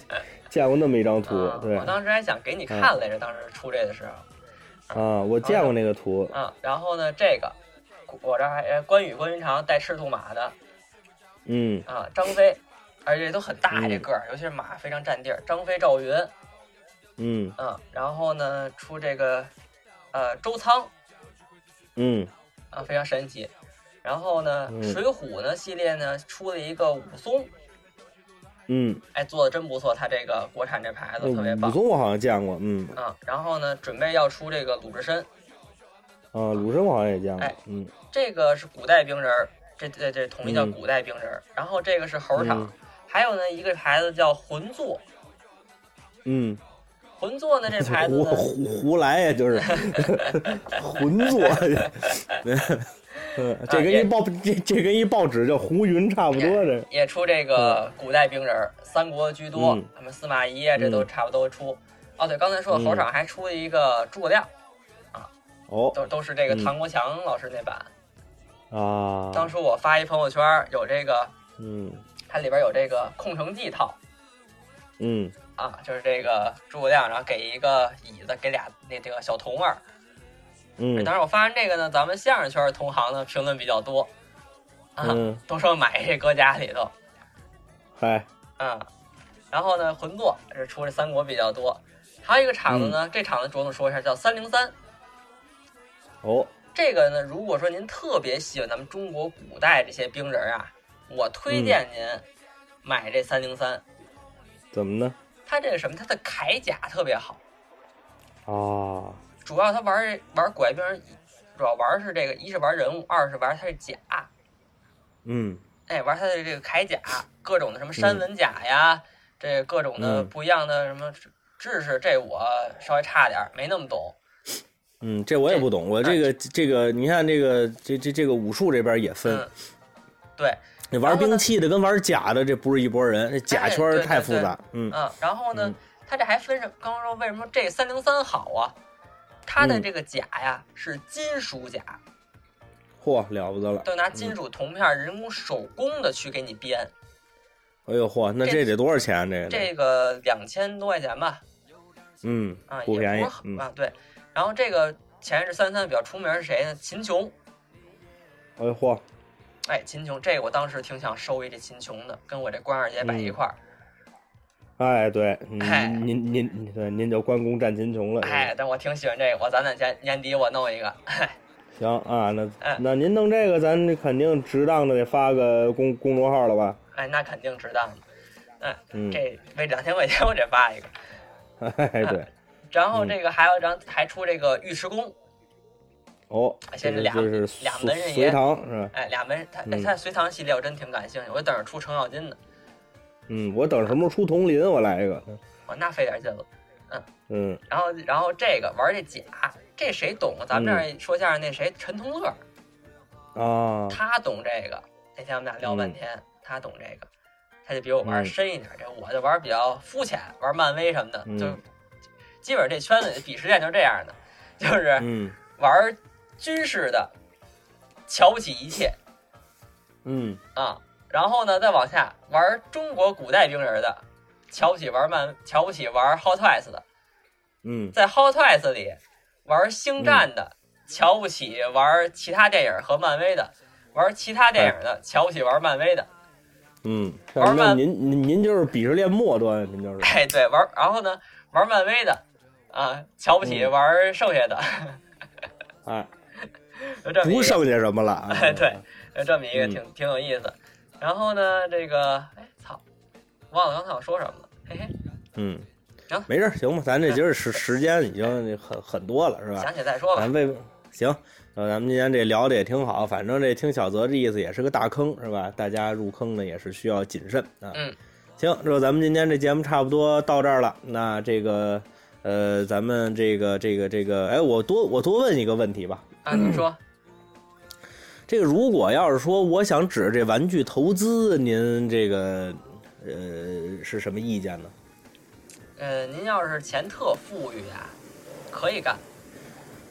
B: 见过那么一张图，
C: 啊，
B: 对
C: 我当时还想给你看来着，当时出这的时候
B: 啊，我见过那个图，
C: 啊。然后呢，这个我这儿还呃关羽、关云长带赤兔马的
B: 嗯
C: 啊，张飞，而且都很大
B: 嗯
C: 这个儿，尤其是马非常占地儿。张飞、赵云，
B: 嗯
C: 嗯，然后呢出这个呃周仓，
B: 嗯
C: 啊，非常神奇。然后呢，
B: 嗯
C: 水浒》呢系列呢出了一个武松，
B: 嗯，
C: 哎，做的真不错，它这个国产这牌子特别
B: 那武
C: 棒
B: 松我好像见过，嗯
C: 啊。然后呢，准备要出这个鲁智深，
B: 啊，鲁生我好像也见过
C: 哎，
B: 嗯
C: 这个是古代兵人儿，这这这统一叫
B: 嗯
C: 古代兵人儿。然后这个是猴场，
B: 嗯
C: 还有呢一个牌子叫魂座，
B: 嗯，
C: 魂座 呢这牌子
B: 胡
C: 呢，
B: 胡胡来呀， 就是浑作。嗯，这跟
C: 啊也哎
B: 一报这这跟一报纸叫胡云差不多，这
C: 也出这个古代兵人儿，三国居多
B: 嗯，
C: 什么司马懿啊，这都
B: 嗯
C: 差不多出。哦，对，刚才说的猴场还出了一个诸葛亮，
B: 哦
C: 都都是这个
B: 嗯
C: 唐国强老师那版。
B: 啊，
C: 当初我发一朋友圈儿，有这个，
B: 嗯
C: 它里边有这个《空城计》套
B: 嗯
C: 啊，就是这个诸葛亮，然后给一个椅子，给俩那这个小铜腕儿。
B: 嗯，
C: 当时我发现这个呢，咱们相声圈儿同行呢评论比较多，啊，
B: 嗯
C: 都说买这搁家里头，
B: 嗨，
C: 啊，然后呢，魂座是出这三国比较多，还有一个厂子呢，这厂子着重说一下，叫三零三。
B: 哦，
C: 这个呢，如果说您特别喜欢咱们中国古代这些兵人儿啊，我推荐您买这三零三。
B: 怎么呢？
C: 它这个什么，它的铠甲特别好，
B: 啊，
C: 主要它玩玩拐兵，主要玩是这个，一是玩人物，二是玩它的甲，
B: 嗯
C: 哎，玩它的这个铠甲，各种的什么山纹甲呀，这各种的
B: 嗯
C: 不一样的什么知识，这我稍微差点儿，没那么懂。
B: 嗯，这我也不懂，我这个这个，你看这个这这这个武术这边也分
C: 嗯，，对，
B: 你玩兵器的跟玩甲的这不是一拨人，这
C: 哎
B: 甲圈儿太复杂，嗯
C: 嗯，然后呢
B: 嗯，
C: 它这还分什刚刚说为什么这三零三好啊？它的
B: 嗯
C: 这个甲呀是金属甲，
B: 嚯，了不得了，
C: 都拿金属铜片儿人工手工的去给你编，
B: 哎呦嚯，那这得多少钱啊这
C: 这
B: 个？
C: 个两千多块钱吧，
B: 嗯
C: 啊，，
B: 不
C: 也
B: 便宜
C: 是，很
B: 嗯，
C: 啊，对。然后这个前一阵三三比较出名是谁呢？秦琼，
B: 哎呦嚯，
C: 哎，秦琼，这个我当时挺想收一这秦琼的，跟我这关二姐摆一
B: 嗯
C: 块儿，
B: 哎，对，您您您您，对，您就关公战秦琼了，
C: 哎，但我挺喜欢这个，我咱俩年年底我弄一个，
B: 行啊，那
C: 嗯
B: 那您弄这个，咱肯定值当的得发个公公众号了吧？
C: 哎，那肯定值当哎的。
B: 嗯，
C: 这为两千块钱我得发一个。
B: 哎对，
C: 然后
B: 嗯
C: 这个还有一张还出这个尉迟恭，
B: 哦，
C: 现在
B: 这
C: 俩
B: 就是
C: 俩
B: 隋
C: 门人
B: 隋
C: 爷
B: 唐是吧？
C: 哎，俩门他哎
B: 嗯
C: 他的隋唐系列我真挺感兴趣，我等着出程咬金呢，
B: 嗯，我等什么时候出铜林，我来一个。
C: 我那费点劲了。
B: 嗯，
C: 然后然后这个玩这甲，这谁懂啊？咱们这
B: 嗯
C: 儿说相声那谁陈同乐，
B: 哦啊，
C: 他懂这个。那天我们俩聊半天，他懂这个，他就比我玩
B: 嗯
C: 深一点。这我就玩比较肤浅，玩漫威什么的，
B: 嗯
C: 就基本上这圈子里鄙视链就是这样的，就是
B: 嗯
C: 玩军事的，瞧不起一切
B: 嗯，
C: 啊。然后呢，再往下玩中国古代兵人的，瞧不起玩漫，瞧不起玩 Hot Toys 的，
B: 嗯，
C: 在 Hot Toys 里玩星战的，瞧不起玩其他电影和漫威的，玩其他电影的，瞧不起玩漫威的。
B: 嗯，
C: 玩
B: 那
C: 漫
B: 您您您就是鄙视链末端，您就是
C: 哎，对，玩然后呢，玩漫威的啊，瞧不起
B: 嗯
C: 玩剩下的，
B: 哎，
C: 就这么一
B: 不
C: 个
B: 剩下什么了啊。
C: 哎， 对，有这么一个
B: 嗯
C: 挺、挺有意思。然后呢，这个哎操，忘了刚才我说什么了。嘿嘿，
B: 嗯
C: 行，
B: 没事儿，行吧，咱这今儿时时间已经很很多了，是吧？
C: 想起来再说
B: 啊
C: 吧
B: 咱。为行，呃，咱们今天这聊的也挺好，反正这听小泽这意思也是个大坑，是吧？大家入坑呢也是需要谨慎啊。
C: 嗯，
B: 行，这咱们今天这节目差不多到这儿了。那这个，呃，咱们这个这个这个，哎，我多我多问一个问题吧。
C: 啊，你说，
B: 这个如果要是说我想指着这玩具投资，您这个呃是什么意见呢？
C: 呃，您要是钱特富裕啊，可以干。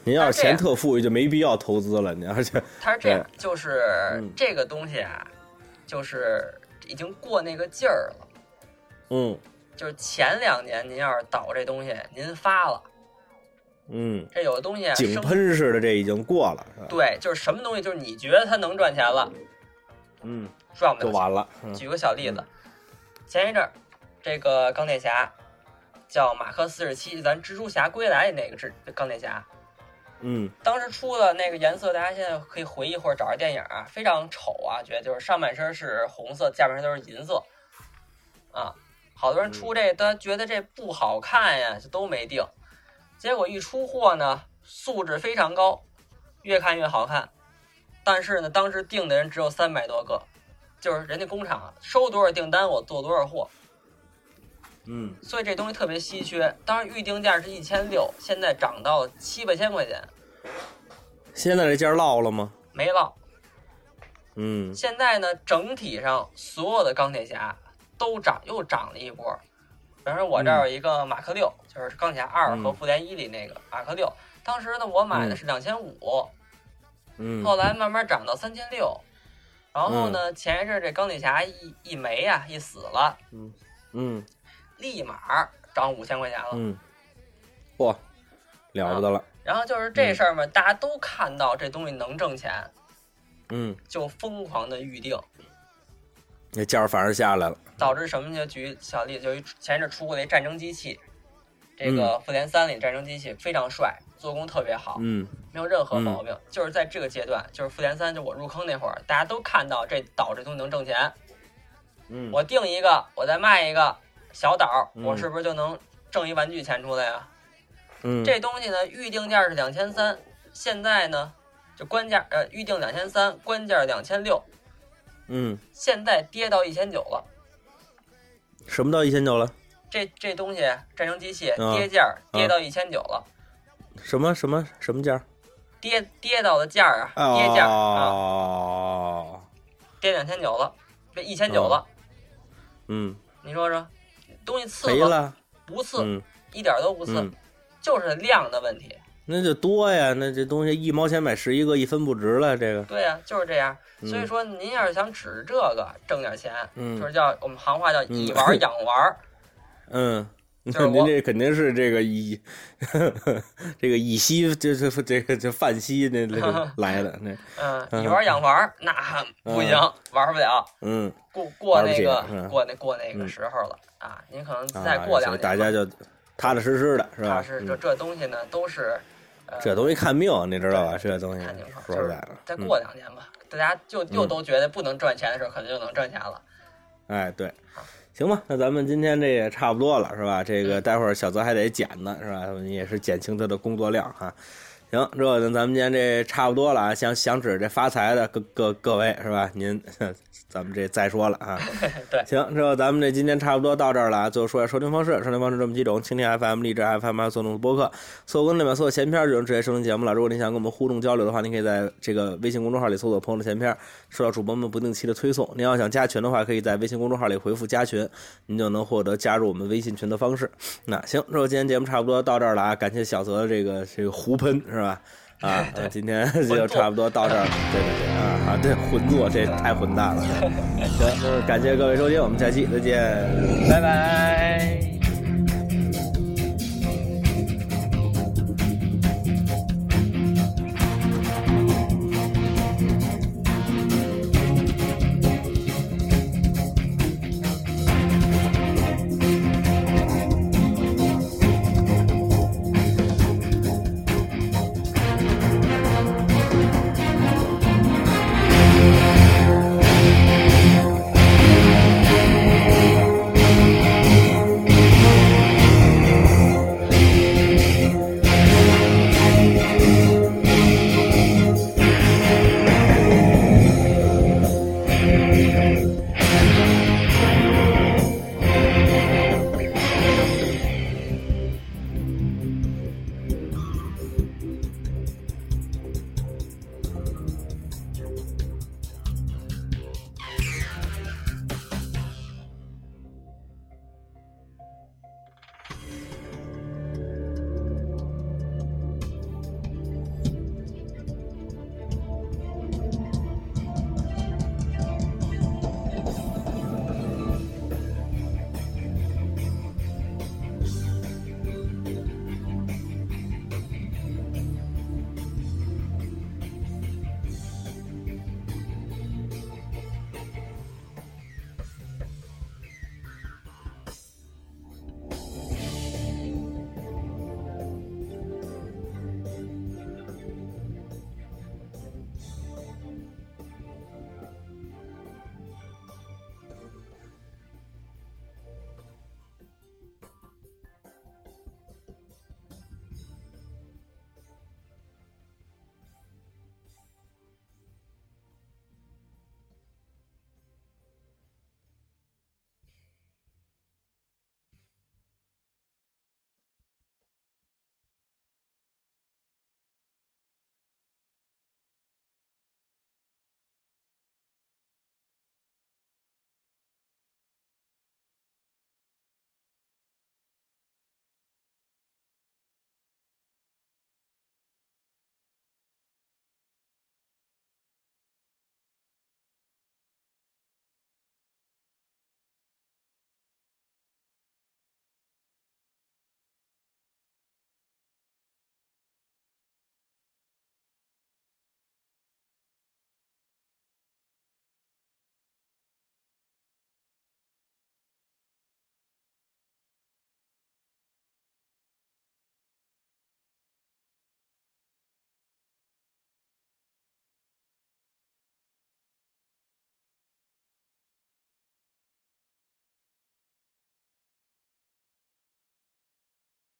B: 您要
C: 啊
B: 是
C: 这
B: 嫌
C: 样
B: 特富裕就没必要投资了，您而且
C: 它是这样，就是
B: 嗯
C: 这个东西啊，就是已经过那个劲儿了。
B: 嗯
C: 就是前两年您要是倒这东西，您发了，
B: 嗯，
C: 这有的东西啊，
B: 井
C: 生
B: 喷似的这已经过了，是吧？
C: 对，就是什么东西，就是你觉得它能赚钱了，
B: 嗯，
C: 赚不
B: 就
C: 了钱。
B: 完了。嗯
C: 举个小例子，前一阵儿这个钢铁侠叫马克四十七，咱蜘蛛侠归来那个蜘钢铁侠，
B: 嗯
C: 当时出了那个颜色，大家现在可以回忆或者找着电影啊，非常丑啊，觉得就是上半身是红色，下半身都是银色，啊，好多人出这他觉得这不好看呀，就都没定。结果一出货呢，素质非常高，越看越好看。但是呢，当时订的人只有三百多个，就是人家工厂收多少订单，我做多少货，
B: 嗯
C: 所以这东西特别稀缺。当时预定价是一千六，现在涨到七八千块钱，
B: 现在这价儿落了吗？
C: 没落。
B: 嗯
C: 现在呢，整体上所有的钢铁侠都涨，又涨了一波。比方说，我这儿有一个马克六，就是钢铁侠二
B: 嗯
C: 和复联一里那个马克六。当时呢，我买的是两千五，
B: 嗯，
C: 后来慢慢涨到三千六。然后呢，前一阵儿这钢铁侠一一没呀、一死了，
B: 嗯
C: 立马涨五千块钱了。
B: 嗯，嚯，了不得了。
C: 然后就是这事儿嘛，大家都看到这东西能挣钱，
B: 嗯，
C: 就疯狂的预定。
B: 那价儿反而下来了。
C: 导致什么呢？举小例，就一前一阵出过那战争机器，这
B: 嗯
C: 个复联三里战争机器非常帅，做工特别好，
B: 嗯
C: 没有任何毛病。就是在这个阶段，就是复联三，就我入坑那会儿，大家都看到这岛这东西能挣钱，
B: 嗯，
C: 我定一个，我再卖一个小岛，
B: 嗯
C: 我是不是就能挣一玩具钱出来呀、
B: 嗯
C: 这东西呢，预定价是两千三，现在呢，就官价呃预定两千三，官价两千六，
B: 嗯
C: 现在跌到一千九了。
B: 什么到一千九了？
C: 这这东西战争机器
B: 嗯
C: 跌价儿跌
B: 嗯
C: 到一千九了，
B: 什么什么什么价儿？
C: 跌跌到的价儿啊，跌价儿啊，
B: 哦，
C: 跌两千九了，这一千九了，
B: 嗯，
C: 你说说，东西次
B: 赔
C: 吗？
B: 了。
C: 不次，
B: 嗯
C: 一点儿都不次
B: 嗯，，
C: 就是量的问题。
B: 那就多呀。那这东西一毛钱买十一个，一分不值了。这个，
C: 对呀，就是这样。所以
B: 嗯
C: 说，您要是想指着这个挣点钱，
B: 嗯
C: 就是叫我们行话叫以
B: 嗯
C: 玩儿养 玩儿，
B: 嗯，
C: 就是
B: 您
C: 我
B: 这肯定是这个以 这个以息，就是这个这泛息那那 个来的那，
C: 嗯，
B: 嗯
C: 以玩儿养玩儿，那不行，玩儿不了。
B: 嗯，
C: 过过
B: 玩不
C: 那
B: 起
C: 个
B: 嗯
C: 过那过那个
B: 嗯
C: 时候了啊！您可能
B: 啊
C: 再过两
B: 所以
C: 年吧，
B: 大
C: 啊
B: 家就踏踏实实的是吧？
C: 它是这这东西呢，都是
B: 啊嗯
C: 呃
B: 这东西看命，你知道吧？这东西
C: 看情况，
B: 说
C: 就
B: 实
C: 是
B: 在的，
C: 再
B: 嗯
C: 过两年吧，大家就又都觉得不能赚钱的时候，可能就能赚钱了。
B: 哎，对，行吧，那咱们今天这也差不多了，是吧？这个待会儿小泽还得剪呢，是吧？你也是减轻他的工作量哈。行，这呢咱们今天这差不多了啊，想想指这发财的各各各位是吧？您 咱们这再说了啊。
C: 对
B: 行，这咱们这今天差不多到这儿了啊。最后说一下收听方式，收听方式这么几种：蜻蜓 FM、荔枝 FM 还有所有的播客。搜索跟里面搜索“闲篇”就能直接收听节目了。如果您想跟我们互动交流的话，您可以在这个微信公众号里搜索“朋友的闲篇”，收到主播们不定期的推送。您要想加群的话，可以在微信公众号里回复“加群”，您就能获得加入我们微信群的方式。那行，这后今天节目差不多到这儿了啊，感谢小泽的这个这个胡喷是吧？啊，那今天就差不多到这儿了，对对对啊啊，对混作这太混蛋了。行，就是感谢各位收听，我们下期再见。
C: 拜拜。